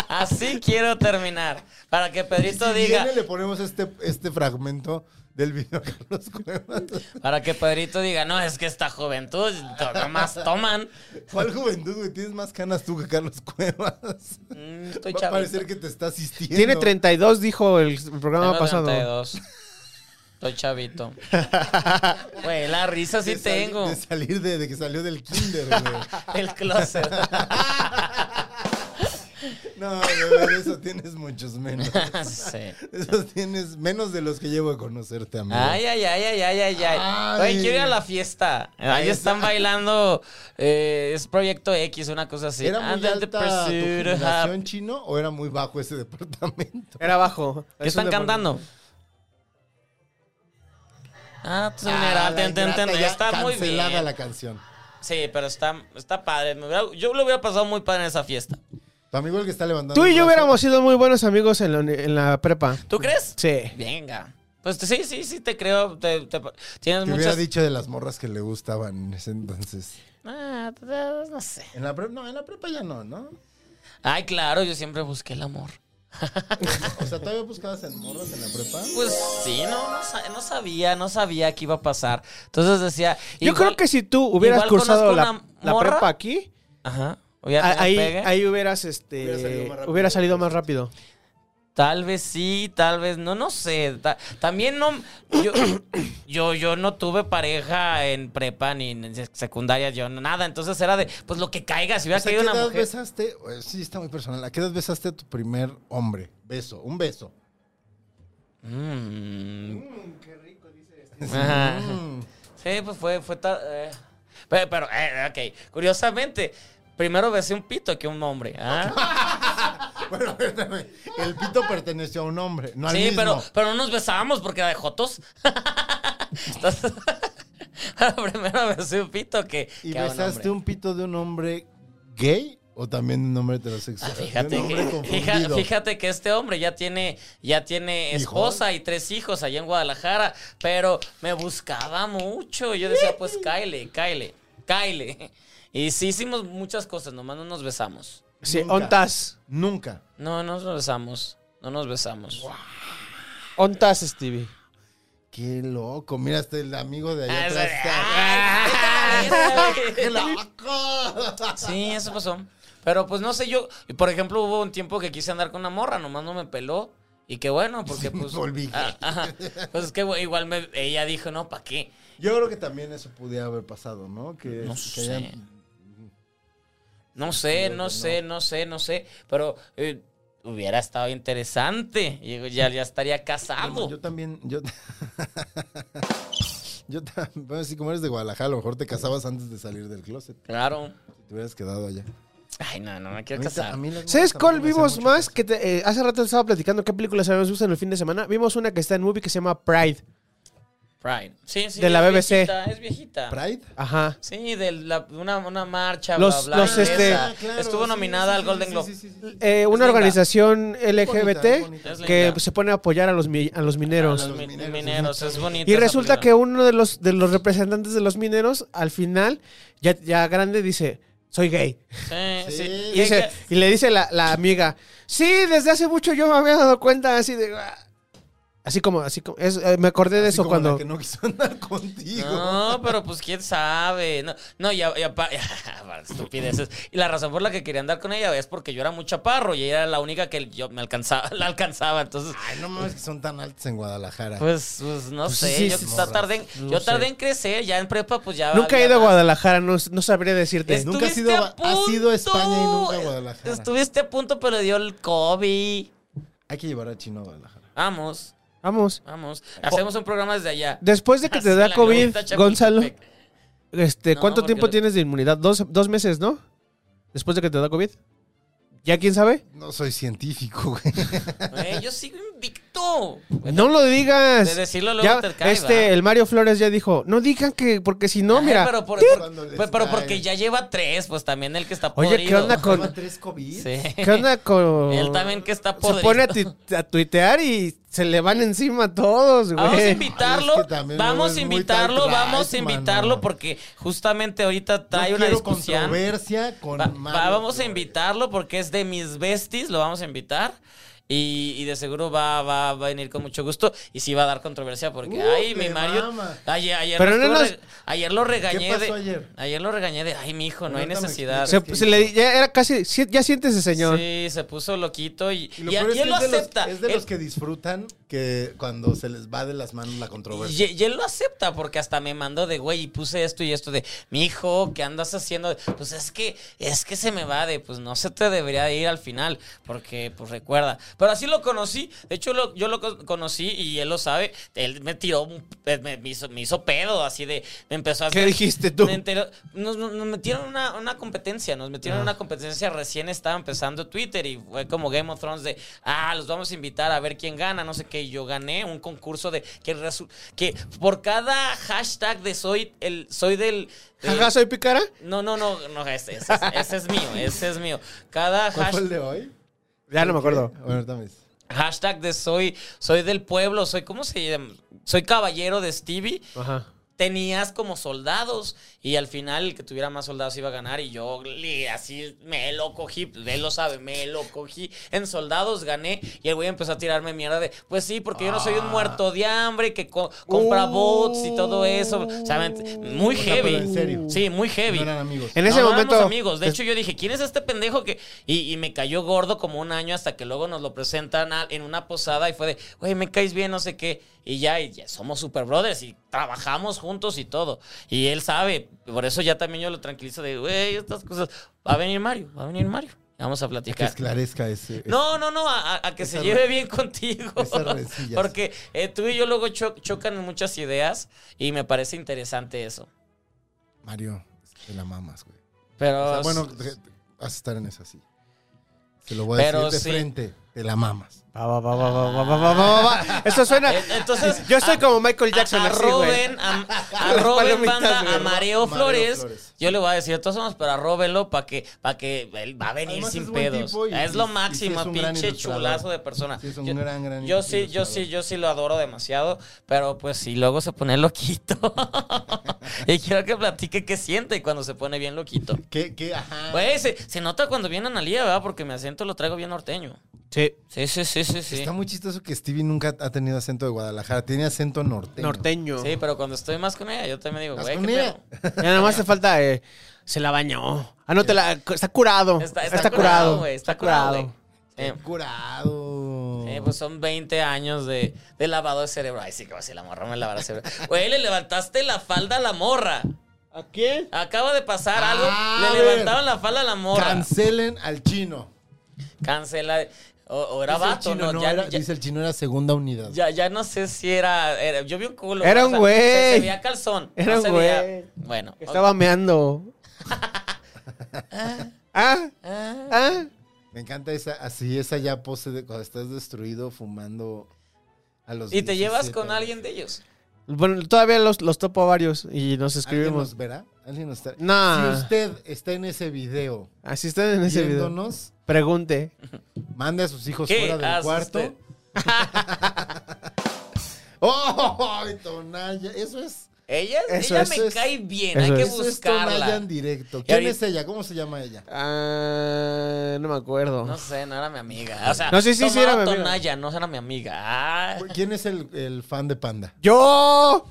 [SPEAKER 1] Así quiero terminar. Para que Pedrito
[SPEAKER 2] Si
[SPEAKER 1] diga,
[SPEAKER 2] viene, le ponemos este, este fragmento del video a Carlos Cuevas.
[SPEAKER 1] para que Pedrito diga, no, es que esta juventud to- nomás toman.
[SPEAKER 2] ¿Cuál juventud, güey? Tienes más canas tú que Carlos Cuevas.
[SPEAKER 1] Mm, estoy
[SPEAKER 2] Va a
[SPEAKER 1] chavito.
[SPEAKER 2] parecer que te está asistiendo.
[SPEAKER 3] Tiene 32, dijo el programa
[SPEAKER 1] Tengo
[SPEAKER 3] pasado.
[SPEAKER 1] 32. Estoy chavito. (laughs) Güey, la risa sí
[SPEAKER 2] De sali-
[SPEAKER 1] tengo.
[SPEAKER 2] De salir de, de que salió del kinder,
[SPEAKER 1] (laughs)
[SPEAKER 2] güey.
[SPEAKER 1] El closet.
[SPEAKER 2] (laughs) No, de ver, eso tienes muchos menos.
[SPEAKER 1] (laughs) sí.
[SPEAKER 2] Esos tienes menos de los que llevo a conocerte, amigo.
[SPEAKER 1] Ay, ay, ay, ay, ay, ay, ay. Güey,
[SPEAKER 2] Ay.
[SPEAKER 1] quiero ir a la fiesta. Ahí están bailando. eh, es Proyecto X, una cosa así. pues,
[SPEAKER 2] ¿Era muy
[SPEAKER 1] And then the
[SPEAKER 2] alta tu
[SPEAKER 1] pursuit of
[SPEAKER 2] generación chino o era muy bajo
[SPEAKER 1] (laughs)
[SPEAKER 2] ese departamento?
[SPEAKER 3] Era abajo.
[SPEAKER 1] ¿Qué están cantando? Ah, tu
[SPEAKER 2] Ah,
[SPEAKER 1] general,
[SPEAKER 2] la
[SPEAKER 1] ten, ten,
[SPEAKER 2] ingrata,
[SPEAKER 1] ten.
[SPEAKER 2] ya
[SPEAKER 1] Está muy
[SPEAKER 2] cancelada
[SPEAKER 1] bien.
[SPEAKER 2] la canción.
[SPEAKER 1] Sí, pero está, está padre. Me hubiera- yo lo hubiera pasado muy padre en esa fiesta.
[SPEAKER 2] Tu amigo el que está levantando.
[SPEAKER 3] Tú y
[SPEAKER 2] el
[SPEAKER 3] yo
[SPEAKER 2] brazo.
[SPEAKER 3] hubiéramos sido muy buenos amigos en la, uni- en la prepa.
[SPEAKER 1] ¿Tú crees?
[SPEAKER 3] Sí.
[SPEAKER 1] Venga. Pues te- sí, sí, sí, te creo. te- te- tienes
[SPEAKER 2] Te hubiera
[SPEAKER 1] muchas.
[SPEAKER 2] dicho de las morras que le gustaban en ese entonces.
[SPEAKER 1] Ah, no sé.
[SPEAKER 2] En la prepa, no, en la prepa ya no, ¿no?
[SPEAKER 1] Ay, claro, yo siempre busqué el amor.
[SPEAKER 2] O sea, todavía buscabas en morras en la prepa.
[SPEAKER 1] Pues sí, no, no, sa- no sabía, no sabía qué iba a pasar. Entonces decía.
[SPEAKER 3] Yo creo que si tú hubieras
[SPEAKER 1] igual conozco
[SPEAKER 3] cursado la,
[SPEAKER 1] una
[SPEAKER 3] la
[SPEAKER 1] morra.
[SPEAKER 3] prepa aquí,
[SPEAKER 1] Ajá.
[SPEAKER 3] a-
[SPEAKER 1] Hubiera tenido
[SPEAKER 3] ahí,
[SPEAKER 1] pegue.
[SPEAKER 3] ahí hubieras, este,
[SPEAKER 2] Hubiera salido más rápido.
[SPEAKER 3] hubiera salido más rápido.
[SPEAKER 1] Tal vez sí, tal vez no, no sé. Ta- también no. Yo, (coughs) yo, yo no tuve pareja en prepa ni en sec- secundaria, yo no- nada. Entonces era de, pues lo que caiga, si hubiera
[SPEAKER 2] O sea,
[SPEAKER 1] caído
[SPEAKER 2] ¿A qué
[SPEAKER 1] una
[SPEAKER 2] edad
[SPEAKER 1] mujer.
[SPEAKER 2] besaste? Eh, Sí, está muy personal. ¿A qué edad besaste a tu primer hombre? Beso, un beso.
[SPEAKER 1] Mm. Ajá. Sí, pues fue, fue ta- eh. Pero, pero, eh, ok. Curiosamente, primero besé un pito que un hombre. ¿ah?
[SPEAKER 2] (laughs) Bueno, espérame. El pito perteneció a un hombre, no al
[SPEAKER 1] Sí,
[SPEAKER 2] mismo.
[SPEAKER 1] pero, pero no nos besábamos porque era de jotos. (laughs) Entonces, (laughs) primero besé un pito que.
[SPEAKER 2] ¿Y
[SPEAKER 1] que a un
[SPEAKER 2] besaste
[SPEAKER 1] hombre.
[SPEAKER 2] un pito de un hombre gay o también de un hombre heterosexual?
[SPEAKER 1] Ah, Fíjate,
[SPEAKER 2] De un hombre
[SPEAKER 1] que, fija-
[SPEAKER 2] confundido.
[SPEAKER 1] fíjate que este hombre ya tiene, ya tiene
[SPEAKER 2] ¿Hijos?
[SPEAKER 1] esposa y tres hijos allá en Guadalajara, pero me buscaba mucho. Yo decía, pues cáele, cáele, cáele. Y sí hicimos muchas cosas, nomás no nos besamos.
[SPEAKER 3] Sí,
[SPEAKER 2] Nunca.
[SPEAKER 3] ontas.
[SPEAKER 2] Nunca.
[SPEAKER 1] No, no nos besamos. No nos besamos.
[SPEAKER 3] Ontas, Stevie.
[SPEAKER 2] Qué loco. Mira, este el amigo de allá
[SPEAKER 1] Ah,
[SPEAKER 2] atrás.
[SPEAKER 1] ah,
[SPEAKER 2] ¡Qué loco!
[SPEAKER 1] Sí, eso pasó. Pero pues no sé, yo, por ejemplo, hubo un tiempo que quise andar con una morra, nomás no me peló. Y qué bueno,
[SPEAKER 2] (laughs)
[SPEAKER 1] porque pues.
[SPEAKER 2] volví gay.
[SPEAKER 1] Ah, ajá. Pues es que güey, igual me- ella dijo, no, ¿para qué?
[SPEAKER 2] Yo creo que también eso pudiera haber pasado, ¿no? Que,
[SPEAKER 1] No
[SPEAKER 2] que
[SPEAKER 1] sé.
[SPEAKER 2] hayan-
[SPEAKER 1] No sé, no sé, no sé, no sé. Pero eh, hubiera estado interesante. Y digo, Ya, ya estaría casado.
[SPEAKER 2] Yo también, yo... (laughs) yo también, bueno, sí, como eres de Guadalajara, a lo mejor te casabas antes de salir del closet.
[SPEAKER 1] Claro.
[SPEAKER 2] Si te hubieras quedado allá.
[SPEAKER 1] Ay, no, no me
[SPEAKER 2] A
[SPEAKER 1] quiero
[SPEAKER 2] mí ta-
[SPEAKER 1] casar.
[SPEAKER 2] a mí las morras
[SPEAKER 3] ¿Sabes cuál
[SPEAKER 2] tampoco me
[SPEAKER 3] vimos
[SPEAKER 2] hacían mucho
[SPEAKER 3] más? Que te- eh, hace rato estaba platicando qué películas nos gustan el fin de semana. Vimos una que está en movie que se llama Pride.
[SPEAKER 1] Pride. Sí, sí.
[SPEAKER 3] De
[SPEAKER 1] es
[SPEAKER 3] la BBC.
[SPEAKER 1] viejita, es viejita.
[SPEAKER 2] caso. ¿Pride?
[SPEAKER 3] Ajá.
[SPEAKER 1] Sí, de la- una, una marcha.
[SPEAKER 3] Los-
[SPEAKER 1] bla, bla,
[SPEAKER 3] los, este-
[SPEAKER 2] Ah,
[SPEAKER 1] esa. Estuvo nominada al Golden Globe.
[SPEAKER 3] Eh,
[SPEAKER 1] linda.
[SPEAKER 3] una organización LGBT
[SPEAKER 2] es bonita.
[SPEAKER 1] Es
[SPEAKER 3] que
[SPEAKER 1] linda.
[SPEAKER 3] se pone a apoyar a los, mi- a los mineros.
[SPEAKER 1] A los mi- mineros,
[SPEAKER 2] mineros.
[SPEAKER 1] es bonito.
[SPEAKER 3] Y
[SPEAKER 1] esa
[SPEAKER 3] resulta que
[SPEAKER 1] película.
[SPEAKER 3] uno de los, de los representantes de los mineros, al final, ya, ya grande, dice, soy gay.
[SPEAKER 1] Sí, sí.
[SPEAKER 2] Sí.
[SPEAKER 1] Y hay
[SPEAKER 3] Y, dice- y le dice la, la amiga, sí, desde hace mucho yo me había dado cuenta así de... "Ah". Así como, así como, es- eh, me acordé de
[SPEAKER 2] Así
[SPEAKER 3] eso
[SPEAKER 2] como
[SPEAKER 3] cuando...
[SPEAKER 2] la que no quiso andar (laughs)
[SPEAKER 1] que-
[SPEAKER 2] contigo.
[SPEAKER 1] No, pero pues quién sabe. No, no y, a- y apa- (laughs) para estupideces. Y la razón por la que quería andar con ella es porque yo era muy chaparro y ella era la única que yo me alcanzaba, (laughs) la alcanzaba. Entonces,
[SPEAKER 2] Ay, no mames que son tan altos en Guadalajara.
[SPEAKER 1] pues, pues no
[SPEAKER 3] Pues
[SPEAKER 1] sé.
[SPEAKER 3] sí,
[SPEAKER 1] yo
[SPEAKER 3] sí,
[SPEAKER 1] ta-
[SPEAKER 2] morras,
[SPEAKER 1] tardé, en, yo
[SPEAKER 3] sé.
[SPEAKER 1] tardé en crecer, ya en prepa, pues ya.
[SPEAKER 3] Nunca he
[SPEAKER 1] valía
[SPEAKER 3] ido a
[SPEAKER 1] más.
[SPEAKER 3] Guadalajara, no, no sabría decirte.
[SPEAKER 2] Es- Nunca has
[SPEAKER 1] Estuviste
[SPEAKER 2] ido a-
[SPEAKER 1] a
[SPEAKER 2] has ido a España y nunca a
[SPEAKER 1] punto.
[SPEAKER 2] Guadalajara.
[SPEAKER 1] Estuviste a punto, pero dio el COVID.
[SPEAKER 2] Hay que llevar a Chino a Guadalajara.
[SPEAKER 1] Vamos,
[SPEAKER 3] Vamos.
[SPEAKER 1] vamos. Hacemos un programa desde allá.
[SPEAKER 3] Después de que te
[SPEAKER 1] Así,
[SPEAKER 3] da
[SPEAKER 1] la
[SPEAKER 3] COVID,
[SPEAKER 1] glorieta
[SPEAKER 3] Gonzalo,
[SPEAKER 1] Chapultepec.
[SPEAKER 3] este,
[SPEAKER 1] No,
[SPEAKER 3] ¿cuánto
[SPEAKER 1] porque
[SPEAKER 3] tiempo
[SPEAKER 1] lo-
[SPEAKER 3] tienes de inmunidad? Dos, dos meses, ¿no? Después de que te da COVID. ¿Ya quién sabe?
[SPEAKER 2] No soy científico, güey.
[SPEAKER 1] Güey, Eh, yo sigo invicto.
[SPEAKER 3] no lo digas.
[SPEAKER 1] de decirlo luego
[SPEAKER 3] Ya,
[SPEAKER 1] te cae,
[SPEAKER 3] este,
[SPEAKER 1] va.
[SPEAKER 3] el Mario Flores ya dijo, no digan que, porque si no,
[SPEAKER 1] Ay,
[SPEAKER 3] mira.
[SPEAKER 1] Pero, por-
[SPEAKER 3] ¡tit!
[SPEAKER 1] por- pues,
[SPEAKER 2] Cuando les
[SPEAKER 1] pero- pero
[SPEAKER 2] cae.
[SPEAKER 1] porque ya lleva tres, pues también el que está podrido.
[SPEAKER 3] Oye, ¿qué onda con,
[SPEAKER 2] tres COVID?
[SPEAKER 1] (laughs) Sí.
[SPEAKER 3] qué onda con?
[SPEAKER 1] (laughs) Él también que está podrido.
[SPEAKER 3] Se pone a, tuit- a tuitear y se le van encima a todos,
[SPEAKER 1] Vamos a
[SPEAKER 3] güey.
[SPEAKER 1] invitarlo,
[SPEAKER 2] Ay, es que también
[SPEAKER 1] vamos
[SPEAKER 2] es
[SPEAKER 1] a
[SPEAKER 2] muy
[SPEAKER 1] invitarlo,
[SPEAKER 2] tal
[SPEAKER 1] vamos a
[SPEAKER 2] trash,
[SPEAKER 1] invitarlo
[SPEAKER 2] mano.
[SPEAKER 1] porque justamente ahorita trae
[SPEAKER 2] Yo
[SPEAKER 1] una
[SPEAKER 2] quiero
[SPEAKER 1] discusión.
[SPEAKER 2] controversia con
[SPEAKER 1] Va- va-
[SPEAKER 2] Mario
[SPEAKER 1] vamos a
[SPEAKER 2] Flores.
[SPEAKER 1] invitarlo porque es de mis besties, lo vamos a invitar. Y, y de seguro va, va, va a venir con mucho gusto. Y sí va a dar controversia porque,
[SPEAKER 2] Uh,
[SPEAKER 1] ay, mi
[SPEAKER 2] le
[SPEAKER 1] Mario.
[SPEAKER 2] mama.
[SPEAKER 1] Ayer, ayer,
[SPEAKER 3] Pero
[SPEAKER 1] lo
[SPEAKER 3] no
[SPEAKER 1] estuvo
[SPEAKER 3] nos-
[SPEAKER 1] re- ayer lo regañé
[SPEAKER 2] pasó
[SPEAKER 1] de.
[SPEAKER 2] ayer?
[SPEAKER 1] lo regañé de, ay, mi hijo, no hay
[SPEAKER 2] Ahorita me
[SPEAKER 1] necesidad.
[SPEAKER 2] explicas.
[SPEAKER 3] Se- se le- ya era casi, si- ya siéntese, señor.
[SPEAKER 1] Sí, se puso loquito y,
[SPEAKER 2] Y lo
[SPEAKER 1] y-
[SPEAKER 2] peor
[SPEAKER 1] y
[SPEAKER 2] es que
[SPEAKER 1] él lo
[SPEAKER 2] es de los-
[SPEAKER 1] acepta.
[SPEAKER 2] es de
[SPEAKER 1] Él-
[SPEAKER 2] los que disfrutan que cuando se les va de las manos la controversia.
[SPEAKER 1] Y, y él lo acepta porque hasta me mandó de, güey, y puse esto y esto de, mi hijo, ¿qué andas haciendo? Pues es que, es que se me va de, pues no se te debería de ir al final, porque pues recuerda. Pero así lo conocí, de hecho lo- yo lo co- conocí y él lo sabe, él me tiró, un- me, me hizo, me hizo pedo, así de, me empezó a
[SPEAKER 3] ¿Qué
[SPEAKER 1] hacer-
[SPEAKER 3] dijiste tú?
[SPEAKER 1] me enteró- nos, nos- nos metieron una, una competencia, nos metieron
[SPEAKER 2] Ah.
[SPEAKER 1] una competencia, recién estaba empezando Twitter y fue como Game of Thrones de, ah, los vamos a invitar a ver quién gana, no sé qué, y yo gané un concurso de que, resu- que por cada hashtag de soy el soy del... del-
[SPEAKER 3] Jaja, soy picara.
[SPEAKER 1] no, no, no, no, ese, ese es- ese es mío, ese es mío. Cada
[SPEAKER 2] ¿Cuál fue el
[SPEAKER 1] hashtag...
[SPEAKER 2] de hoy?
[SPEAKER 3] Ya no me acuerdo.
[SPEAKER 2] Bueno, también. es-
[SPEAKER 1] Hashtag de soy, soy del pueblo, soy, ¿cómo se llama? Soy caballero de Stevie.
[SPEAKER 3] Ajá.
[SPEAKER 1] tenías como soldados y al final el que tuviera más soldados iba a ganar y yo li- así me lo cogí, pues, él lo sabe, me lo cogí en soldados, gané y el güey empezó a tirarme mierda de, pues sí, porque yo no soy
[SPEAKER 2] Ah.
[SPEAKER 1] un muerto de hambre que co- compra bots y todo eso, o sea, me- muy
[SPEAKER 2] O sea, pero
[SPEAKER 1] heavy.
[SPEAKER 2] en serio.
[SPEAKER 1] Sí, muy heavy.
[SPEAKER 2] No eran amigos.
[SPEAKER 3] En ese
[SPEAKER 1] No, no éramos
[SPEAKER 3] momento.
[SPEAKER 1] amigos. De hecho, yo dije, ¿quién es este pendejo que.? Y, y me cayó gordo como un año hasta que luego nos lo presentan a- en una posada y fue de, güey, me caes bien, no sé qué. Y ya, y ya somos super brothers y trabajamos juntos y todo. Y él sabe, por eso ya también yo lo tranquilizo de, güey, estas cosas. Va a venir Mario, va a venir Mario. Vamos a
[SPEAKER 2] A que
[SPEAKER 1] platicar.
[SPEAKER 2] esclarezca ese.
[SPEAKER 1] No, no, no, a, a- a que se
[SPEAKER 2] Esa
[SPEAKER 1] lleve
[SPEAKER 2] re-
[SPEAKER 1] bien contigo. (laughs)
[SPEAKER 2] esas rencillas.
[SPEAKER 1] Porque eh, tú y yo luego cho- chocan en muchas ideas y me parece interesante eso.
[SPEAKER 2] Mario, te la mamas, güey.
[SPEAKER 1] Pero.
[SPEAKER 2] O sea, bueno, te- te- vas a estar en esa sí. Te lo voy a
[SPEAKER 1] Pero
[SPEAKER 2] decir de
[SPEAKER 1] sí.
[SPEAKER 2] frente. Te la mamas.
[SPEAKER 3] Va, va, va, va, va, va, va, va, va, va. Eso suena.
[SPEAKER 1] Eh, (laughs) entonces,
[SPEAKER 3] Yo estoy
[SPEAKER 1] a-
[SPEAKER 3] como Michael Jackson,
[SPEAKER 1] a, a
[SPEAKER 3] así, güey.
[SPEAKER 1] Robin,
[SPEAKER 3] (laughs)
[SPEAKER 1] a, a
[SPEAKER 3] Las
[SPEAKER 1] Robin
[SPEAKER 3] palomitas,
[SPEAKER 1] banda,
[SPEAKER 3] güey,
[SPEAKER 1] a
[SPEAKER 3] ¿no?
[SPEAKER 1] Mareo
[SPEAKER 2] Mareo
[SPEAKER 1] Flores,
[SPEAKER 2] Flores.
[SPEAKER 1] Yo le voy a decir, todos somos, pero arróbelo para que, pa' que él va a venir
[SPEAKER 2] Además,
[SPEAKER 1] sin
[SPEAKER 2] es buen
[SPEAKER 1] pedos.
[SPEAKER 2] tipo y-
[SPEAKER 1] es
[SPEAKER 2] y-
[SPEAKER 1] lo
[SPEAKER 2] y sí
[SPEAKER 1] máximo,
[SPEAKER 2] es un gran
[SPEAKER 1] pinche
[SPEAKER 2] ilustrador.
[SPEAKER 1] chulazo de persona.
[SPEAKER 2] Sí es un
[SPEAKER 1] yo,
[SPEAKER 2] gran, gran
[SPEAKER 1] yo sí, yo sí, yo sí lo adoro demasiado, pero pues sí, luego se pone loquito. (laughs) y quiero que platique qué siente cuando se pone bien loquito.
[SPEAKER 2] ¿Qué, qué? Ajá.
[SPEAKER 1] Güey, se, se nota cuando viene Analia, ¿verdad? Porque mi acento lo traigo bien norteño.
[SPEAKER 3] Sí,
[SPEAKER 1] Sí, sí, sí, sí, sí.
[SPEAKER 2] Está muy chistoso que Stevie nunca ha tenido acento de Guadalajara. Tiene acento norteño.
[SPEAKER 3] norteño.
[SPEAKER 1] Sí, pero cuando estoy más con ella, yo también digo,
[SPEAKER 2] Más
[SPEAKER 1] güey,
[SPEAKER 2] con
[SPEAKER 1] qué
[SPEAKER 2] ella.
[SPEAKER 1] pedo.
[SPEAKER 2] (laughs)
[SPEAKER 3] Ya nada más te falta. eh, se la bañó. Ah, no, te la. Está curado.
[SPEAKER 1] Está, está curado, güey. Está, curado. güey.
[SPEAKER 2] Qué Curado.
[SPEAKER 1] Sí, eh, pues son 20 años de, de lavado de cerebro. Ay, sí, que va a ser la morra, me lavará el cerebro. Güey, le levantaste la falda a la morra.
[SPEAKER 3] ¿A quién?
[SPEAKER 1] Acaba de pasar algo.
[SPEAKER 2] Ah, a
[SPEAKER 1] Le
[SPEAKER 2] ver.
[SPEAKER 1] levantaron la falda a la morra.
[SPEAKER 2] Cancelen al chino.
[SPEAKER 1] Cancela. O, o era
[SPEAKER 2] Dice el
[SPEAKER 1] vato,
[SPEAKER 2] chino,
[SPEAKER 1] ¿no?
[SPEAKER 2] no,
[SPEAKER 1] ya,
[SPEAKER 2] era-
[SPEAKER 1] ya-
[SPEAKER 2] Dice el chino era segunda unidad.
[SPEAKER 1] ya- ya no sé si era, era- Yo vi un culo.
[SPEAKER 3] Era
[SPEAKER 1] ¿no?
[SPEAKER 3] un
[SPEAKER 1] O sea,
[SPEAKER 3] güey.
[SPEAKER 1] Se, se veía calzón.
[SPEAKER 3] Era
[SPEAKER 1] no
[SPEAKER 3] un
[SPEAKER 1] se veía-
[SPEAKER 3] güey.
[SPEAKER 1] Bueno. (laughs)
[SPEAKER 3] Estaba meando. ah,
[SPEAKER 1] Ah,
[SPEAKER 3] ah.
[SPEAKER 2] Me encanta esa, así, esa ya pose de cuando estás destruido fumando a los.
[SPEAKER 1] y te llevas
[SPEAKER 2] 17
[SPEAKER 1] con
[SPEAKER 2] años.
[SPEAKER 1] alguien de ellos.
[SPEAKER 3] Bueno, todavía los, los topo a varios y nos
[SPEAKER 2] ¿Alguien
[SPEAKER 3] escribimos.
[SPEAKER 2] nos verá? ¿Alguien nos está-
[SPEAKER 3] Nah.
[SPEAKER 2] Si usted está en ese video
[SPEAKER 3] Así están en ese video.
[SPEAKER 2] viéndonos,
[SPEAKER 1] (laughs)
[SPEAKER 3] Pregunte.
[SPEAKER 2] mande a sus hijos
[SPEAKER 1] ¿Qué Ah, este.
[SPEAKER 2] fuera del
[SPEAKER 1] hace
[SPEAKER 2] cuarto.
[SPEAKER 1] usted?
[SPEAKER 2] (laughs) ¡Oh, Tonaya! Eso es.
[SPEAKER 1] Ella,
[SPEAKER 3] Eso
[SPEAKER 1] ella
[SPEAKER 3] es,
[SPEAKER 1] me
[SPEAKER 2] eso es.
[SPEAKER 1] cae bien.
[SPEAKER 3] Eso
[SPEAKER 1] Hay que
[SPEAKER 3] es.
[SPEAKER 2] Eso es Tonaya
[SPEAKER 1] buscarla.
[SPEAKER 2] en directo. ¿Quién
[SPEAKER 1] ahorita-
[SPEAKER 2] es ella? ¿Cómo se llama ella?
[SPEAKER 3] Ah, no me acuerdo.
[SPEAKER 1] No sé, no era mi amiga. O sea,
[SPEAKER 3] No, sí, sí, sí,
[SPEAKER 1] tomaba
[SPEAKER 3] era mi amiga.
[SPEAKER 1] Tonaya, no era mi amiga. Ah,
[SPEAKER 2] ¿Quién es el, el fan de Panda?
[SPEAKER 3] ¡Yo!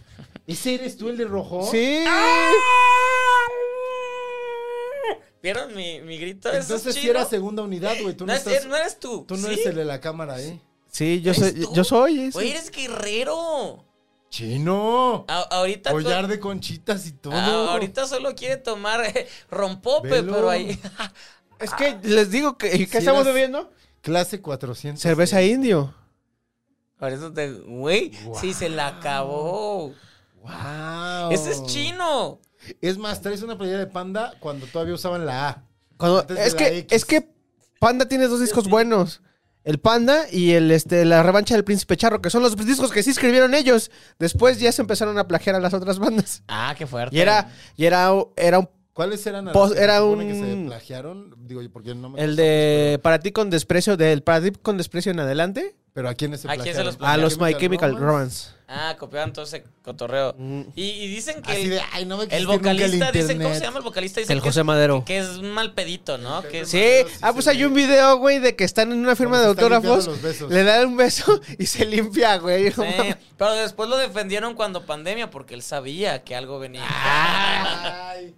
[SPEAKER 2] ¿Ese eres tú el de rojo?
[SPEAKER 3] Sí.
[SPEAKER 1] ¡Ah! ¿Vieron mi, mi grito? ¿Eso
[SPEAKER 2] Entonces
[SPEAKER 1] es
[SPEAKER 2] si
[SPEAKER 1] chino?
[SPEAKER 2] era segunda unidad, güey. Tú
[SPEAKER 1] No,
[SPEAKER 2] no,
[SPEAKER 1] es-
[SPEAKER 2] estás-
[SPEAKER 1] no eres tú.
[SPEAKER 2] tú no
[SPEAKER 1] ¿sí?
[SPEAKER 2] eres el de la cámara, ¿eh?
[SPEAKER 3] Sí, yo
[SPEAKER 1] ¿Eres
[SPEAKER 3] soy,
[SPEAKER 1] tú?
[SPEAKER 3] yo soy ese.
[SPEAKER 1] Güey, eres guerrero.
[SPEAKER 2] ¡Chino!
[SPEAKER 1] A- Ah, ahorita.
[SPEAKER 2] Collar de conchitas y todo.
[SPEAKER 1] Ah, ahorita solo quiere tomar eh, rompope,
[SPEAKER 2] Velo.
[SPEAKER 1] pero ahí. (laughs)
[SPEAKER 3] Es que les digo que ¿qué
[SPEAKER 2] Si
[SPEAKER 3] estamos
[SPEAKER 2] eras-
[SPEAKER 3] bebiendo?
[SPEAKER 2] Clase 400.
[SPEAKER 3] Cerveza indio.
[SPEAKER 1] Por eso te. Güey, sí, se la acabó.
[SPEAKER 2] ¡Wow!
[SPEAKER 1] Ese es chino.
[SPEAKER 2] Es más, traes una playera de panda cuando todavía usaban la A.
[SPEAKER 3] Cuando-
[SPEAKER 2] Antes de
[SPEAKER 3] es
[SPEAKER 2] la
[SPEAKER 3] que
[SPEAKER 2] X.
[SPEAKER 3] es que Panda tiene dos discos buenos. El Panda y el este la revancha del Príncipe Charro, que son los discos que sí escribieron ellos. Después ya se empezaron a plagiar a las otras bandas.
[SPEAKER 1] Ah, qué fuerte.
[SPEAKER 3] Y era y era era un-
[SPEAKER 2] ¿Cuáles eran a las
[SPEAKER 3] Pos-
[SPEAKER 2] que se
[SPEAKER 3] era
[SPEAKER 2] supone que
[SPEAKER 3] un-
[SPEAKER 2] se plagiaron? Digo, yo porque no me
[SPEAKER 3] el de para ti con desprecio del para ti con desprecio en adelante
[SPEAKER 2] Pero ¿a quiénes se
[SPEAKER 1] ¿A quién se
[SPEAKER 2] plagiaron?
[SPEAKER 1] los
[SPEAKER 3] a
[SPEAKER 1] Plagiar
[SPEAKER 3] los My Chemical Romance.
[SPEAKER 1] Ah, copiaban todo ese cotorreo.
[SPEAKER 3] Mm.
[SPEAKER 1] Y, y dicen que.
[SPEAKER 2] Así
[SPEAKER 1] el-
[SPEAKER 2] de, ay, no va a
[SPEAKER 1] El
[SPEAKER 2] existir nunca
[SPEAKER 1] vocalista, dice, ¿cómo
[SPEAKER 2] internet.
[SPEAKER 1] se llama el vocalista? Dice
[SPEAKER 3] El
[SPEAKER 1] que
[SPEAKER 3] José
[SPEAKER 1] es-
[SPEAKER 3] Madero.
[SPEAKER 1] Que es un mal pedito, ¿no? Que es-
[SPEAKER 3] Sí, ah, pues hay un video, güey, de que están en una firma de
[SPEAKER 2] Cuando se están
[SPEAKER 3] autógrafos,
[SPEAKER 2] limpiando los besos.
[SPEAKER 3] le dan un beso (laughs) y se limpia, güey.
[SPEAKER 1] (laughs) Sí, Pero después lo defendieron cuando pandemia, porque él sabía que algo venía.
[SPEAKER 2] Ay.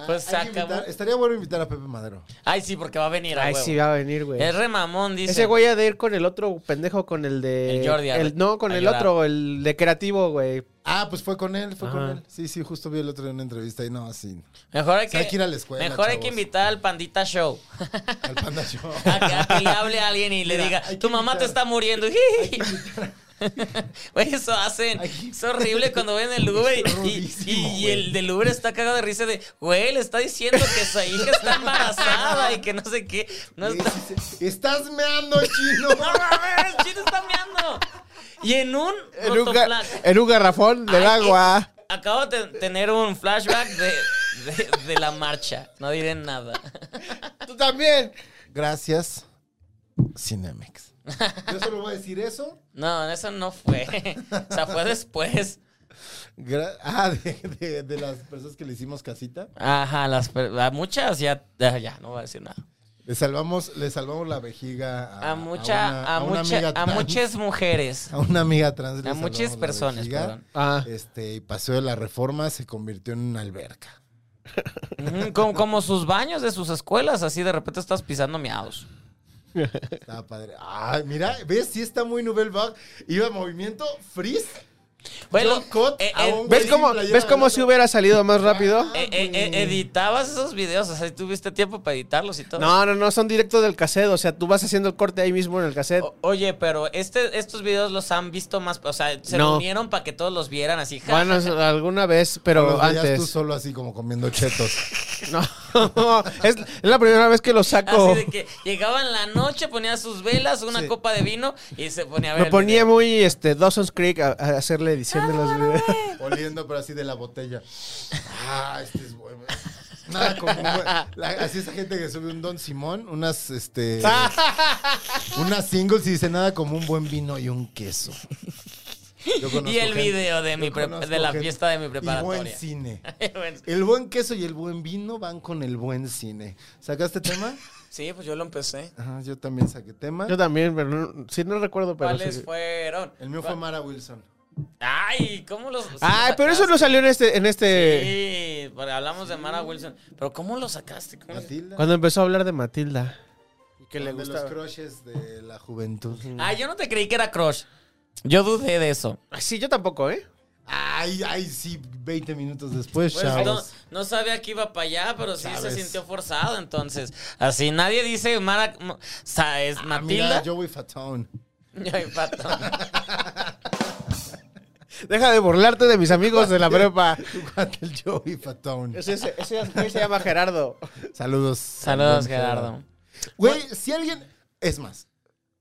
[SPEAKER 2] Ah,
[SPEAKER 1] Pues
[SPEAKER 2] hay que
[SPEAKER 1] se acabó.
[SPEAKER 2] invitar- estaría bueno invitar a Pepe Madero.
[SPEAKER 1] Ay, sí, porque va a venir. a
[SPEAKER 3] Ay,
[SPEAKER 1] huevo.
[SPEAKER 3] sí va a venir, güey.
[SPEAKER 1] Es remamón, dice.
[SPEAKER 3] Ese güey ha de ir con el otro pendejo, con el de...
[SPEAKER 1] El Jordi, a-
[SPEAKER 3] el- no, con
[SPEAKER 1] a
[SPEAKER 3] el
[SPEAKER 1] llorar.
[SPEAKER 3] otro, el de creativo, güey.
[SPEAKER 2] Ah, pues fue con él, fue con
[SPEAKER 3] Ajá.
[SPEAKER 2] él. Sí, sí, justo vi el otro en una entrevista y no, así.
[SPEAKER 1] Mejor hay que,
[SPEAKER 2] Hay que ir a la escuela,
[SPEAKER 1] mejor hay
[SPEAKER 2] chavos.
[SPEAKER 1] que invitar al Pandita Show. (laughs)
[SPEAKER 2] Al Panda Show.
[SPEAKER 1] A que, a que le hable a alguien y le
[SPEAKER 2] Mira, hay
[SPEAKER 1] diga,
[SPEAKER 2] que
[SPEAKER 1] tu mamá te
[SPEAKER 2] invitar-
[SPEAKER 1] está muriendo. (laughs) Güey, eso hacen.
[SPEAKER 2] Hay que-
[SPEAKER 1] Es horrible cuando ven el Uber
[SPEAKER 2] Es
[SPEAKER 1] y, y-
[SPEAKER 2] horrorísimo,
[SPEAKER 1] y
[SPEAKER 2] güey.
[SPEAKER 1] el del Uber está cagado de risa de, güey, le está diciendo que su hija está embarazada y que no sé qué. No está...
[SPEAKER 2] (laughs) Sí, sí, sí. Estás meando,
[SPEAKER 1] (laughs)
[SPEAKER 2] chino.
[SPEAKER 1] ¡No mames! ¡Chino está meando! Y en un
[SPEAKER 3] En un, ga-
[SPEAKER 1] rotoplas-
[SPEAKER 3] en un garrafón del
[SPEAKER 1] Ay,
[SPEAKER 3] agua.
[SPEAKER 1] eh, Acabo de tener un flashback de, de- de la marcha. No diré nada. (laughs)
[SPEAKER 3] Tú también.
[SPEAKER 2] Gracias, Cinemex. Yo solo voy a decir eso.
[SPEAKER 1] No, eso no fue. O sea, fue después.
[SPEAKER 2] Gra- (laughs) ah, de, de- de las personas que le hicimos casita.
[SPEAKER 1] Ajá, las, per- a muchas ya, ya, ya, no voy a decir nada.
[SPEAKER 2] Le salvamos, le salvamos la vejiga Ah, a,
[SPEAKER 1] A mucha,
[SPEAKER 2] una-
[SPEAKER 1] a,
[SPEAKER 2] una
[SPEAKER 1] mucha-
[SPEAKER 2] amiga
[SPEAKER 1] a
[SPEAKER 2] trans.
[SPEAKER 1] muchas mujeres.
[SPEAKER 2] (laughs) A una amiga trans. le
[SPEAKER 1] A muchas
[SPEAKER 2] salvamos la
[SPEAKER 1] personas,
[SPEAKER 2] vejiga.
[SPEAKER 1] perdón.
[SPEAKER 3] Ah,
[SPEAKER 2] Este, y paseo de la reforma se convirtió en una alberca.
[SPEAKER 1] Ujú, como, como sus baños de sus escuelas, así de repente estás pisando miados.
[SPEAKER 2] Estaba padre. Ay, mira, ¿ves? Sí está muy Nouvelle Vague. Iba movimiento freeze.
[SPEAKER 1] Bueno,
[SPEAKER 2] John Cott
[SPEAKER 1] eh,
[SPEAKER 2] a
[SPEAKER 1] eh,
[SPEAKER 2] un
[SPEAKER 3] ¿Ves
[SPEAKER 2] güey
[SPEAKER 3] cómo,
[SPEAKER 2] sin playera
[SPEAKER 3] ¿ves cómo
[SPEAKER 2] bailando?
[SPEAKER 3] si hubiera salido más rápido?
[SPEAKER 1] eh, eh, eh, editabas esos videos, o sea, tuviste tiempo para editarlos y todo.
[SPEAKER 3] No, no, no, son directos del cassette. O sea, tú vas haciendo el corte ahí mismo en el cassette.
[SPEAKER 1] O- oye, pero este, estos videos los han visto más, o sea, se
[SPEAKER 3] No.
[SPEAKER 1] reunieron para que todos los vieran así. ja,
[SPEAKER 3] Bueno,
[SPEAKER 1] ja, ja.
[SPEAKER 3] alguna vez,
[SPEAKER 2] Pero
[SPEAKER 3] pero
[SPEAKER 2] los veías tú
[SPEAKER 3] antes.
[SPEAKER 2] solo así como comiendo chetos.
[SPEAKER 3] No, (laughs) es, es la primera vez que lo saco.
[SPEAKER 1] Así de que llegaba en la noche, ponía sus velas, una
[SPEAKER 3] Sí.
[SPEAKER 1] copa de vino y se ponía a ver. Ah,
[SPEAKER 3] Me
[SPEAKER 1] el
[SPEAKER 3] ponía
[SPEAKER 1] video.
[SPEAKER 3] muy este, Dawson's Creek a, a hacer la edición de los videos.
[SPEAKER 2] oliendo, pero así de la botella. Ah, este es bueno. Nada como un buen- la- así esa gente que sube un Don Simón, unas este unas singles y dice nada como un buen vino y un queso. Yo conozco
[SPEAKER 1] Y el
[SPEAKER 2] gente-
[SPEAKER 1] video de,
[SPEAKER 2] yo
[SPEAKER 1] mi pre-
[SPEAKER 2] conozco
[SPEAKER 1] de la
[SPEAKER 2] gente-
[SPEAKER 1] fiesta de mi
[SPEAKER 2] Y buen
[SPEAKER 1] (laughs) preparatoria.
[SPEAKER 2] cine.
[SPEAKER 1] Bueno,
[SPEAKER 2] El buen queso y el buen vino van con el buen cine. ¿Sacaste tema?
[SPEAKER 1] sí, pues yo lo empecé.
[SPEAKER 2] Ajá, yo también saqué tema.
[SPEAKER 3] Yo también, pero no- sí, no recuerdo. Pero
[SPEAKER 1] ¿Cuáles
[SPEAKER 3] sí.
[SPEAKER 1] fueron?
[SPEAKER 2] El mío fue Mara Wilson.
[SPEAKER 1] Ay, ¿cómo los.?
[SPEAKER 3] Ay, pero eso
[SPEAKER 1] sacaste?
[SPEAKER 3] no salió en este. En este
[SPEAKER 1] Sí, porque hablamos de Mara Wilson. Pero ¿cómo lo sacaste? ¿Cómo lo-
[SPEAKER 2] Matilda.
[SPEAKER 3] Cuando empezó a hablar de Matilda.
[SPEAKER 2] que le gusta. los crushes de la juventud.
[SPEAKER 1] Ah, yo no te creí que era crush. Yo dudé de eso.
[SPEAKER 3] Ah, Sí, yo tampoco, ¿eh?
[SPEAKER 2] Ay, ay, sí, 20 minutos después,
[SPEAKER 1] Pues, no,
[SPEAKER 2] chavos.
[SPEAKER 1] no sabía que iba para allá, pero sí
[SPEAKER 2] Sabes.
[SPEAKER 1] se sintió forzado. Entonces, así nadie dice Mara. M- o sea, es
[SPEAKER 2] Ah,
[SPEAKER 1] Matilda.
[SPEAKER 2] Mira, Joey Fatone.
[SPEAKER 1] (laughs)
[SPEAKER 2] (laughs)
[SPEAKER 1] Ay, pato.
[SPEAKER 3] Deja de burlarte de mis amigos
[SPEAKER 2] (laughs)
[SPEAKER 3] de la prepa.
[SPEAKER 2] Tu cuate, el Joey Fatone.
[SPEAKER 3] Ese, ese, ese güey se llama Gerardo.
[SPEAKER 2] Saludos.
[SPEAKER 1] Saludos, Gerardo.
[SPEAKER 2] Güey, si alguien. Es más,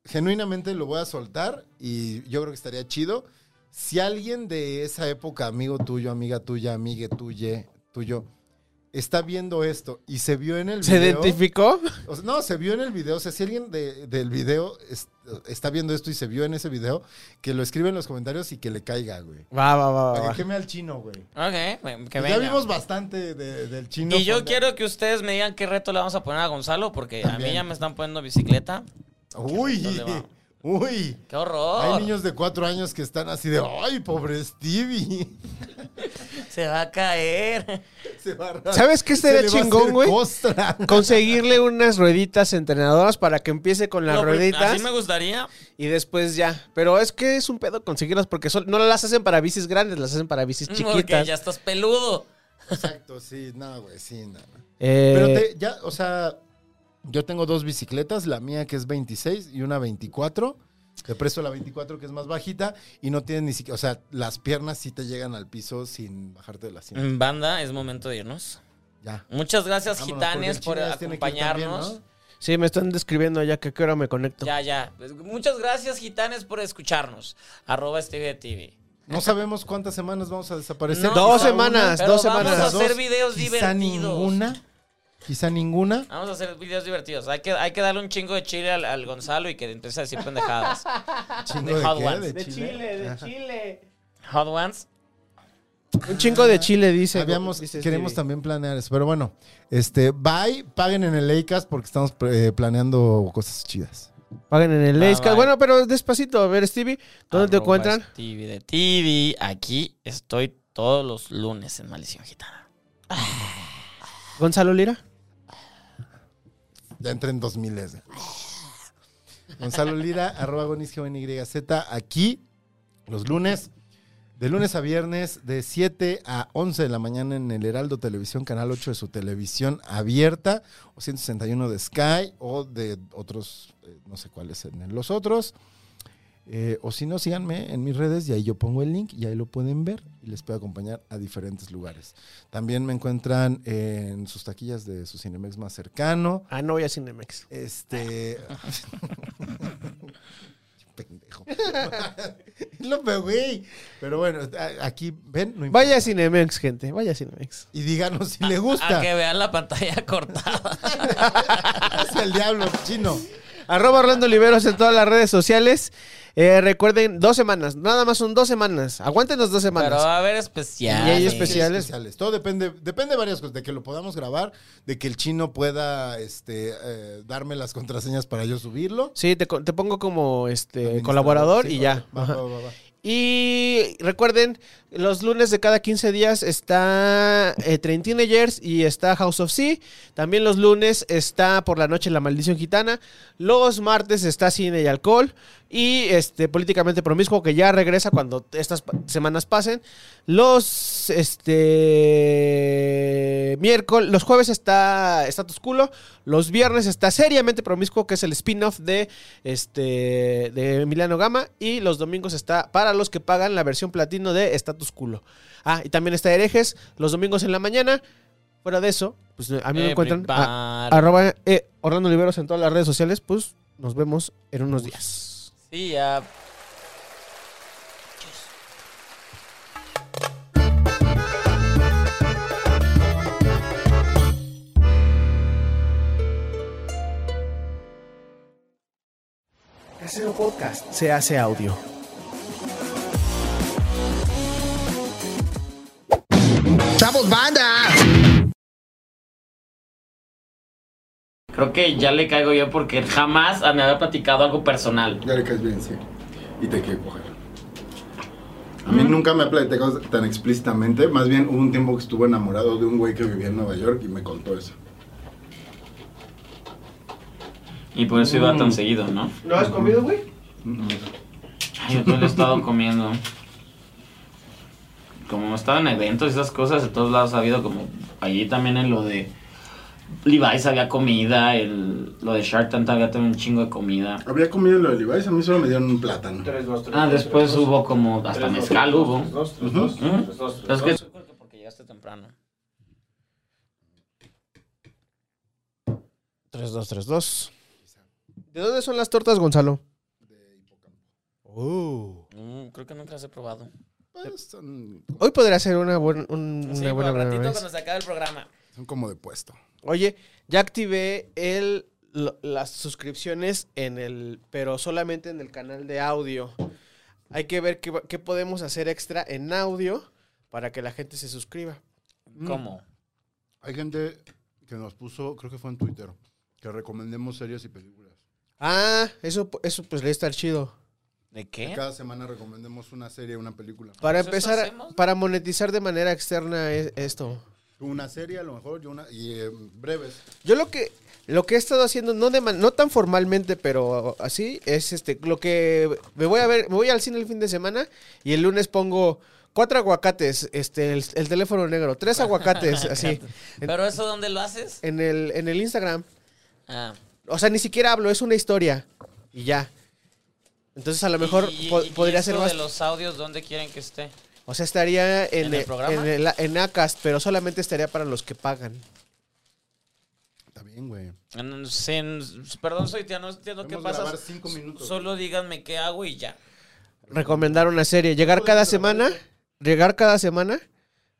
[SPEAKER 2] genuinamente lo voy a soltar y yo creo que estaría chido. Si alguien de esa época, amigo tuyo, amiga tuya, amigue tuye, tuyo, está viendo esto y se vio en el
[SPEAKER 3] ¿Se
[SPEAKER 2] video.
[SPEAKER 3] identificó?
[SPEAKER 2] O sea, no, se vio en el video. O sea, si alguien de- del video es- está viendo esto y se vio en ese video, que lo escribe en los comentarios y que le caiga, güey.
[SPEAKER 3] Va, va, va, va,
[SPEAKER 2] Para
[SPEAKER 3] Ah, va.
[SPEAKER 2] que queme al chino, güey.
[SPEAKER 1] Ok, bueno, que
[SPEAKER 2] Pues
[SPEAKER 1] venga.
[SPEAKER 2] ya vimos bastante de- del chino.
[SPEAKER 1] y yo
[SPEAKER 2] Fonda-
[SPEAKER 1] quiero que ustedes me digan qué reto le vamos a poner a Gonzalo, porque a
[SPEAKER 2] También.
[SPEAKER 1] mí ya me están poniendo bicicleta.
[SPEAKER 2] Uy,
[SPEAKER 1] ¿Dónde va?
[SPEAKER 2] uy.
[SPEAKER 1] ¡Qué horror!
[SPEAKER 2] Hay niños de cuatro años que están así de, ay, pobre Stevie. (laughs)
[SPEAKER 1] Se va a caer.
[SPEAKER 2] Se va a arran-
[SPEAKER 3] ¿Sabes qué
[SPEAKER 2] se
[SPEAKER 3] estaría
[SPEAKER 2] le va a
[SPEAKER 3] chingón,
[SPEAKER 2] hacer
[SPEAKER 3] güey?
[SPEAKER 2] costra. (laughs)
[SPEAKER 3] Conseguirle unas rueditas entrenadoras para que empiece con las
[SPEAKER 1] Lo prim-
[SPEAKER 3] rueditas
[SPEAKER 1] Así me gustaría.
[SPEAKER 3] y después ya. Pero es que es un pedo conseguirlas porque son- no las hacen para bicis grandes, las hacen para bicis
[SPEAKER 1] Porque
[SPEAKER 3] chiquitas.
[SPEAKER 1] ya estás peludo.
[SPEAKER 2] Exacto, sí, no, güey, sí, no.
[SPEAKER 3] Eh,
[SPEAKER 2] Pero te- ya, o sea, yo tengo dos bicicletas, la mía que es 26 y una 24. Te presto la 24 que es más bajita y no tiene ni siquiera, o sea, las piernas sí te llegan al piso sin bajarte de la cinta.
[SPEAKER 1] Mm, Banda, es momento de irnos.
[SPEAKER 2] Ya.
[SPEAKER 1] Muchas gracias,
[SPEAKER 2] Vámonos,
[SPEAKER 1] Mm. gitanes, por
[SPEAKER 2] porque el Chinas tiene que ir también,
[SPEAKER 1] acompañarnos.
[SPEAKER 2] ¿no?
[SPEAKER 3] Sí, me están describiendo ya que a qué hora me conecto.
[SPEAKER 1] Ya, ya. Pues, Muchas gracias, gitanes, por escucharnos. Arroba Stevie TV.
[SPEAKER 2] No sabemos cuántas semanas vamos a desaparecer.
[SPEAKER 1] No,
[SPEAKER 3] Pues, dos
[SPEAKER 2] Quizá
[SPEAKER 3] semanas,
[SPEAKER 1] pero
[SPEAKER 3] dos
[SPEAKER 1] vamos
[SPEAKER 2] una,
[SPEAKER 1] Vamos a
[SPEAKER 3] semanas.
[SPEAKER 2] quizá
[SPEAKER 1] hacer
[SPEAKER 2] dos,
[SPEAKER 1] videos
[SPEAKER 2] quizá
[SPEAKER 1] divertidos.
[SPEAKER 2] ninguna. Quizá ninguna.
[SPEAKER 1] Vamos a hacer videos divertidos. Hay que, hay que darle un chingo de chile al, al Gonzalo y que empiece a decir
[SPEAKER 2] (laughs)
[SPEAKER 1] pendejadas.
[SPEAKER 2] Chingo
[SPEAKER 1] Ah, de Hot
[SPEAKER 2] qué?
[SPEAKER 1] Ones.
[SPEAKER 2] ¿De Chile.
[SPEAKER 1] Hot Ones.
[SPEAKER 3] Un chingo de chile, dice.
[SPEAKER 2] Habíamos-
[SPEAKER 3] dice
[SPEAKER 2] queremos
[SPEAKER 3] Stevie.
[SPEAKER 2] también planear eso. Pero bueno, este, bye. Paguen en el ACAS porque estamos eh, planeando cosas chidas.
[SPEAKER 3] Paguen en el
[SPEAKER 2] Ah,
[SPEAKER 1] Bye,
[SPEAKER 3] Layscast.
[SPEAKER 1] bye.
[SPEAKER 3] Bueno, pero despacito. A ver, Stevie, ¿dónde te
[SPEAKER 1] Arroba
[SPEAKER 3] encuentran?
[SPEAKER 1] Stevie de TV. Aquí estoy todos los lunes en Maldición Gitana.
[SPEAKER 3] Gonzalo Lira.
[SPEAKER 2] Ya entré en 2000. ese. Gonzalo Lira, (laughs) arroba gonis, G-O-N-Y-Z, aquí los lunes, de lunes a viernes, de 7 a 11 de la mañana en el Heraldo Televisión, canal 8 de su televisión abierta, o 161 de Sky, o de otros, eh, no sé cuáles, en los otros. Eh, o si no, síganme en mis redes y ahí yo pongo el link y ahí lo pueden ver y les puedo acompañar a diferentes lugares. También me encuentran en sus taquillas de su Cinemex más cercano.
[SPEAKER 3] Ah, no voy a Cinemex. (laughs)
[SPEAKER 2] Este. Pendejo. (laughs) Lo peor, güey. Pero bueno, a- aquí ven, no importa.
[SPEAKER 3] Vaya Ah, a Cinemex, gente. Vaya a Cinemex.
[SPEAKER 2] Y díganos si le
[SPEAKER 1] A
[SPEAKER 2] (laughs) gusta.
[SPEAKER 1] (laughs) que vean la pantalla cortada.
[SPEAKER 2] Es el diablo chino.
[SPEAKER 3] Arroba Orlando Oliveros en todas las redes sociales. Eh, recuerden, dos semanas. Nada más son dos semanas. Aguántenos dos
[SPEAKER 1] Pero ah.
[SPEAKER 3] semanas.
[SPEAKER 1] va a haber especial.
[SPEAKER 3] Y hay
[SPEAKER 2] Sí,
[SPEAKER 3] especial. Ah, especiales.
[SPEAKER 2] Todo depende, depende de varias cosas, de que lo podamos grabar, de que el chino pueda este, eh, darme las contraseñas para yo subirlo.
[SPEAKER 3] Sí, te, co- te pongo como este
[SPEAKER 2] Administrador,
[SPEAKER 3] colaborador
[SPEAKER 2] sí,
[SPEAKER 3] y ya.
[SPEAKER 2] va,
[SPEAKER 3] Ajá.
[SPEAKER 2] va, va, va.
[SPEAKER 3] Y recuerden, los lunes de cada 15 días está eh, Train Teenagers y está House of Sea. También los lunes está por la noche La Maldición Gitana. Los martes está Cine y Alcohol. Y este Políticamente Promiscuo, que ya regresa cuando estas pa- semanas pasen. Los este miércoles, los jueves está Status Culo. Los viernes está Seriamente Promiscuo, que es el spin-off de este de Emiliano Gama y los domingos está para los que pagan la versión platino de Status Culo. Ah, y también está Herejes los domingos en la mañana. Fuera de eso, pues a
[SPEAKER 1] Eh,
[SPEAKER 3] mí me encuentran a-
[SPEAKER 1] Everybody.
[SPEAKER 3] arroba eh, Orlando Oliveros en todas las redes sociales, pues nos vemos en unos días.
[SPEAKER 1] Sí, ya.
[SPEAKER 6] Casero Podcast se hace audio.
[SPEAKER 1] Creo que ya le caigo yo porque jamás me había platicado algo personal.
[SPEAKER 2] Ya le caes bien, sí. Y te quiere coger. A mí nunca me ha platicado tan explícitamente. Más bien hubo un tiempo que estuve enamorado de un güey que vivía en Nueva York y me contó eso.
[SPEAKER 1] Y por eso iba
[SPEAKER 2] Mm.
[SPEAKER 1] tan seguido, ¿no?
[SPEAKER 3] ¿No has comido, güey?
[SPEAKER 1] Ay, yo todo lo he estado comiendo. Como he estado en eventos y esas cosas, de todos lados ha habido como... Allí también en lo de... Levi's había comida, el, lo de Shark Tank había también un chingo de comida.
[SPEAKER 2] Había comido en lo de Levi's, a mí solo me dieron un plátano.
[SPEAKER 1] Ah, después hubo como... Hasta mezcal hubo.
[SPEAKER 2] Ujú.
[SPEAKER 1] ¿Mm? Es que... Porque llegaste temprano.
[SPEAKER 3] 3232. ¿De dónde son las tortas, Gonzalo? Uh.
[SPEAKER 2] Oh.
[SPEAKER 1] Mm, creo que nunca las he probado.
[SPEAKER 2] Pues, son,
[SPEAKER 3] Hoy podría ser una, buen- un-
[SPEAKER 1] sí,
[SPEAKER 3] una buena
[SPEAKER 1] ratito
[SPEAKER 3] buena vez.
[SPEAKER 1] cuando se acabe el programa.
[SPEAKER 2] son como de pues. puesto.
[SPEAKER 3] Oye, ya activé el, lo- las suscripciones en el, pero solamente en el canal de audio. Hay que ver qué, va- qué podemos hacer extra en audio para que la gente se suscriba. Mm.
[SPEAKER 1] ¿Cómo?
[SPEAKER 2] Hay gente que nos puso, creo que fue en Twitter, que recomendemos series y películas.
[SPEAKER 3] Ah, eso, eso pues le está chido.
[SPEAKER 1] ¿De qué?
[SPEAKER 2] Cada semana recomendemos una serie, una película.
[SPEAKER 3] Para
[SPEAKER 1] Pues eso
[SPEAKER 3] empezar,
[SPEAKER 1] hacemos, ¿no?
[SPEAKER 3] para monetizar de manera externa es- esto.
[SPEAKER 2] Tú Una serie, a lo mejor, yo una, y eh, breves.
[SPEAKER 3] Yo lo que lo que he estado haciendo no de man- no tan formalmente, pero así es este lo que me voy a ver, me voy al cine el fin de semana y el lunes pongo cuatro aguacates, este el, el teléfono negro,
[SPEAKER 1] (laughs)
[SPEAKER 3] tres aguacates así
[SPEAKER 1] ¿Pero eso dónde lo haces?
[SPEAKER 3] en el en el Instagram.
[SPEAKER 1] Ah.
[SPEAKER 3] O sea, ni siquiera hablo, es una historia y ya. Entonces a lo mejor
[SPEAKER 1] ¿Y-
[SPEAKER 3] po-
[SPEAKER 1] y
[SPEAKER 3] podría
[SPEAKER 1] esto
[SPEAKER 3] ser más.
[SPEAKER 1] de los audios dónde quieren que esté?
[SPEAKER 3] O sea, estaría en
[SPEAKER 1] ¿En el
[SPEAKER 3] eh,
[SPEAKER 1] programa?
[SPEAKER 3] en el- en Acast, pero solamente estaría para los que pagan.
[SPEAKER 2] Está bien, güey.
[SPEAKER 1] En- sin- perdón, soy tía, no entiendo qué
[SPEAKER 2] Podemos
[SPEAKER 1] pasa.
[SPEAKER 2] grabar cinco minutos.
[SPEAKER 1] Solo díganme qué hago y ya.
[SPEAKER 3] recomendar una serie. Llegar cada semana, llegar cada semana,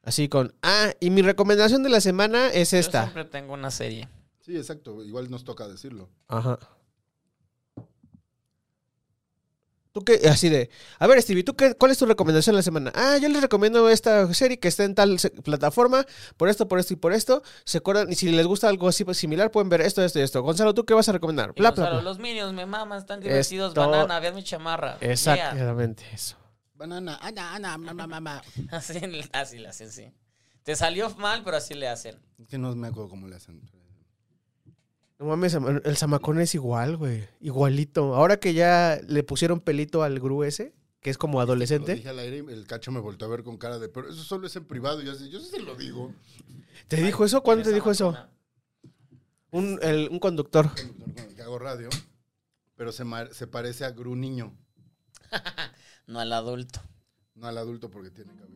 [SPEAKER 3] así con, ah, y mi recomendación de la semana es
[SPEAKER 1] Yo
[SPEAKER 3] esta.
[SPEAKER 1] siempre tengo una serie.
[SPEAKER 2] Sí, exacto. Igual nos toca decirlo.
[SPEAKER 3] Ajá. ¿Tú qué? Así de, a ver, Stevie, ¿tú qué, cuál es tu recomendación de la semana? Ah, yo les recomiendo esta serie que está en tal se- plataforma, por esto, por esto y por esto. Se acuerdan, y si les gusta algo así pues, similar, pueden ver esto, esto y esto. Gonzalo, ¿tú qué vas a recomendar?
[SPEAKER 1] Y
[SPEAKER 3] Bla, bla,
[SPEAKER 1] Gonzalo,
[SPEAKER 3] bla.
[SPEAKER 1] los Minions me maman, están divertidos.
[SPEAKER 3] Esto-
[SPEAKER 1] Banana, vean mi chamarra. Yeah.
[SPEAKER 3] Exactamente eso.
[SPEAKER 2] Banana, ana, ana, ma, ma, ma, ma.
[SPEAKER 1] Así, así le hacen, sí. Te salió mal, pero así le hacen.
[SPEAKER 2] Es que no me acuerdo cómo le hacen.
[SPEAKER 3] No mames, ama- el zamacón es igual, güey. Igualito. Ahora que ya le pusieron pelito al Gru ese, que es como
[SPEAKER 2] Lo
[SPEAKER 3] adolescente,
[SPEAKER 2] dije al aire y el cacho me volvió a ver con cara de, pero eso solo es en privado. Y Yo, así, yo sí se lo digo.
[SPEAKER 3] ¿te dijo eso? ¿Cuándo te
[SPEAKER 1] Esa
[SPEAKER 3] dijo eso?
[SPEAKER 1] vacuna.
[SPEAKER 3] Un, el- un conductor.
[SPEAKER 2] Con el que hago radio. Pero se, mar- se parece a Gru niño,
[SPEAKER 1] No al adulto.
[SPEAKER 2] no al adulto porque tiene cabello.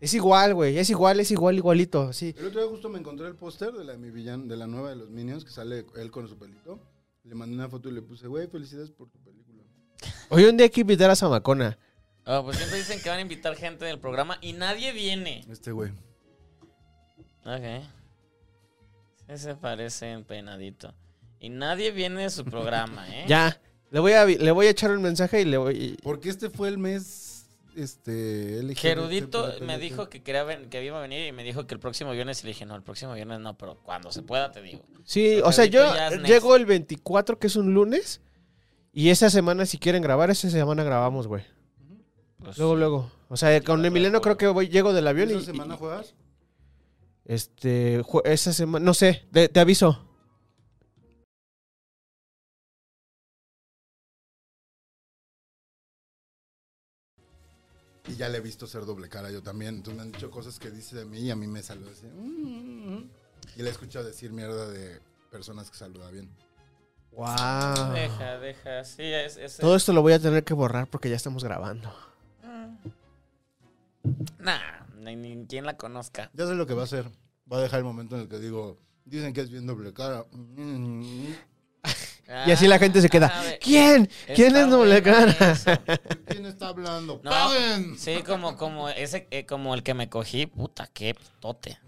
[SPEAKER 3] Es igual, güey. Es igual, es igual, igualito. Sí.
[SPEAKER 2] El otro día justo me encontré el póster de la de mi villano, de la nueva de los Minions, que sale él con su pelito. Le mandé una foto y le puse, güey, felicidades por tu película.
[SPEAKER 3] Hoy un día hay que invitar a Zamacona.
[SPEAKER 1] Ah, pues siempre dicen que van a invitar gente del programa y nadie viene.
[SPEAKER 2] Este güey.
[SPEAKER 1] Ok. Ese parece empenadito. Y nadie viene de su programa,
[SPEAKER 3] (laughs)
[SPEAKER 1] ¿eh?
[SPEAKER 3] Ya. Le voy, a, le voy a echar un mensaje y le voy.
[SPEAKER 7] Porque este fue el mes. Este. LGBT
[SPEAKER 1] Gerudito
[SPEAKER 7] para
[SPEAKER 1] me
[SPEAKER 7] LGBT.
[SPEAKER 1] dijo que quería ven- que iba a venir y me dijo que el próximo viernes y le dije, no, el próximo viernes no, pero cuando se pueda te digo.
[SPEAKER 3] Sí,
[SPEAKER 1] O
[SPEAKER 3] o sea,
[SPEAKER 1] sea,
[SPEAKER 3] yo
[SPEAKER 1] ahorita ya es next.
[SPEAKER 3] llego el 24, que es un lunes. Y esa semana, si quieren grabar, esa semana grabamos, güey.
[SPEAKER 1] Pues,
[SPEAKER 3] Luego, luego. O sea, con Emiliano creo que voy, llego del avión y.
[SPEAKER 7] ¿Esa semana
[SPEAKER 3] y-
[SPEAKER 7] juegas?
[SPEAKER 3] este, jue- esa semana. No sé, te- te aviso.
[SPEAKER 7] Y ya le he visto ser doble cara yo también. Entonces me han dicho cosas que dice de mí y a mí me saluda así. "Mm, mm, mm". Y le he escuchado decir mierda de personas que saluda bien.
[SPEAKER 3] Wow.
[SPEAKER 1] Deja, deja, sí, es, es-
[SPEAKER 3] Ah. Todo esto lo voy a tener que borrar porque ya estamos grabando.
[SPEAKER 1] Nah, ni, ni quien la conozca.
[SPEAKER 7] Ya sé lo que va a hacer. Va a dejar el momento en el que digo, dicen que es bien doble cara. Mm, mm, mm".
[SPEAKER 3] Y así la gente se queda.
[SPEAKER 1] Ah, ve,
[SPEAKER 3] ¿Quién? ¿Quién
[SPEAKER 1] está
[SPEAKER 3] es doble
[SPEAKER 1] bueno
[SPEAKER 3] cara?
[SPEAKER 1] eso.
[SPEAKER 7] ¿Quién está hablando?
[SPEAKER 1] No,
[SPEAKER 7] ¡Paguen!
[SPEAKER 1] sí, como, como ese, eh, como el que me cogí, puta, qué tote.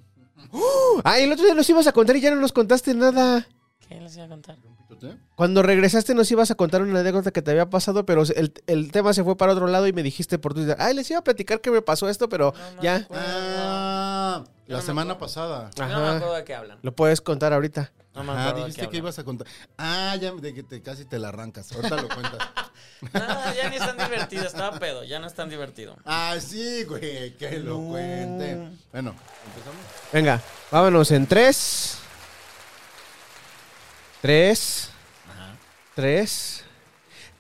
[SPEAKER 3] Ah, el otro día nos ibas a contar y ya no nos contaste nada.
[SPEAKER 1] ¿Qué les iba a contar?
[SPEAKER 7] Pitote.
[SPEAKER 3] Cuando regresaste nos ibas a contar una anécdota que te había pasado, pero el, el tema se fue para otro lado y me dijiste por Twitter, ay, les iba a platicar que me pasó esto, pero
[SPEAKER 1] No me
[SPEAKER 3] ya.
[SPEAKER 1] acuerdo.
[SPEAKER 7] Ah,
[SPEAKER 1] Yo no
[SPEAKER 7] la
[SPEAKER 1] me
[SPEAKER 7] semana
[SPEAKER 1] acuerdo.
[SPEAKER 7] pasada.
[SPEAKER 1] Yo No me acuerdo de qué hablan.
[SPEAKER 3] Lo puedes contar ahorita.
[SPEAKER 1] No me
[SPEAKER 7] Ah,
[SPEAKER 1] acuerdo de qué
[SPEAKER 7] dijiste que
[SPEAKER 1] hablan.
[SPEAKER 7] ibas a contar. Ah, ya de que te, casi te la arrancas. Ahorita lo cuentas. (laughs)
[SPEAKER 1] (laughs) No, ya ni es tan divertido, estaba pedo, ya no es tan divertido.
[SPEAKER 7] Ah, sí, güey, que lo cuente. Bueno, empezamos.
[SPEAKER 3] Venga, vámonos en tres. Tres.
[SPEAKER 1] Ajá.
[SPEAKER 3] Tres.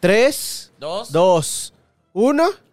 [SPEAKER 3] Tres.
[SPEAKER 1] Dos.
[SPEAKER 3] Dos. Uno.